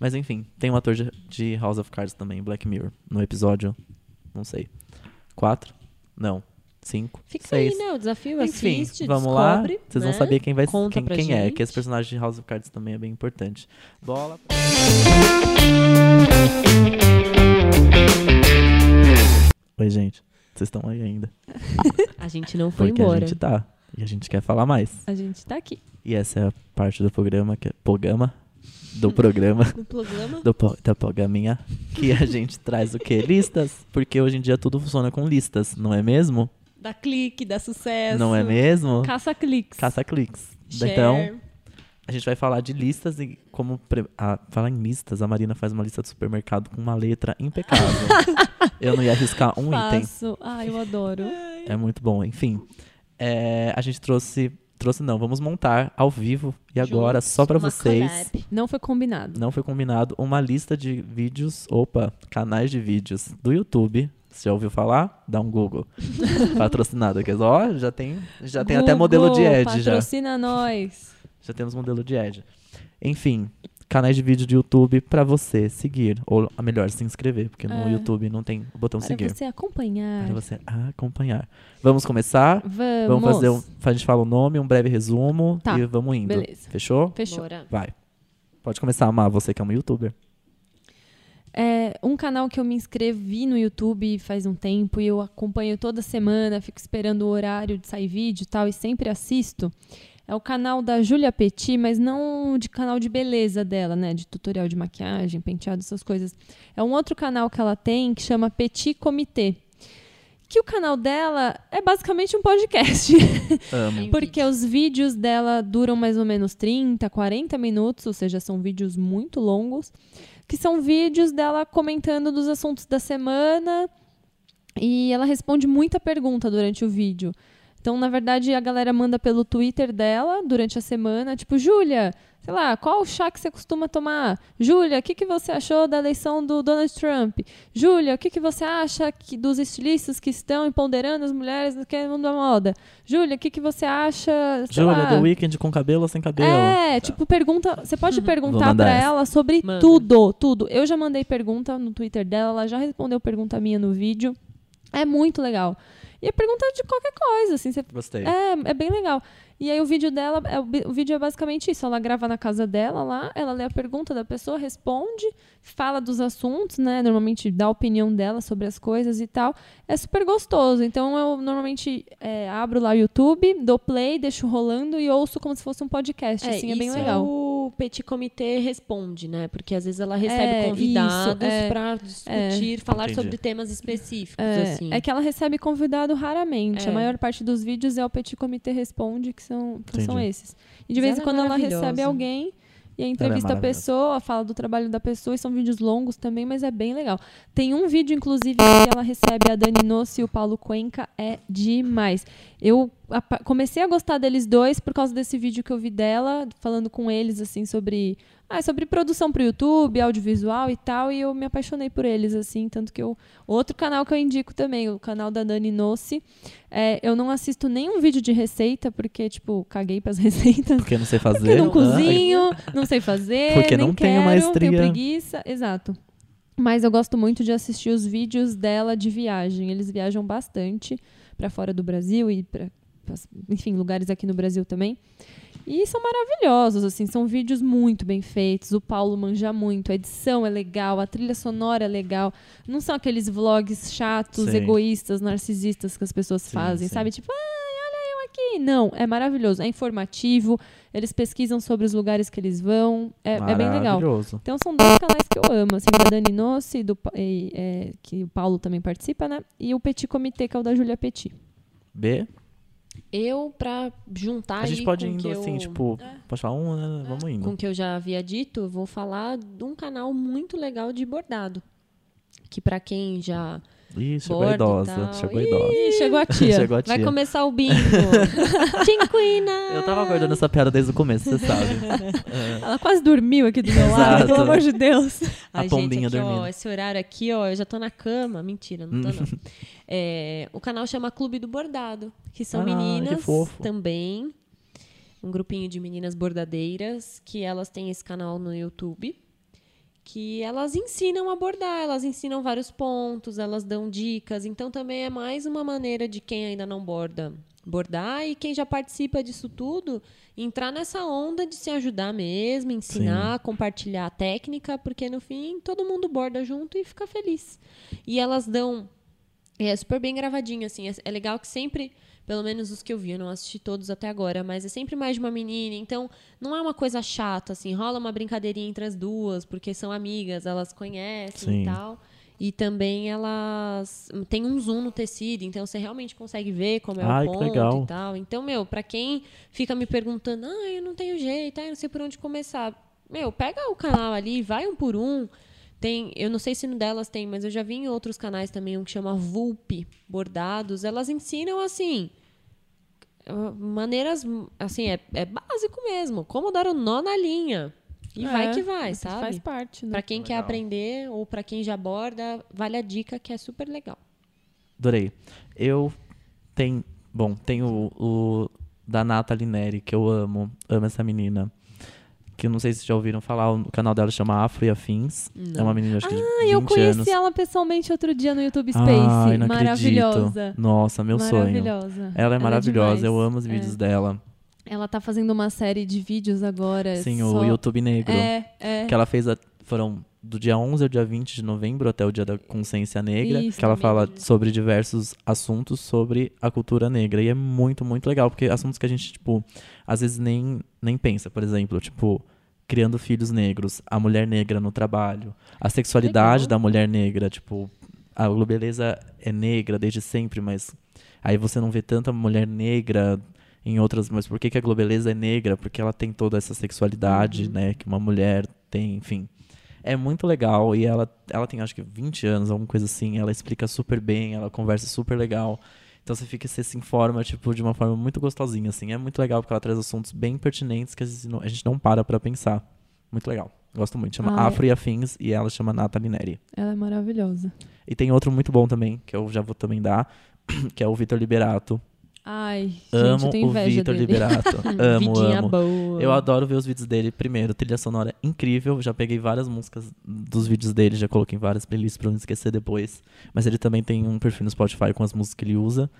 Speaker 1: Mas enfim, tem um ator de, de House of Cards também, Black Mirror, no episódio, não sei, quatro? Não, cinco,
Speaker 2: Fica
Speaker 1: seis.
Speaker 2: aí, né? O desafio
Speaker 1: Enfim,
Speaker 2: assiste,
Speaker 1: vamos
Speaker 2: descobre.
Speaker 1: lá. Vocês vão
Speaker 2: né?
Speaker 1: saber quem vai
Speaker 2: Conta
Speaker 1: quem,
Speaker 2: pra
Speaker 1: quem é,
Speaker 2: gente.
Speaker 1: que esse personagem de House of Cards também é bem importante. Bola. Oi, gente. Vocês estão aí ainda?
Speaker 2: A gente não foi
Speaker 1: Porque
Speaker 2: embora.
Speaker 1: a gente tá. E a gente quer falar mais.
Speaker 3: A gente tá aqui.
Speaker 1: E essa é a parte do programa que é programa do programa
Speaker 2: No programa.
Speaker 1: do, po- da programinha que a gente traz o quê? Listas, porque hoje em dia tudo funciona com listas, não é mesmo?
Speaker 2: Da clique, da sucesso.
Speaker 1: Não é mesmo?
Speaker 3: Caça cliques.
Speaker 1: Caça cliques.
Speaker 2: share.
Speaker 1: Então, A gente vai falar de listas e como. pre- a- falar em listas, a Marina faz uma lista do supermercado com uma letra impecável. eu não ia arriscar um item.
Speaker 3: Faço. Ai, eu adoro.
Speaker 1: É muito bom. Enfim, é, a gente trouxe. Trouxe não, vamos montar ao vivo e agora,
Speaker 2: Juntos,
Speaker 1: só pra
Speaker 2: uma
Speaker 1: vocês.
Speaker 2: collab.
Speaker 3: Não foi combinado.
Speaker 1: Não foi combinado uma lista de vídeos, opa, canais de vídeos do YouTube. Você já ouviu falar? Dá um Google. Patrocinado, quer dizer, ó, já tem, já tem até
Speaker 3: Google,
Speaker 1: modelo de ad já.
Speaker 3: Patrocina nós.
Speaker 1: Já temos modelo de ad. Enfim, canais de vídeo de YouTube pra você seguir. Ou, a melhor, se inscrever, porque no
Speaker 3: É.
Speaker 1: YouTube não tem o botão
Speaker 3: para
Speaker 1: seguir.
Speaker 3: você acompanhar.
Speaker 1: Para você acompanhar. Vamos começar?
Speaker 3: Vamos.
Speaker 1: Vamos fazer um. A gente fala o nome, um breve resumo
Speaker 3: Tá.
Speaker 1: e vamos indo.
Speaker 3: Beleza.
Speaker 1: Fechou?
Speaker 3: Fechou.
Speaker 2: Bora.
Speaker 1: Vai. Pode começar, Amar, você que é uma youtuber.
Speaker 3: É, um canal que eu me inscrevi no YouTube faz um tempo e eu acompanho toda semana, fico esperando o horário de sair vídeo e tal, e sempre assisto. É o canal da Julia Petit, mas não de canal de beleza dela, né? De tutorial de maquiagem, penteado, essas coisas. É um outro canal que ela tem que chama Petit Comitê. que o canal dela é basicamente um podcast.
Speaker 1: Amo.
Speaker 2: Tem
Speaker 3: Porque
Speaker 2: vídeo.
Speaker 3: os vídeos dela duram mais ou menos 30, 40 minutos, ou seja, são vídeos muito longos, que são vídeos dela comentando dos assuntos da semana e ela responde muita pergunta durante o vídeo. Então, na verdade, a galera manda pelo Twitter dela durante a semana, tipo, Júlia, sei lá, qual o chá que você costuma tomar? Júlia, o que, que você achou da eleição do Donald Trump? Júlia, o que, que você acha que dos estilistas que estão empoderando as mulheres no que é mundo da moda? Júlia, o que, que você acha? sei
Speaker 1: Júlia,
Speaker 3: lá,
Speaker 1: The Weeknd com cabelo ou sem cabelo?
Speaker 3: é, tipo, pergunta. Você pode perguntar
Speaker 1: mandar
Speaker 3: pra
Speaker 1: essa.
Speaker 3: ela sobre
Speaker 2: Manda.
Speaker 3: tudo, tudo. Eu já mandei pergunta no Twitter dela, ela já respondeu pergunta minha no vídeo. É muito legal. E é pergunta de qualquer coisa, assim, você
Speaker 1: Gostei.
Speaker 3: é, é bem legal. E aí o vídeo dela, é, o, bi- o vídeo é basicamente isso. Ela grava na casa dela lá, ela lê a pergunta da pessoa, responde, fala dos assuntos, né? Normalmente dá a opinião dela sobre as coisas e tal. É super gostoso. Então eu normalmente é, abro lá o YouTube, dou play, deixo rolando e ouço como se fosse um podcast. assim, é bem
Speaker 2: isso
Speaker 3: legal.
Speaker 2: O Petit Comitê responde, né? Porque às vezes ela recebe
Speaker 3: É, isso,
Speaker 2: convidados
Speaker 3: é,
Speaker 2: pra discutir, falar
Speaker 1: Entendi.
Speaker 2: sobre temas específicos,
Speaker 3: É,
Speaker 2: assim.
Speaker 3: é que ela recebe convidado raramente. A
Speaker 2: É.
Speaker 3: maior parte dos vídeos é o Petit Comitê Responde, que são, que são
Speaker 1: Entendi.
Speaker 3: esses. E de
Speaker 2: Mas
Speaker 3: vez em
Speaker 2: ela é
Speaker 3: quando ela recebe
Speaker 2: maravilhosa.
Speaker 3: alguém e aí entrevista a
Speaker 1: é maravilhosa.
Speaker 3: pessoa, fala do trabalho da pessoa, e são vídeos longos também, mas é bem legal. Tem um vídeo, inclusive, que ela recebe a Dani Noce e o Paulo Cuenca, é demais. Eu apa- comecei a gostar deles dois por causa desse vídeo que eu vi dela, falando com eles, assim, sobre. Ah, sobre produção pro YouTube, audiovisual e tal, e eu me apaixonei por eles, assim, tanto que eu. Outro canal que eu indico também, o canal da Dani Noce. É, eu não assisto nenhum vídeo de receita, porque, tipo, caguei pras receitas.
Speaker 1: Porque não sei fazer.
Speaker 3: Porque não
Speaker 1: Ah,
Speaker 3: cozinho, não sei fazer,
Speaker 1: Porque
Speaker 3: nem
Speaker 1: não tenho
Speaker 3: quero,
Speaker 1: maestria.
Speaker 3: tenho preguiça, exato. Mas eu gosto muito de assistir os vídeos dela de viagem. Eles viajam bastante para fora do Brasil e para, enfim, lugares aqui no Brasil também. E são maravilhosos, assim, são vídeos muito bem feitos. O Paulo manja muito, a edição é legal, a trilha sonora é legal. Não são aqueles vlogs chatos,
Speaker 1: Sim.
Speaker 3: egoístas, narcisistas que as pessoas
Speaker 1: Sim,
Speaker 3: fazem,
Speaker 1: sim.
Speaker 3: sabe? Tipo, ai, olha eu aqui. Não, é maravilhoso, é informativo, eles pesquisam sobre os lugares que eles vão. É, é bem legal.
Speaker 1: Ah, Maravilhoso.
Speaker 3: Então são dois canais que eu amo, assim, da Dani Noce, do, Pa- e, é, que o Paulo também participa, né? E o Petit Comitê, que é o da Júlia Petit.
Speaker 1: B.
Speaker 2: Eu, pra juntar
Speaker 1: a gente
Speaker 2: aí
Speaker 1: pode
Speaker 2: com o
Speaker 1: indo
Speaker 2: que eu...
Speaker 1: assim, tipo,
Speaker 3: É.
Speaker 1: pode falar um, né? Vamos indo.
Speaker 2: com o que eu já havia dito, eu vou falar de um canal muito legal de bordado. Que pra quem já.
Speaker 1: Ih, chegou a
Speaker 2: borda e
Speaker 1: idosa.
Speaker 2: tal.
Speaker 1: Chegou a idosa.
Speaker 3: Ih, chegou a tia.
Speaker 1: chegou a tia.
Speaker 2: Vai começar o bingo! Tinquina!
Speaker 1: Eu tava guardando essa piada desde o começo, você sabe.
Speaker 3: Ela quase dormiu aqui do meu lado,
Speaker 1: Exato.
Speaker 3: pelo amor de Deus.
Speaker 1: A
Speaker 2: Ai,
Speaker 1: pombinha
Speaker 2: gente, aqui,
Speaker 1: dormindo. Hum.
Speaker 2: Ó, esse horário aqui, ó, eu já tô na cama. Mentira, não tô não. É, o canal chama Clube do Bordado, que são
Speaker 1: Ah, que
Speaker 2: meninas
Speaker 1: fofo.
Speaker 2: também. Um grupinho de meninas bordadeiras, que elas têm esse canal no YouTube. Que elas ensinam a bordar, elas ensinam vários pontos, elas dão dicas. Então também é mais uma maneira de quem ainda não borda bordar e quem já participa disso tudo entrar nessa onda de se ajudar mesmo, ensinar, compartilhar a técnica, porque no fim todo mundo borda junto e fica feliz. E elas dão é super bem gravadinho, assim. É, é legal que sempre, pelo menos os que eu vi, eu não assisti todos até agora, mas é sempre mais de uma menina. Então, não é uma coisa chata, assim. Rola uma brincadeirinha entre as duas, porque são amigas, elas conhecem
Speaker 1: Sim.
Speaker 2: e tal. E também elas. Tem um zoom no tecido, então você realmente consegue ver como é
Speaker 1: Ai,
Speaker 2: o
Speaker 1: que
Speaker 2: ponto
Speaker 1: legal.
Speaker 2: e tal. Então, meu, pra quem fica me perguntando, ah, eu não tenho jeito, ah, eu não sei por onde começar. Meu, pega o canal ali, vai um por um. Tem, eu não sei se no delas tem, mas eu já vi em outros canais também um que chama Vulp Bordados. Elas ensinam assim. Maneiras, assim, é, é básico mesmo. Como dar o nó na linha. E
Speaker 3: É,
Speaker 2: vai que vai,
Speaker 3: isso
Speaker 2: sabe?
Speaker 3: Faz parte, né?
Speaker 2: Pra quem quer
Speaker 1: Legal.
Speaker 2: aprender ou pra quem já borda, vale a dica que é super legal.
Speaker 1: Adorei. Eu tenho. Bom, tem o, o da Nathalie Neri, que eu amo. Amo essa menina. Que eu não sei se vocês já ouviram falar, o canal dela chama Afro e Afins. É uma menina, acho que de 20
Speaker 3: Ah, eu conheci
Speaker 1: anos.
Speaker 3: ela pessoalmente outro dia no YouTube Space.
Speaker 1: Ai, não
Speaker 3: maravilhosa.
Speaker 1: Acredito. Nossa, meu sonho.
Speaker 3: maravilhosa.
Speaker 1: Ela é maravilhosa, eu
Speaker 3: demais. É.
Speaker 1: amo os vídeos dela.
Speaker 3: Ela tá fazendo uma série de vídeos agora.
Speaker 1: Sim,
Speaker 3: só...
Speaker 1: o YouTube Negro.
Speaker 3: É, é.
Speaker 1: Que ela fez, a- foram do dia 11 ao dia 20 de novembro, até o dia da consciência negra,
Speaker 3: Isso,
Speaker 1: que ela
Speaker 3: amiga.
Speaker 1: fala sobre diversos assuntos sobre a cultura negra. E é muito, muito legal, porque assuntos que a gente, tipo, às vezes nem, nem pensa. Por exemplo, tipo, criando filhos negros, a mulher negra no trabalho, a sexualidade
Speaker 2: Legal.
Speaker 1: da mulher negra, tipo, a Globeleza é negra desde sempre, mas aí você não vê tanta mulher negra em outras, mas por que, que a Globeleza é negra? Porque ela tem toda essa sexualidade, né, que uma mulher tem, enfim. É muito legal e ela, ela tem acho que 20 anos, alguma coisa assim, ela explica super bem, ela conversa super legal. Então você fica, você se informa, tipo, de uma forma muito gostosinha, assim. É muito legal porque ela traz assuntos bem pertinentes que às vezes não- a gente não para pra pensar. Muito legal. Gosto muito. Chama
Speaker 3: Ah, é.
Speaker 1: Afro e Afins e ela chama Nathalie Neri.
Speaker 3: Ela é maravilhosa.
Speaker 1: E tem outro muito bom também, que eu já vou também dar, que é o Vitor Liberato.
Speaker 3: Ai, gente, eu tenho
Speaker 1: amo o
Speaker 3: inveja
Speaker 1: Vitor
Speaker 3: dele.
Speaker 1: Liberato. amo,
Speaker 2: Vidinha
Speaker 1: amo.
Speaker 2: boa.
Speaker 1: Eu adoro ver os vídeos dele. Primeiro, trilha sonora é incrível. Já peguei várias músicas dos vídeos dele, já coloquei em várias playlists pra não esquecer depois. Mas ele também tem um perfil no Spotify com as músicas que ele usa.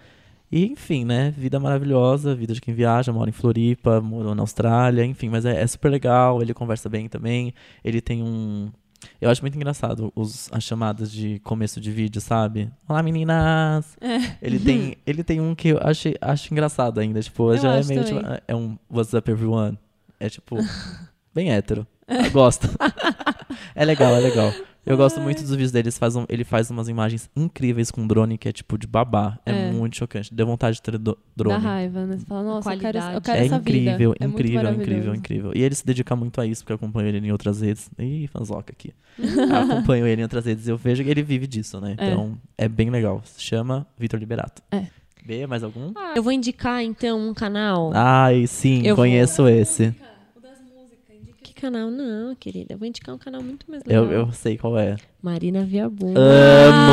Speaker 1: E, enfim, né? Vida maravilhosa, vida de quem viaja, mora em Floripa, morou na Austrália, enfim, mas é, é super legal, ele conversa bem também. Ele tem um. Eu acho muito engraçado os, as chamadas de começo de vídeo, sabe? Olá, meninas!
Speaker 3: É,
Speaker 1: Ele, tem, ele tem um que eu acho, acho engraçado ainda, tipo,
Speaker 3: Uhum. Eu
Speaker 1: já é
Speaker 3: acho
Speaker 1: meio
Speaker 3: também.
Speaker 1: tipo, é um What's Up Everyone. É tipo, bem hétero. Eu gosto. é legal, é legal. Eu gosto muito dos vídeos dele. Eles fazem- um, ele faz umas imagens incríveis com drone que é tipo de babá. É,
Speaker 3: É.
Speaker 1: muito chocante. Deu vontade de ter do-
Speaker 3: Dá
Speaker 1: drone.
Speaker 3: raiva, né? Você fala, nossa, eu quero, eu
Speaker 2: Qualidade.
Speaker 3: quero
Speaker 1: É
Speaker 3: essa
Speaker 1: incrível,
Speaker 3: vida. É muito
Speaker 1: incrível, incrível,
Speaker 3: maravilhoso.
Speaker 1: incrível. E ele se dedica muito a isso, porque eu acompanho ele em outras redes. Ih, fanzoca aqui. Eu acompanho ele em outras redes e eu vejo que ele vive disso, né?
Speaker 3: É.
Speaker 1: Então, é bem legal. Se chama Vitor Liberato.
Speaker 3: É.
Speaker 1: B, mais algum?
Speaker 3: Ah.
Speaker 2: Eu vou indicar, então, um canal.
Speaker 1: Ai, sim,
Speaker 2: Eu vou-
Speaker 1: conheço
Speaker 3: um
Speaker 1: esse.
Speaker 2: Que canal? Não, querida. Eu vou indicar um canal muito mais legal.
Speaker 1: Eu, eu sei qual é.
Speaker 2: Marina Viabun.
Speaker 1: Amo!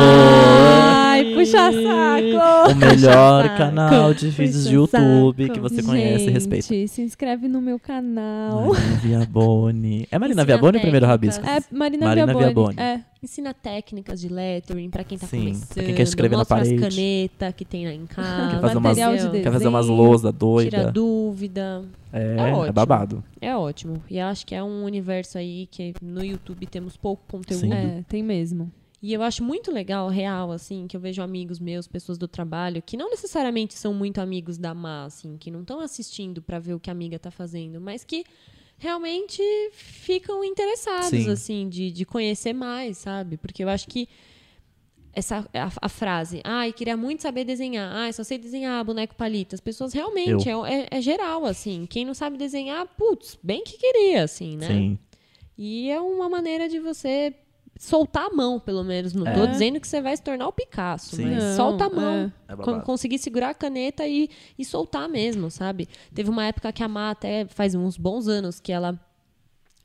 Speaker 3: Ai, puxa saco!
Speaker 1: O melhor
Speaker 2: saco.
Speaker 1: canal de vídeos de
Speaker 2: Puxa
Speaker 1: YouTube
Speaker 2: saco.
Speaker 1: que você conhece e
Speaker 3: Gente,
Speaker 1: respeita.
Speaker 3: se inscreve no meu canal.
Speaker 1: Marina Viaboni. É Marina
Speaker 2: Ensina
Speaker 1: Viaboni ou primeiro
Speaker 2: técnicas.
Speaker 1: Rabisco?
Speaker 3: É Marina,
Speaker 1: Marina
Speaker 3: Viaboni.
Speaker 1: Viaboni.
Speaker 3: É.
Speaker 2: Ensina técnicas de lettering pra quem tá
Speaker 1: Sim,
Speaker 2: começando.
Speaker 1: pra quem quer escrever na
Speaker 2: mostra
Speaker 1: parede.
Speaker 2: as canetas que tem lá em casa.
Speaker 1: fazer umas-
Speaker 3: material de
Speaker 2: entendeu?
Speaker 1: Quer fazer umas
Speaker 3: desenho,
Speaker 1: lousas
Speaker 2: Tira
Speaker 1: doidas?
Speaker 2: dúvida.
Speaker 1: É,
Speaker 2: É
Speaker 1: é,
Speaker 2: ótimo.
Speaker 1: babado.
Speaker 2: É ótimo. E acho que é um universo aí que no YouTube temos pouco conteúdo.
Speaker 1: Sim.
Speaker 3: É, tem mesmo.
Speaker 2: E eu acho muito legal, real, assim, que eu vejo amigos meus, pessoas do trabalho, que não necessariamente são muito amigos da Má, assim, que não estão assistindo pra ver o que a amiga tá fazendo, mas que realmente ficam interessados,
Speaker 1: Sim.
Speaker 2: assim, de, de conhecer mais, sabe? Porque eu acho que essa a, a frase, ai, queria muito saber desenhar, ai, só sei desenhar boneco palito. As pessoas realmente, é, é- é geral, assim. Quem não sabe desenhar, putz, bem que queria, assim, né?
Speaker 1: Sim.
Speaker 2: E é uma maneira de você soltar a mão, pelo menos. Não tô
Speaker 1: É.
Speaker 2: dizendo que você vai se tornar o Picasso,
Speaker 1: Sim.
Speaker 2: mas
Speaker 3: Não,
Speaker 2: solta a mão.
Speaker 1: É
Speaker 2: Con-
Speaker 1: babado.
Speaker 2: Conseguir segurar a caneta e, e soltar mesmo, sabe? Teve uma época que a Má até faz uns bons anos que ela.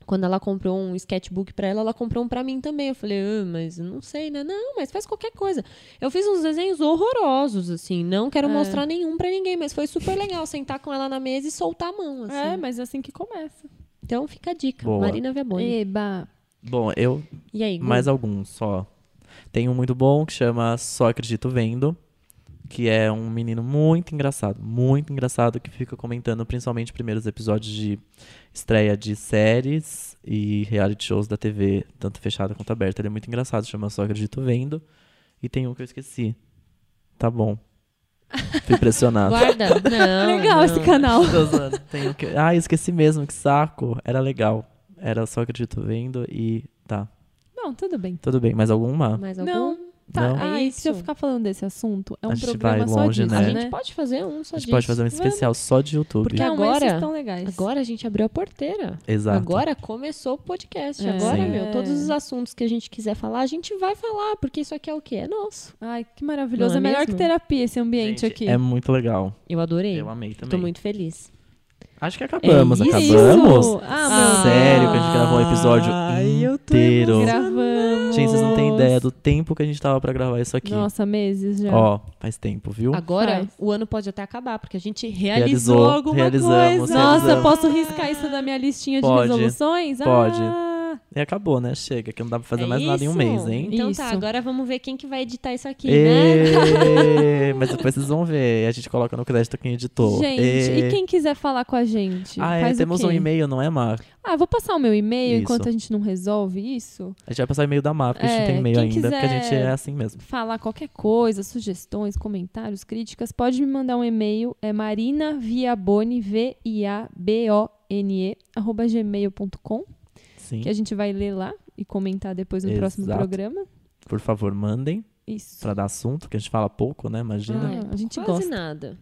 Speaker 2: Quando ela comprou um sketchbook pra ela, ela comprou um pra mim também. Eu falei, "Ah, mas eu não sei, né? Não, mas faz qualquer coisa. Eu fiz uns desenhos horrorosos, assim. Não quero
Speaker 3: É.
Speaker 2: mostrar nenhum pra ninguém, mas foi super legal sentar com ela na mesa e soltar a mão, assim.
Speaker 3: É, mas é assim que começa.
Speaker 2: Então fica a dica.
Speaker 1: Boa.
Speaker 2: Marina Viaboni.
Speaker 3: Eba.
Speaker 1: Bom, eu
Speaker 2: E, aí, Gu?
Speaker 1: mais alguns só. Tem um muito bom que chama Só Acredito Vendo, que é um menino muito engraçado, muito engraçado, que fica comentando principalmente primeiros episódios de estreia de séries e reality shows da TV, tanto fechada quanto aberta. Ele é muito engraçado, chama Só Acredito Vendo. E tem um que eu esqueci. Tá bom. Fui pressionado.
Speaker 2: Guarda. Não.
Speaker 3: Legal
Speaker 2: não.
Speaker 3: esse canal.
Speaker 1: Tô zoando. Tem um que- Ah, esqueci mesmo, que saco. Era legal. Era Só Acredito Vendo e tá.
Speaker 3: Não, tudo bem.
Speaker 1: Tudo bem, mais alguma?
Speaker 2: Mais algum?
Speaker 3: Não, tá.
Speaker 1: Não?
Speaker 3: Ai, se eu
Speaker 2: Isso.
Speaker 3: ficar falando desse assunto, é um
Speaker 1: A gente
Speaker 3: programa
Speaker 1: vai
Speaker 3: só
Speaker 1: longe,
Speaker 3: disso,
Speaker 2: A
Speaker 1: né?
Speaker 2: gente pode fazer um só
Speaker 1: A gente
Speaker 2: disso.
Speaker 1: pode fazer um especial só de YouTube.
Speaker 2: Porque
Speaker 3: Não,
Speaker 2: agora-
Speaker 3: é um, esses estão legais.
Speaker 2: Agora a gente abriu a porteira.
Speaker 1: Exato.
Speaker 2: Agora começou o podcast.
Speaker 3: É.
Speaker 2: Agora,
Speaker 1: Sim.
Speaker 2: meu, todos os assuntos que a gente quiser falar, a gente vai falar, porque isso aqui é o quê? É nosso.
Speaker 3: Ai, que maravilhoso.
Speaker 2: Não é
Speaker 3: é melhor
Speaker 2: mesmo?
Speaker 3: que terapia esse ambiente
Speaker 1: Gente,
Speaker 3: aqui.
Speaker 1: É muito legal.
Speaker 2: Eu adorei.
Speaker 1: Eu amei também.
Speaker 2: Tô muito feliz.
Speaker 1: Acho que acabamos,
Speaker 2: É isso?
Speaker 1: acabamos.
Speaker 3: Isso! Ah, meu
Speaker 1: Sério
Speaker 3: Deus.
Speaker 1: que a gente gravou um episódio
Speaker 3: Ai, eu tô
Speaker 1: inteiro.
Speaker 3: Gravamos.
Speaker 1: Gente, vocês não têm ideia do tempo que a gente tava pra gravar isso aqui.
Speaker 3: Nossa, meses já.
Speaker 1: Ó, faz tempo, viu?
Speaker 2: Agora,
Speaker 3: Faz.
Speaker 2: o ano pode até acabar, porque a gente realizou,
Speaker 1: Realizou,
Speaker 2: alguma
Speaker 1: realizamos,
Speaker 2: coisa.
Speaker 3: Nossa,
Speaker 1: realizamos.
Speaker 3: posso riscar isso da minha listinha
Speaker 1: Pode.
Speaker 3: de resoluções?
Speaker 1: Pode.
Speaker 3: Ah,
Speaker 1: E acabou, né? Chega, que não dá pra fazer
Speaker 2: É
Speaker 1: mais nada em um
Speaker 2: isso?
Speaker 1: mês, hein?
Speaker 2: Então tá,
Speaker 3: Isso.
Speaker 2: agora vamos ver quem que vai editar isso aqui, né?
Speaker 1: Ê, Mas depois vocês vão ver. A gente coloca no crédito quem editou.
Speaker 3: Gente,
Speaker 1: Ê.
Speaker 3: e quem quiser falar com a gente?
Speaker 1: É. Ah, é,
Speaker 3: faz o
Speaker 1: temos
Speaker 3: quê?
Speaker 1: um e-mail, não é, Mar?
Speaker 3: Ah, vou passar o meu e-mail
Speaker 1: Isso.
Speaker 3: enquanto a gente não resolve isso.
Speaker 1: A gente vai passar o e-mail da Mar, porque a gente não
Speaker 3: É,
Speaker 1: tem e-mail
Speaker 3: quem
Speaker 1: ainda, porque a gente
Speaker 3: quiser-
Speaker 1: é assim mesmo.
Speaker 3: Falar qualquer coisa, sugestões, comentários, críticas, pode me mandar um e-mail. É marinaviabone, V-I-A-B-O-N-E, arroba gmail.com,
Speaker 1: Sim.
Speaker 3: que a gente vai ler lá e comentar depois no próximo
Speaker 1: Exato.
Speaker 3: programa.
Speaker 1: Por favor, mandem.
Speaker 3: Isso.
Speaker 1: Pra dar assunto, que a gente fala pouco, né? Imagina.
Speaker 3: Ah, a gente
Speaker 2: Quase
Speaker 3: gosta.
Speaker 2: nada.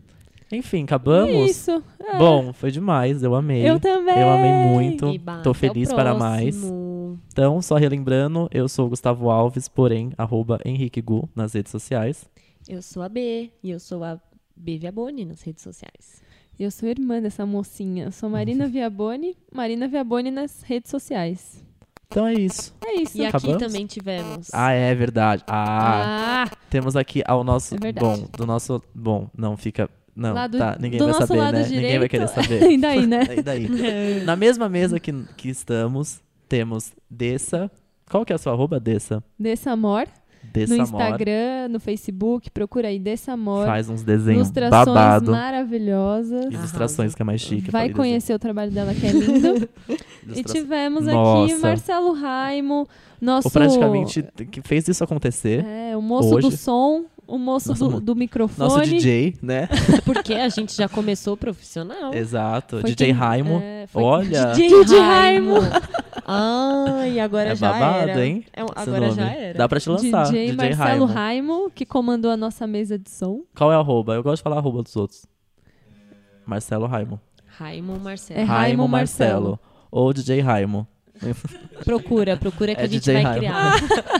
Speaker 1: Enfim, acabamos.
Speaker 3: Isso. é.
Speaker 1: Bom, foi demais. Eu amei.
Speaker 3: eu também.
Speaker 1: Eu amei muito.
Speaker 2: Eba,
Speaker 1: Tô
Speaker 2: até o
Speaker 1: feliz para mais.
Speaker 2: próximo.
Speaker 1: Então, só relembrando, eu sou o Gustavo Alves, porém, arroba Henrique Gu nas redes sociais.
Speaker 2: Eu sou a B e eu sou a B Viaboni nas redes sociais.
Speaker 3: Eu sou irmã dessa mocinha. Sou Marina Viaboni. Marina Viaboni nas redes sociais.
Speaker 1: Então é isso.
Speaker 3: É isso.
Speaker 2: E
Speaker 1: Acabamos?
Speaker 2: aqui também tivemos.
Speaker 1: Ah, é verdade. Ah,
Speaker 3: Ah,
Speaker 1: temos aqui ao nosso.
Speaker 3: É verdade.
Speaker 1: bom, do nosso. Bom, não fica. Não,
Speaker 3: Lá do-
Speaker 1: tá. Ninguém
Speaker 3: do
Speaker 1: vai
Speaker 3: nosso
Speaker 1: saber,
Speaker 3: lado
Speaker 1: né? Ninguém vai
Speaker 3: direito.
Speaker 1: querer saber.
Speaker 3: e daí, né?
Speaker 1: E daí? Na mesma mesa que, que estamos, temos Dessa. Qual que é a sua arroba, Dessa?
Speaker 3: Desse amor.
Speaker 1: Dessa
Speaker 3: No
Speaker 1: Mora.
Speaker 3: Instagram, no Facebook. Procura aí Desse amor.
Speaker 1: Faz uns desenhos
Speaker 3: Ilustrações
Speaker 1: babado.
Speaker 3: maravilhosas.
Speaker 1: Ilustrações, que é mais chique. eu
Speaker 3: Vai
Speaker 1: falei desenho.
Speaker 3: conhecer o trabalho dela, que é lindo. e tipo
Speaker 1: Ilustração.
Speaker 3: tivemos
Speaker 1: Nossa.
Speaker 3: aqui Marcelo Raimo, nosso.
Speaker 1: Ou praticamente que fez isso acontecer.
Speaker 3: É, o moço
Speaker 1: hoje.
Speaker 3: do som, o moço
Speaker 1: Nosso mo-
Speaker 3: do, do microfone.
Speaker 1: Nosso DJ, né?
Speaker 2: Porque a gente já começou profissional.
Speaker 1: Exato.
Speaker 3: Foi
Speaker 1: DJ
Speaker 3: quem-
Speaker 1: Raimo.
Speaker 3: É, foi-
Speaker 1: Olha.
Speaker 3: DJ
Speaker 2: Raimo. Ai, agora
Speaker 1: É
Speaker 2: já
Speaker 1: babado,
Speaker 2: era.
Speaker 1: hein,
Speaker 2: É um-
Speaker 1: esse
Speaker 2: agora já
Speaker 1: nome.
Speaker 2: era.
Speaker 1: Dá pra te lançar.
Speaker 3: DJ,
Speaker 1: DJ,
Speaker 3: Marcelo
Speaker 1: Raimo.
Speaker 3: Raimo. que comandou a nossa mesa de som.
Speaker 1: Qual é a arroba? Eu gosto de falar a arroba dos outros. Marcelo Raimo.
Speaker 2: Raimo Marcelo.
Speaker 3: É Raimo Marcelo.
Speaker 1: Ou DJ Raimo.
Speaker 2: Procura, procura que
Speaker 1: É
Speaker 2: a gente
Speaker 1: DJ
Speaker 2: vai
Speaker 1: Raimo.
Speaker 2: criar.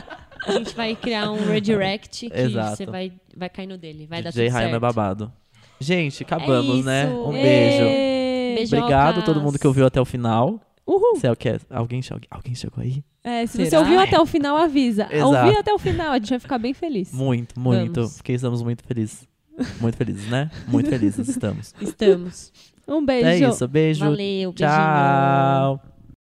Speaker 2: A gente vai criar um redirect que
Speaker 1: Exato.
Speaker 2: você vai, vai cair no dele. Vai dar
Speaker 1: DJ
Speaker 2: tudo
Speaker 1: Raimo é
Speaker 2: certo.
Speaker 1: babado. Gente, acabamos,
Speaker 2: isso.
Speaker 1: né? Um
Speaker 2: Ê!
Speaker 1: beijo.
Speaker 3: É beijo.
Speaker 2: Beijocas.
Speaker 1: Obrigado a todo mundo que ouviu até o final.
Speaker 3: Uhul.
Speaker 1: Se é o que é- alguém, che- alguém chegou aí?
Speaker 3: É, se
Speaker 2: Será?
Speaker 3: você ouviu até o final, avisa.
Speaker 1: Exato.
Speaker 3: Ouviu até o final, a gente vai ficar bem feliz.
Speaker 1: Muito, muito.
Speaker 2: Vamos.
Speaker 1: Porque estamos muito felizes. Muito felizes, né? Muito felizes estamos.
Speaker 2: Estamos.
Speaker 3: Um beijo.
Speaker 1: É isso. Beijo.
Speaker 2: Valeu, beijinho.
Speaker 1: Tchau.